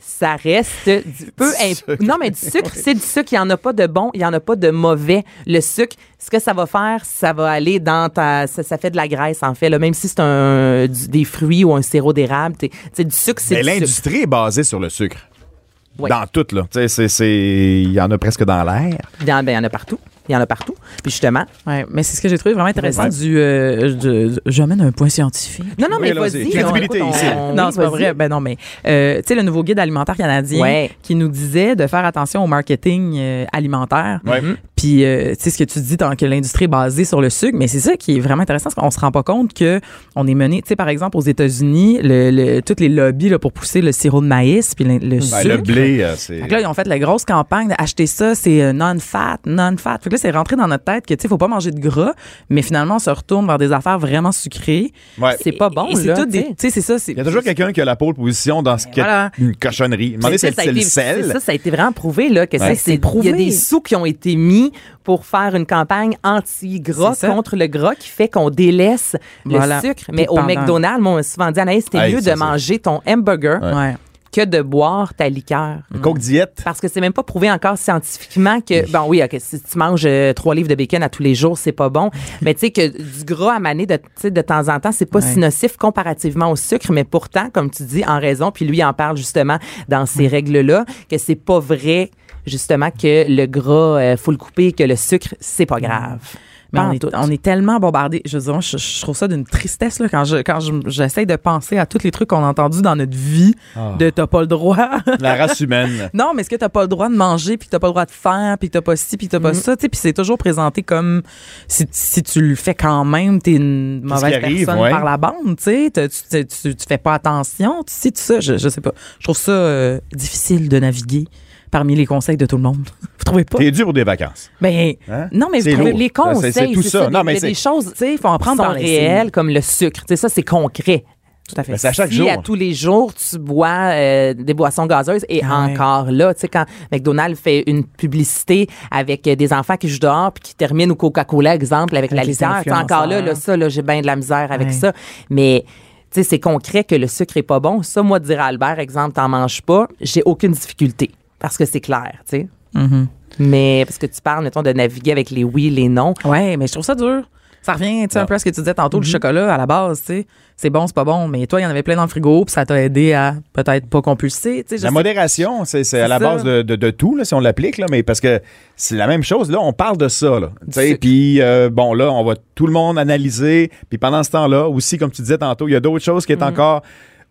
Speaker 1: Ça reste du peu. imp- Non, mais du sucre, c'est du sucre. Il n'y en a pas de bon, il n'y en a pas de mauvais. Le sucre, ce que ça va faire, ça va aller dans ta. Ça, ça fait de la graisse, en fait. là. Même si c'est un, du- des fruits ou un sirop d'érable, t'es- tu sais, du sucre, c'est
Speaker 2: Mais
Speaker 1: du sucre.
Speaker 2: l'industrie est basée sur le sucre.
Speaker 1: Ouais.
Speaker 2: Dans tout, là. Tu sais, c'est- c'est- Il y en a presque dans l'air.
Speaker 1: Il y en, ben, il y en a partout. Il y en a partout. Puis justement,
Speaker 3: Ouais, mais c'est ce que j'ai trouvé vraiment intéressant du, euh, du- J'amène un point scientifique.
Speaker 1: non, non,
Speaker 2: Oui,
Speaker 1: mais
Speaker 2: allons-y.
Speaker 1: vas-y. on-
Speaker 2: Crédibilité
Speaker 1: écoute, on-
Speaker 2: ici.
Speaker 1: on-
Speaker 3: non,
Speaker 1: oui,
Speaker 3: c'est pas
Speaker 1: vas-y.
Speaker 3: vrai. Ben non, mais euh, tu sais, le nouveau guide alimentaire canadien
Speaker 1: Ouais.
Speaker 3: qui nous disait de faire attention au marketing euh, alimentaire.
Speaker 2: Ouais.
Speaker 1: Mm-hmm.
Speaker 3: Puis, euh, tu sais, ce que tu dis, tant que l'industrie est basée sur le sucre, mais c'est ça qui est vraiment intéressant, parce qu'on se rend pas compte que on est mené, tu sais, par exemple, aux États-Unis, le, le- tous les lobbies là, pour pousser le sirop de maïs, puis le, le
Speaker 2: Ben,
Speaker 3: sucre.
Speaker 2: le blé, euh, c'est.
Speaker 3: Fait que là, ils ont fait la grosse campagne d'acheter ça, c'est euh, non-fat, non-fat. Fait que là, c'est rentré dans notre tête que, tu sais, faut pas manger de gras, mais finalement, on se retourne vers des affaires vraiment sucrées.
Speaker 2: Ouais.
Speaker 1: C'est pas bon,
Speaker 3: Et c'est
Speaker 1: là,
Speaker 3: tout des-
Speaker 1: tu sais.
Speaker 3: Tu sais, c'est ça. c'est-
Speaker 2: Il y a toujours quelqu'un qui a la pole position dans ce qu'est
Speaker 3: Voilà.
Speaker 2: une cochonnerie. Demandez
Speaker 1: C'est
Speaker 2: si c'est
Speaker 1: ça,
Speaker 2: le
Speaker 1: ça a été- c'est
Speaker 2: sel.
Speaker 1: ça, ça a été vraiment prouvé là, que ça,
Speaker 2: Ouais.
Speaker 1: c'est
Speaker 3: C'est prouvé.
Speaker 1: Il y a des sous qui ont été mis pour faire une campagne anti-gras
Speaker 3: C'est ça.
Speaker 1: contre le gras qui fait qu'on délaisse
Speaker 3: Voilà.
Speaker 1: le sucre.
Speaker 3: Puis
Speaker 1: Mais au
Speaker 3: pendant-
Speaker 1: McDonald's, moi, on m'a souvent dit, Anaïs, c'était
Speaker 2: Hey,
Speaker 1: mieux
Speaker 2: ça,
Speaker 1: de
Speaker 2: c'est-
Speaker 1: manger ton hamburger
Speaker 3: Ouais.
Speaker 1: que de boire ta liqueur.
Speaker 2: Coke diète.
Speaker 1: Parce que c'est même pas prouvé encore scientifiquement que, bon, oui, OK, si tu manges euh, trois livres de bacon à tous les jours, c'est pas bon. mais tu sais que du gras à maner de, tu sais, de temps en temps, c'est pas
Speaker 3: Ouais.
Speaker 1: si nocif comparativement au sucre. Mais pourtant, comme tu dis, en raison, puis lui il en parle justement dans ces règles-là, que c'est pas vrai, justement, que le gras, euh, faut le couper, que le sucre, c'est pas grave.
Speaker 3: Mais
Speaker 1: Pas
Speaker 3: on
Speaker 1: en
Speaker 3: est,
Speaker 1: tout.
Speaker 3: on est tellement bombardé. Je veux dire, moi, je, je trouve ça d'une tristesse là, quand je quand je- j'essaie de penser à tous les trucs qu'on a entendus dans notre vie
Speaker 2: Ah.
Speaker 3: de t'as pas le droit.
Speaker 2: La race humaine.
Speaker 3: non, mais est-ce que t'as pas le droit de manger, puis que t'as pas le droit de faire, puis que t'as pas ci, puis que
Speaker 1: Mm.
Speaker 3: t'as pas ça, tu sais, puis c'est toujours présenté comme si, si tu le fais quand même, t'es une mauvaise
Speaker 2: qui arrive,
Speaker 3: personne
Speaker 2: ouais.
Speaker 3: par la bande, tu sais, t'as- tu, tu, tu- tu fais pas attention, tu sais, tout ça, je, je sais pas. Je trouve ça euh, difficile de naviguer parmi les conseils de tout le monde. Vous trouvez pas?
Speaker 2: T'es dû pour des vacances.
Speaker 3: Ben,
Speaker 2: Hein?
Speaker 3: non, mais
Speaker 2: C'est
Speaker 3: vous trouvez-
Speaker 2: lourd.
Speaker 1: les
Speaker 2: Ça, c'est-
Speaker 1: conseils,
Speaker 2: c'est tout ça. Non, mais
Speaker 1: il y a
Speaker 2: Ben, c'est-
Speaker 1: des choses, tu sais,
Speaker 3: faut en prendre
Speaker 1: sont
Speaker 3: dans les signes.
Speaker 1: réelles, comme le sucre. Tu sais, ça, c'est concret.
Speaker 3: tout à fait.
Speaker 2: Ben, ça- à chaque
Speaker 1: si
Speaker 2: jour.
Speaker 1: à tous les jours, tu bois euh, des boissons gazeuses et
Speaker 3: Ouais.
Speaker 1: encore là, tu sais, quand McDonald's fait une publicité avec euh, des enfants qui jouent dehors puis qui terminent au Coca-Cola, exemple, avec, la
Speaker 3: les
Speaker 1: litière, tu sais, encore là, là,
Speaker 3: influenceurs.
Speaker 1: ça, là, j'ai bien de la misère avec
Speaker 3: Ouais.
Speaker 1: ça. Mais, tu sais, c'est concret que le sucre est pas bon. Ça, moi, de dire à Albert, exemple, t'en manges pas, j'ai aucune difficulté parce que c'est clair, tu sais. Mais parce que tu parles, mettons, de naviguer avec les oui, les non.
Speaker 3: Ouais, mais je trouve ça dur. Ça revient, tu sais, un peu à ce que tu disais tantôt, le chocolat à la base, tu sais, c'est bon, c'est pas bon, mais toi, il y en avait plein dans le frigo, puis ça t'a aidé à peut-être pas compulser, tu sais. je
Speaker 2: La
Speaker 3: sais-
Speaker 2: modération, c'est c'est à
Speaker 3: C'est
Speaker 2: la
Speaker 3: ça.
Speaker 2: base de, de- de tout, là, si on l'applique, là, mais parce que c'est la même chose. Là, on parle de ça. Là, Tu sais,
Speaker 3: sucre.
Speaker 2: puis, euh, bon, là, on va tout le monde analyser. Puis pendant ce temps-là, aussi, comme tu disais tantôt, il y a d'autres choses
Speaker 1: Mm.
Speaker 2: qui est encore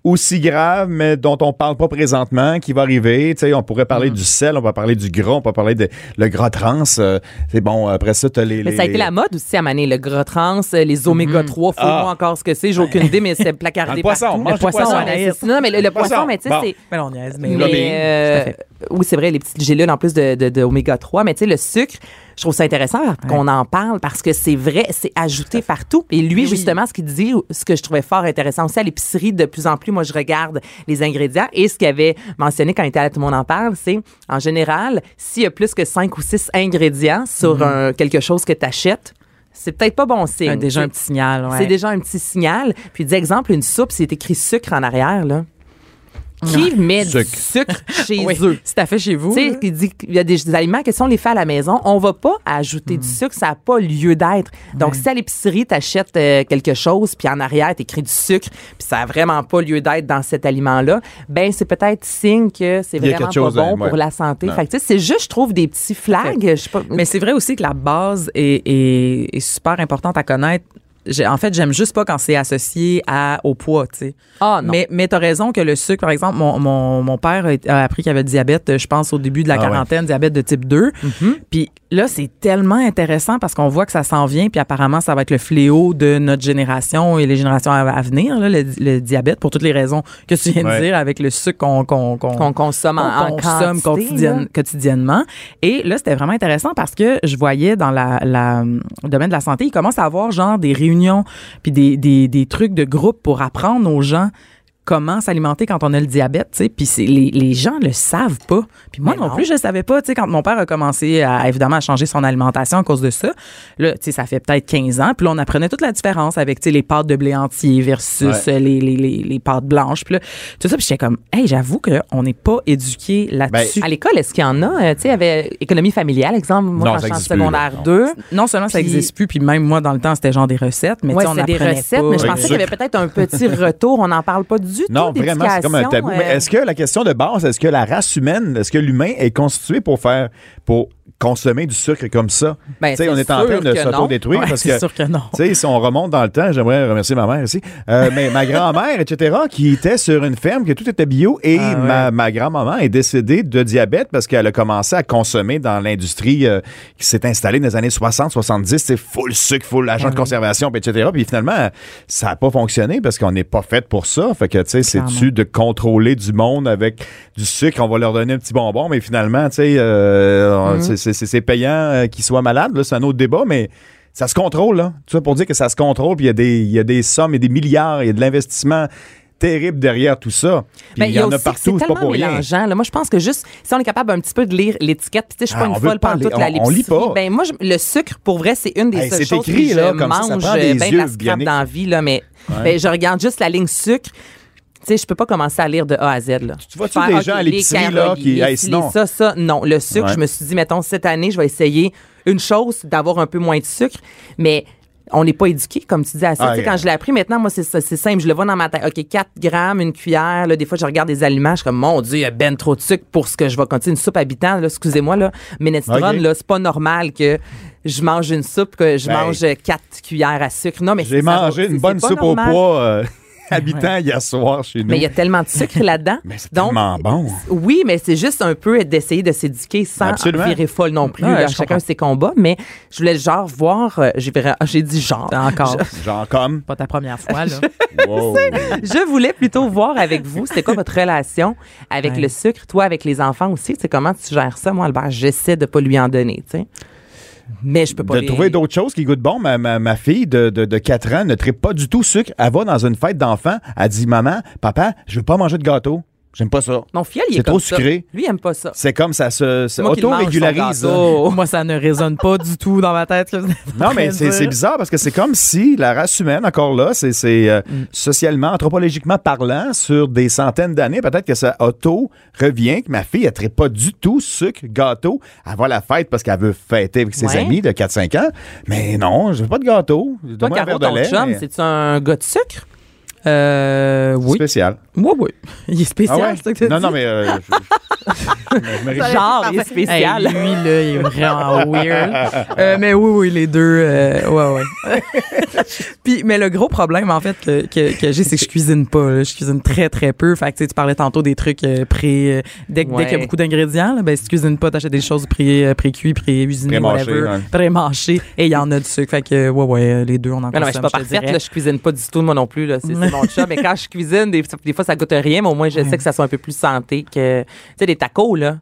Speaker 2: aussi graves, mais dont on parle pas présentement, qui va arriver. Tu sais, on pourrait
Speaker 1: Mm.
Speaker 2: parler du sel, on va parler du gras, on va parler de le gras trans. euh, c'est bon, après ça, tu les,
Speaker 1: Mais
Speaker 2: les-
Speaker 1: ça a été
Speaker 2: les-
Speaker 1: la mode aussi à Mané, le gras trans, euh, les oméga 3, faut
Speaker 2: Ah.
Speaker 1: voir encore ce que c'est, j'ai aucune idée, mais c'est
Speaker 2: Dans
Speaker 1: placardé
Speaker 2: le poisson,
Speaker 1: partout.
Speaker 2: mange du
Speaker 3: poisson,
Speaker 2: poisson.
Speaker 1: Anaïs. Non, mais le, le poisson,
Speaker 2: poisson,
Speaker 1: mais tu sais,
Speaker 2: bon.
Speaker 1: c'est...
Speaker 3: Mais là, on niaise, mais.
Speaker 1: Mais,
Speaker 2: Lobbying.
Speaker 1: euh,
Speaker 3: Tout à fait.
Speaker 1: oui, c'est vrai, les petites gélules en plus de, de, oméga 3, mais tu sais, le sucre, je trouve ça intéressant qu'on en parle parce que c'est vrai, c'est ajouté partout. Et lui, justement, ce qu'il dit, ce que je trouvais fort intéressant aussi à l'épicerie, de plus en plus, moi, je regarde les ingrédients et ce qu'il avait mentionné quand il était là, tout le monde en parle, c'est en général, s'il y a plus que 5 ou 6 ingrédients sur un- quelque chose que tu achètes, c'est peut-être pas bon signe.
Speaker 3: Mm-hmm. Un- déjà un petit signal, ouais.
Speaker 1: C'est déjà un petit signal. Puis, d'exemple, une soupe, c'est écrit sucre en arrière, là. Qui met
Speaker 2: Sucre.
Speaker 1: du sucre chez
Speaker 3: Oui,
Speaker 1: eux?
Speaker 3: Si t'as fait chez vous.
Speaker 1: Tu sais,
Speaker 3: là.
Speaker 1: il dit qu'il y a des, des aliments que si on les fait à la maison, on va pas ajouter
Speaker 3: Mm.
Speaker 1: du sucre, ça n'a pas lieu d'être. Donc, si à l'épicerie, t'achètes euh, quelque chose, puis en arrière, t'écris du sucre, puis ça a vraiment pas lieu d'être dans cet aliment-là, ben c'est peut-être signe que c'est
Speaker 2: Il y a
Speaker 1: vraiment pas
Speaker 2: quelque chose,
Speaker 1: bon
Speaker 2: hein, ouais.
Speaker 1: pour la santé.
Speaker 2: Non.
Speaker 1: Fait que, tu sais, c'est juste, je trouve, des petits flags. Je sais pas,
Speaker 3: Mais c'est vrai aussi que la base est, est- est super importante à connaître. J'ai- En fait, j'aime juste pas quand c'est associé à, au poids, tu sais.
Speaker 1: Ah, non.
Speaker 3: Mais, mais t'as raison que le sucre, par exemple, mon, mon, mon père a été- a appris qu'il avait le diabète, euh, je pense, au début de la
Speaker 2: Ah ouais. Mm-hmm.
Speaker 3: quarantaine, diabète de type 2. Puis là, c'est tellement intéressant parce qu'on voit que ça s'en vient, puis apparemment, ça va être le fléau de notre génération et les générations à, à venir, là, le, le diabète, pour toutes les raisons que tu viens
Speaker 2: Ouais.
Speaker 3: de dire, avec le sucre qu'on... qu'on- qu'on-
Speaker 1: qu'on consomme en, en
Speaker 3: qu'on consomme
Speaker 1: quantité,
Speaker 3: quotidienne-
Speaker 1: là.
Speaker 3: quotidiennement. Et là, c'était vraiment intéressant parce que je voyais dans la, la- le domaine de la santé, ils commencent à avoir genre des réunions puis des, des, des trucs de groupe pour apprendre aux gens comment s'alimenter quand on a le diabète, tu sais, puis c'est- les, les gens le savent pas. Puis moi
Speaker 1: Mais
Speaker 3: non,
Speaker 1: non.
Speaker 3: plus, je le savais pas, tu sais, quand mon père a commencé à, évidemment à changer son alimentation à cause de ça, là, tu sais, ça fait peut-être 15 ans, puis là, on apprenait toute la différence avec, tu sais, les pâtes de blé entier versus
Speaker 2: Ouais.
Speaker 3: euh, les, les, les, les pâtes blanches, puis là, tout ça, puis j'étais comme, hey, j'avoue qu'on n'est pas éduqué là-dessus.
Speaker 2: Ben,
Speaker 1: À l'école, est-ce qu'il y en a? Euh, tu sais, il y avait économie familiale, exemple, moi,
Speaker 2: Non,
Speaker 1: quand
Speaker 2: ça
Speaker 1: j'étais en
Speaker 2: existe plus, là.
Speaker 1: secondaire
Speaker 2: Non.
Speaker 1: 2.
Speaker 3: non seulement ça
Speaker 1: Puis-
Speaker 3: n'existe plus, puis même moi, dans le temps, c'était genre des recettes, mais
Speaker 1: Ouais,
Speaker 3: tu sais, on
Speaker 1: c'est des
Speaker 3: apprenait
Speaker 1: recettes,
Speaker 3: pas.
Speaker 1: mais je
Speaker 2: Oui,
Speaker 1: pensais qu'il y avait peut-être un petit retour. On n'en parle pas du tout.
Speaker 2: Non, vraiment, c'est comme un tabou.
Speaker 1: d'éducation,
Speaker 2: Mais
Speaker 1: euh.
Speaker 2: est-ce que la question de base, est-ce que la race humaine, est-ce que l'humain est constitué pour faire, pour consommer du sucre comme ça.
Speaker 1: Ben,
Speaker 2: Tu sais,
Speaker 1: c'est
Speaker 2: on est en train
Speaker 1: sûr
Speaker 2: de
Speaker 1: que non.
Speaker 2: s'auto-détruire
Speaker 3: Ouais,
Speaker 2: parce
Speaker 3: c'est
Speaker 2: que.
Speaker 3: sûr que non.
Speaker 2: Tu sais, si on remonte dans le temps, j'aimerais remercier ma mère ici, euh, mais ma grand-mère, etc., qui était sur une ferme, que tout était bio, et ma, ma grand-maman est décédée de diabète parce qu'elle a commencé à consommer dans l'industrie euh, qui s'est installée dans les années 60-70, c'est full sucre, full agent de conservation, puis etc. Puis finalement, ça n'a pas fonctionné parce qu'on n'est pas fait pour ça. Fait que, tu sais, c'est-tu de contrôler du monde avec du sucre, on va leur donner un petit bonbon, mais finalement, tu sais, euh, on- c'est- c'est c'est payant euh, qu'ils soient malades, là, c'est un autre débat, mais... Ça se contrôle, là. Tout ça pour dire que ça se contrôle, puis il y, a des- il y a des sommes, il y a des milliards, il y a de l'investissement terrible derrière tout ça. Puis
Speaker 1: Ben,
Speaker 2: il y en
Speaker 1: aussi
Speaker 2: a
Speaker 1: que
Speaker 2: partout,
Speaker 1: c'est
Speaker 2: c'est pas
Speaker 1: tellement
Speaker 2: pour rien.
Speaker 1: mélangeant, là. Moi, je pense que juste, si on est capable un petit peu de lire l'étiquette, puis tu sais, je suis
Speaker 2: Ah,
Speaker 1: pas
Speaker 2: on
Speaker 1: une
Speaker 2: veut
Speaker 1: folle
Speaker 2: pas
Speaker 1: pantoute
Speaker 2: lire,
Speaker 1: la
Speaker 2: on- on lit pas.
Speaker 1: Ben, moi, je- le sucre, pour vrai, c'est une des
Speaker 2: Hey,
Speaker 1: seules
Speaker 2: c'est
Speaker 1: choses que
Speaker 2: écrit,
Speaker 1: je
Speaker 2: là, comme ça, ça
Speaker 1: mange
Speaker 2: prend des
Speaker 1: euh, ben de
Speaker 2: yeux,
Speaker 1: la scrap
Speaker 2: Bionic.
Speaker 1: dans la vie, là, mais ben, je regarde juste la ligne sucre. Tu sais, je peux pas commencer à lire de A à Z. Là.
Speaker 2: Tu vois-tu
Speaker 1: Faire,
Speaker 2: des
Speaker 1: OK,
Speaker 2: gens à
Speaker 1: les
Speaker 2: l'épicerie, là,
Speaker 1: carottes,
Speaker 2: qui-
Speaker 1: les filets,
Speaker 2: hey, sinon-
Speaker 1: ça, ça, non. Le sucre,
Speaker 2: Ouais.
Speaker 1: je me suis dit, mettons, cette année, je vais essayer une chose, d'avoir un peu moins de sucre, mais on n'est pas éduqué, comme tu dis, à ça.
Speaker 2: Ah,
Speaker 1: Tu sais,
Speaker 2: yeah.
Speaker 1: quand je l'ai appris, maintenant, moi, c'est ça, c'est simple. Je le vois dans ma tête. OK, 4 grammes, une cuillère. Là, des fois, je regarde des aliments, je suis comme, mon Dieu, il y a ben trop de sucre pour ce que je vais continuer. Une soupe habitant, là, excusez-moi, là, minestrone,
Speaker 2: OK.
Speaker 1: là, c'est pas normal que je mange une soupe, que je
Speaker 2: Ben,
Speaker 1: mange 4 cuillères à sucre. Non, mais
Speaker 2: J'ai
Speaker 1: ça va-
Speaker 2: mangé
Speaker 1: c'est-
Speaker 2: une bonne
Speaker 1: c'est pas
Speaker 2: soupe
Speaker 1: normal.
Speaker 2: au poids euh, habitant hier soir chez nous.
Speaker 1: Mais il y a tellement de sucre là-dedans.
Speaker 2: Mais c'est
Speaker 1: Donc,
Speaker 2: tellement bon.
Speaker 1: oui, mais c'est juste un peu d'essayer de s'éduquer sans
Speaker 2: Absolument.
Speaker 1: virer folle non plus.
Speaker 3: Ouais,
Speaker 1: là.
Speaker 3: je
Speaker 1: chacun
Speaker 3: comprends.
Speaker 1: ses combats, mais je voulais genre voir. euh, j'ai vra- j'ai dit genre.
Speaker 3: Encore.
Speaker 2: Genre comme.
Speaker 3: Pas ta première fois, là.
Speaker 2: wow.
Speaker 1: Je voulais plutôt voir avec vous, c'était quoi votre relation avec
Speaker 3: Ouais.
Speaker 1: le sucre, toi avec les enfants aussi. Tu sais, comment tu gères ça, moi, Albert? J'essaie de pas lui en donner, tu sais. Mais je peux pas.
Speaker 2: De
Speaker 1: les-
Speaker 2: trouver d'autres choses qui goûtent bon. Ma, ma, ma fille de, de, de 4 ans ne tripe pas du tout sucre. Elle va dans une fête d'enfants. Elle dit Maman, papa, je veux pas manger de gâteau. J'aime pas ça.
Speaker 1: Mon fiel, il est
Speaker 2: C'est trop
Speaker 1: comme ça.
Speaker 2: sucré.
Speaker 1: Lui, il aime pas ça.
Speaker 2: C'est comme ça se, se
Speaker 1: Moi qui le mange,
Speaker 2: auto-régularise.
Speaker 1: son
Speaker 2: là.
Speaker 1: gâteau.
Speaker 3: Moi, ça ne résonne pas du tout dans ma tête. là.
Speaker 2: Non, mais c'est c'est bizarre parce que c'est comme si la race humaine, encore là, c'est c'est, euh,
Speaker 1: Mm.
Speaker 2: socialement, anthropologiquement parlant, sur des centaines d'années, peut-être que ça auto-revient, que ma fille, elle ne pas du tout sucre, gâteau. Elle va à la fête parce qu'elle veut fêter avec ses
Speaker 1: Ouais.
Speaker 2: amis de 4-5 ans. Mais non, je veux pas de gâteau.
Speaker 1: Toi,
Speaker 2: Donne-moi un
Speaker 1: Caro,
Speaker 2: verre de
Speaker 1: ton
Speaker 2: lait.
Speaker 1: chum,
Speaker 2: mais-
Speaker 1: c'est-tu un gars de sucre?
Speaker 3: Euh, oui.
Speaker 2: Spécial.
Speaker 3: Oui, oui. Il est
Speaker 2: Ah
Speaker 3: spécial,
Speaker 2: ouais?
Speaker 3: c'est ça que t'as
Speaker 2: Non,
Speaker 3: dit?
Speaker 2: non, mais. euh, je- je- je me réjouis.
Speaker 1: Genre, il est
Speaker 3: Hey,
Speaker 1: spécial.
Speaker 3: lui, là, il est vraiment weird. Euh, mais oui, oui, les deux, euh, ouais, ouais. Puis, mais le gros problème, en fait, que, que, que j'ai, c'est que je cuisine pas. là. Je cuisine très, très peu. Fait que, tu sais, tu parlais tantôt des trucs euh, pré... euh, dès que- dès qu'il y
Speaker 1: Ouais.
Speaker 3: a beaucoup d'ingrédients, là, ben, si tu cuisines pas, t'achètes des choses pré, euh, pré-cuit, pré-usinées,
Speaker 2: Pré-mâchées,
Speaker 3: whatever.
Speaker 2: ouais.
Speaker 3: Pré-mâchées. Et il y en a du sucre. Fait que, euh, ouais, ouais, euh, les deux, on en
Speaker 1: Mais
Speaker 3: consomme,
Speaker 1: non, mais je suis pas
Speaker 3: te
Speaker 1: parfaite,
Speaker 3: dirais.
Speaker 1: là, je cuisine pas du tout, moi non plus. là, C'est c'est mon chat. Mais quand je cuisine, des, des fois, ça goûte rien, mais au moins, je sais que ça soit un peu plus santé que. Tu sais, des tacos, là,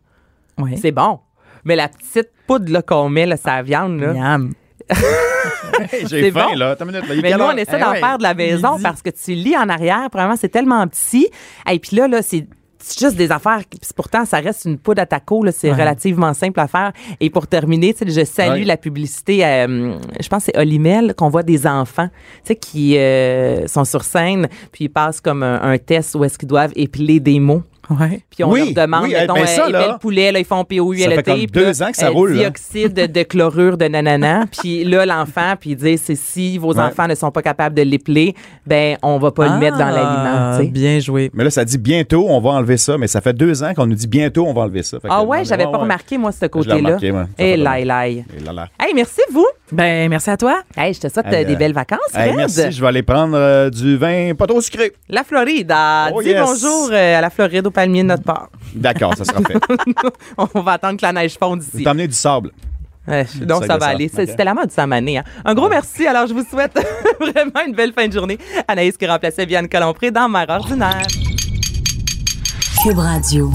Speaker 3: Ouais.
Speaker 1: c'est bon. Mais la petite poudre là, qu'on met, là, sa viande, là.
Speaker 3: Miam.
Speaker 2: J'ai
Speaker 1: c'est
Speaker 2: faim,
Speaker 1: bon.
Speaker 2: là. Attends une minute, là. Il est
Speaker 1: Mais
Speaker 2: quelle
Speaker 1: nous, on
Speaker 2: heure?
Speaker 1: essaie
Speaker 2: Eh
Speaker 1: d'en
Speaker 2: ouais.
Speaker 1: faire de la maison
Speaker 3: Midi.
Speaker 1: parce que tu lis en arrière. Premièrement, c'est tellement petit. Et puis là, là c'est c'est juste des affaires. qui- puis pourtant, ça reste une poudre à taco. là, C'est
Speaker 3: Ouais.
Speaker 1: relativement simple à faire. Et pour terminer, tu sais, je salue
Speaker 2: Ouais.
Speaker 1: la publicité. euh, je pense que c'est Olimel qu'on voit des enfants tu sais, qui euh, sont sur scène. Puis ils passent comme un, un test où est-ce qu'ils doivent épeler des mots.
Speaker 3: Ouais.
Speaker 1: Puis on
Speaker 2: Oui,
Speaker 1: leur demande,
Speaker 2: oui,
Speaker 1: mettons,
Speaker 2: ben ça,
Speaker 1: euh,
Speaker 2: là,
Speaker 1: épelle poulet, là, ils font POULT.
Speaker 2: ça fait comme
Speaker 1: puis
Speaker 2: deux
Speaker 1: là,
Speaker 2: ans que ça
Speaker 1: euh,
Speaker 2: roule, hein. là.
Speaker 1: Dioxyde de chlorure de nanana. puis là, l'enfant, puis il dit, c'est si vos
Speaker 2: Ouais.
Speaker 1: enfants ne sont pas capables de l'épeler, ben, on va pas le mettre dans l'aliment,
Speaker 3: Ah,
Speaker 1: tu sais.
Speaker 3: Bien joué.
Speaker 2: Mais là, ça dit bientôt, on va enlever ça. Mais ça fait deux ans qu'on nous dit bientôt, on va enlever ça. Fait que
Speaker 1: Ah
Speaker 2: là,
Speaker 1: ouais,
Speaker 2: non,
Speaker 1: j'avais
Speaker 2: ouais,
Speaker 1: pas
Speaker 2: ouais.
Speaker 1: remarqué, moi, ce
Speaker 2: Je l'ai
Speaker 1: côté-là.
Speaker 2: remarqué, ouais. Ça
Speaker 1: Eh,
Speaker 2: fait
Speaker 1: laï, laï.
Speaker 2: Et là, là.
Speaker 1: Hey, merci, vous.
Speaker 3: Ben, merci à toi.
Speaker 1: Hey, je te souhaite
Speaker 2: Hey,
Speaker 1: euh, des
Speaker 2: euh,
Speaker 1: belles vacances,
Speaker 2: Hey,
Speaker 1: Fred.
Speaker 2: merci, je vais aller prendre euh, du vin pas trop sucré.
Speaker 1: La Floride. ah,
Speaker 2: Oh,
Speaker 1: Dis
Speaker 2: yes.
Speaker 1: bonjour euh, à la Floride, aux palmiers de notre part.
Speaker 2: D'accord, ça sera fait.
Speaker 1: on va attendre que la neige fonde
Speaker 2: Je vais
Speaker 1: ici.
Speaker 2: t'emmener du sable.
Speaker 1: Ouais, donc, ça va
Speaker 2: sac de sable,
Speaker 1: aller. C'est-
Speaker 2: ok.
Speaker 1: C'était la mode, ça manée. Hein. Un gros merci. Alors, je vous souhaite vraiment une belle fin de journée. Anaïs qui remplaçait Vianne Colompré dans Mère ordinaire.
Speaker 5: Cube Radio.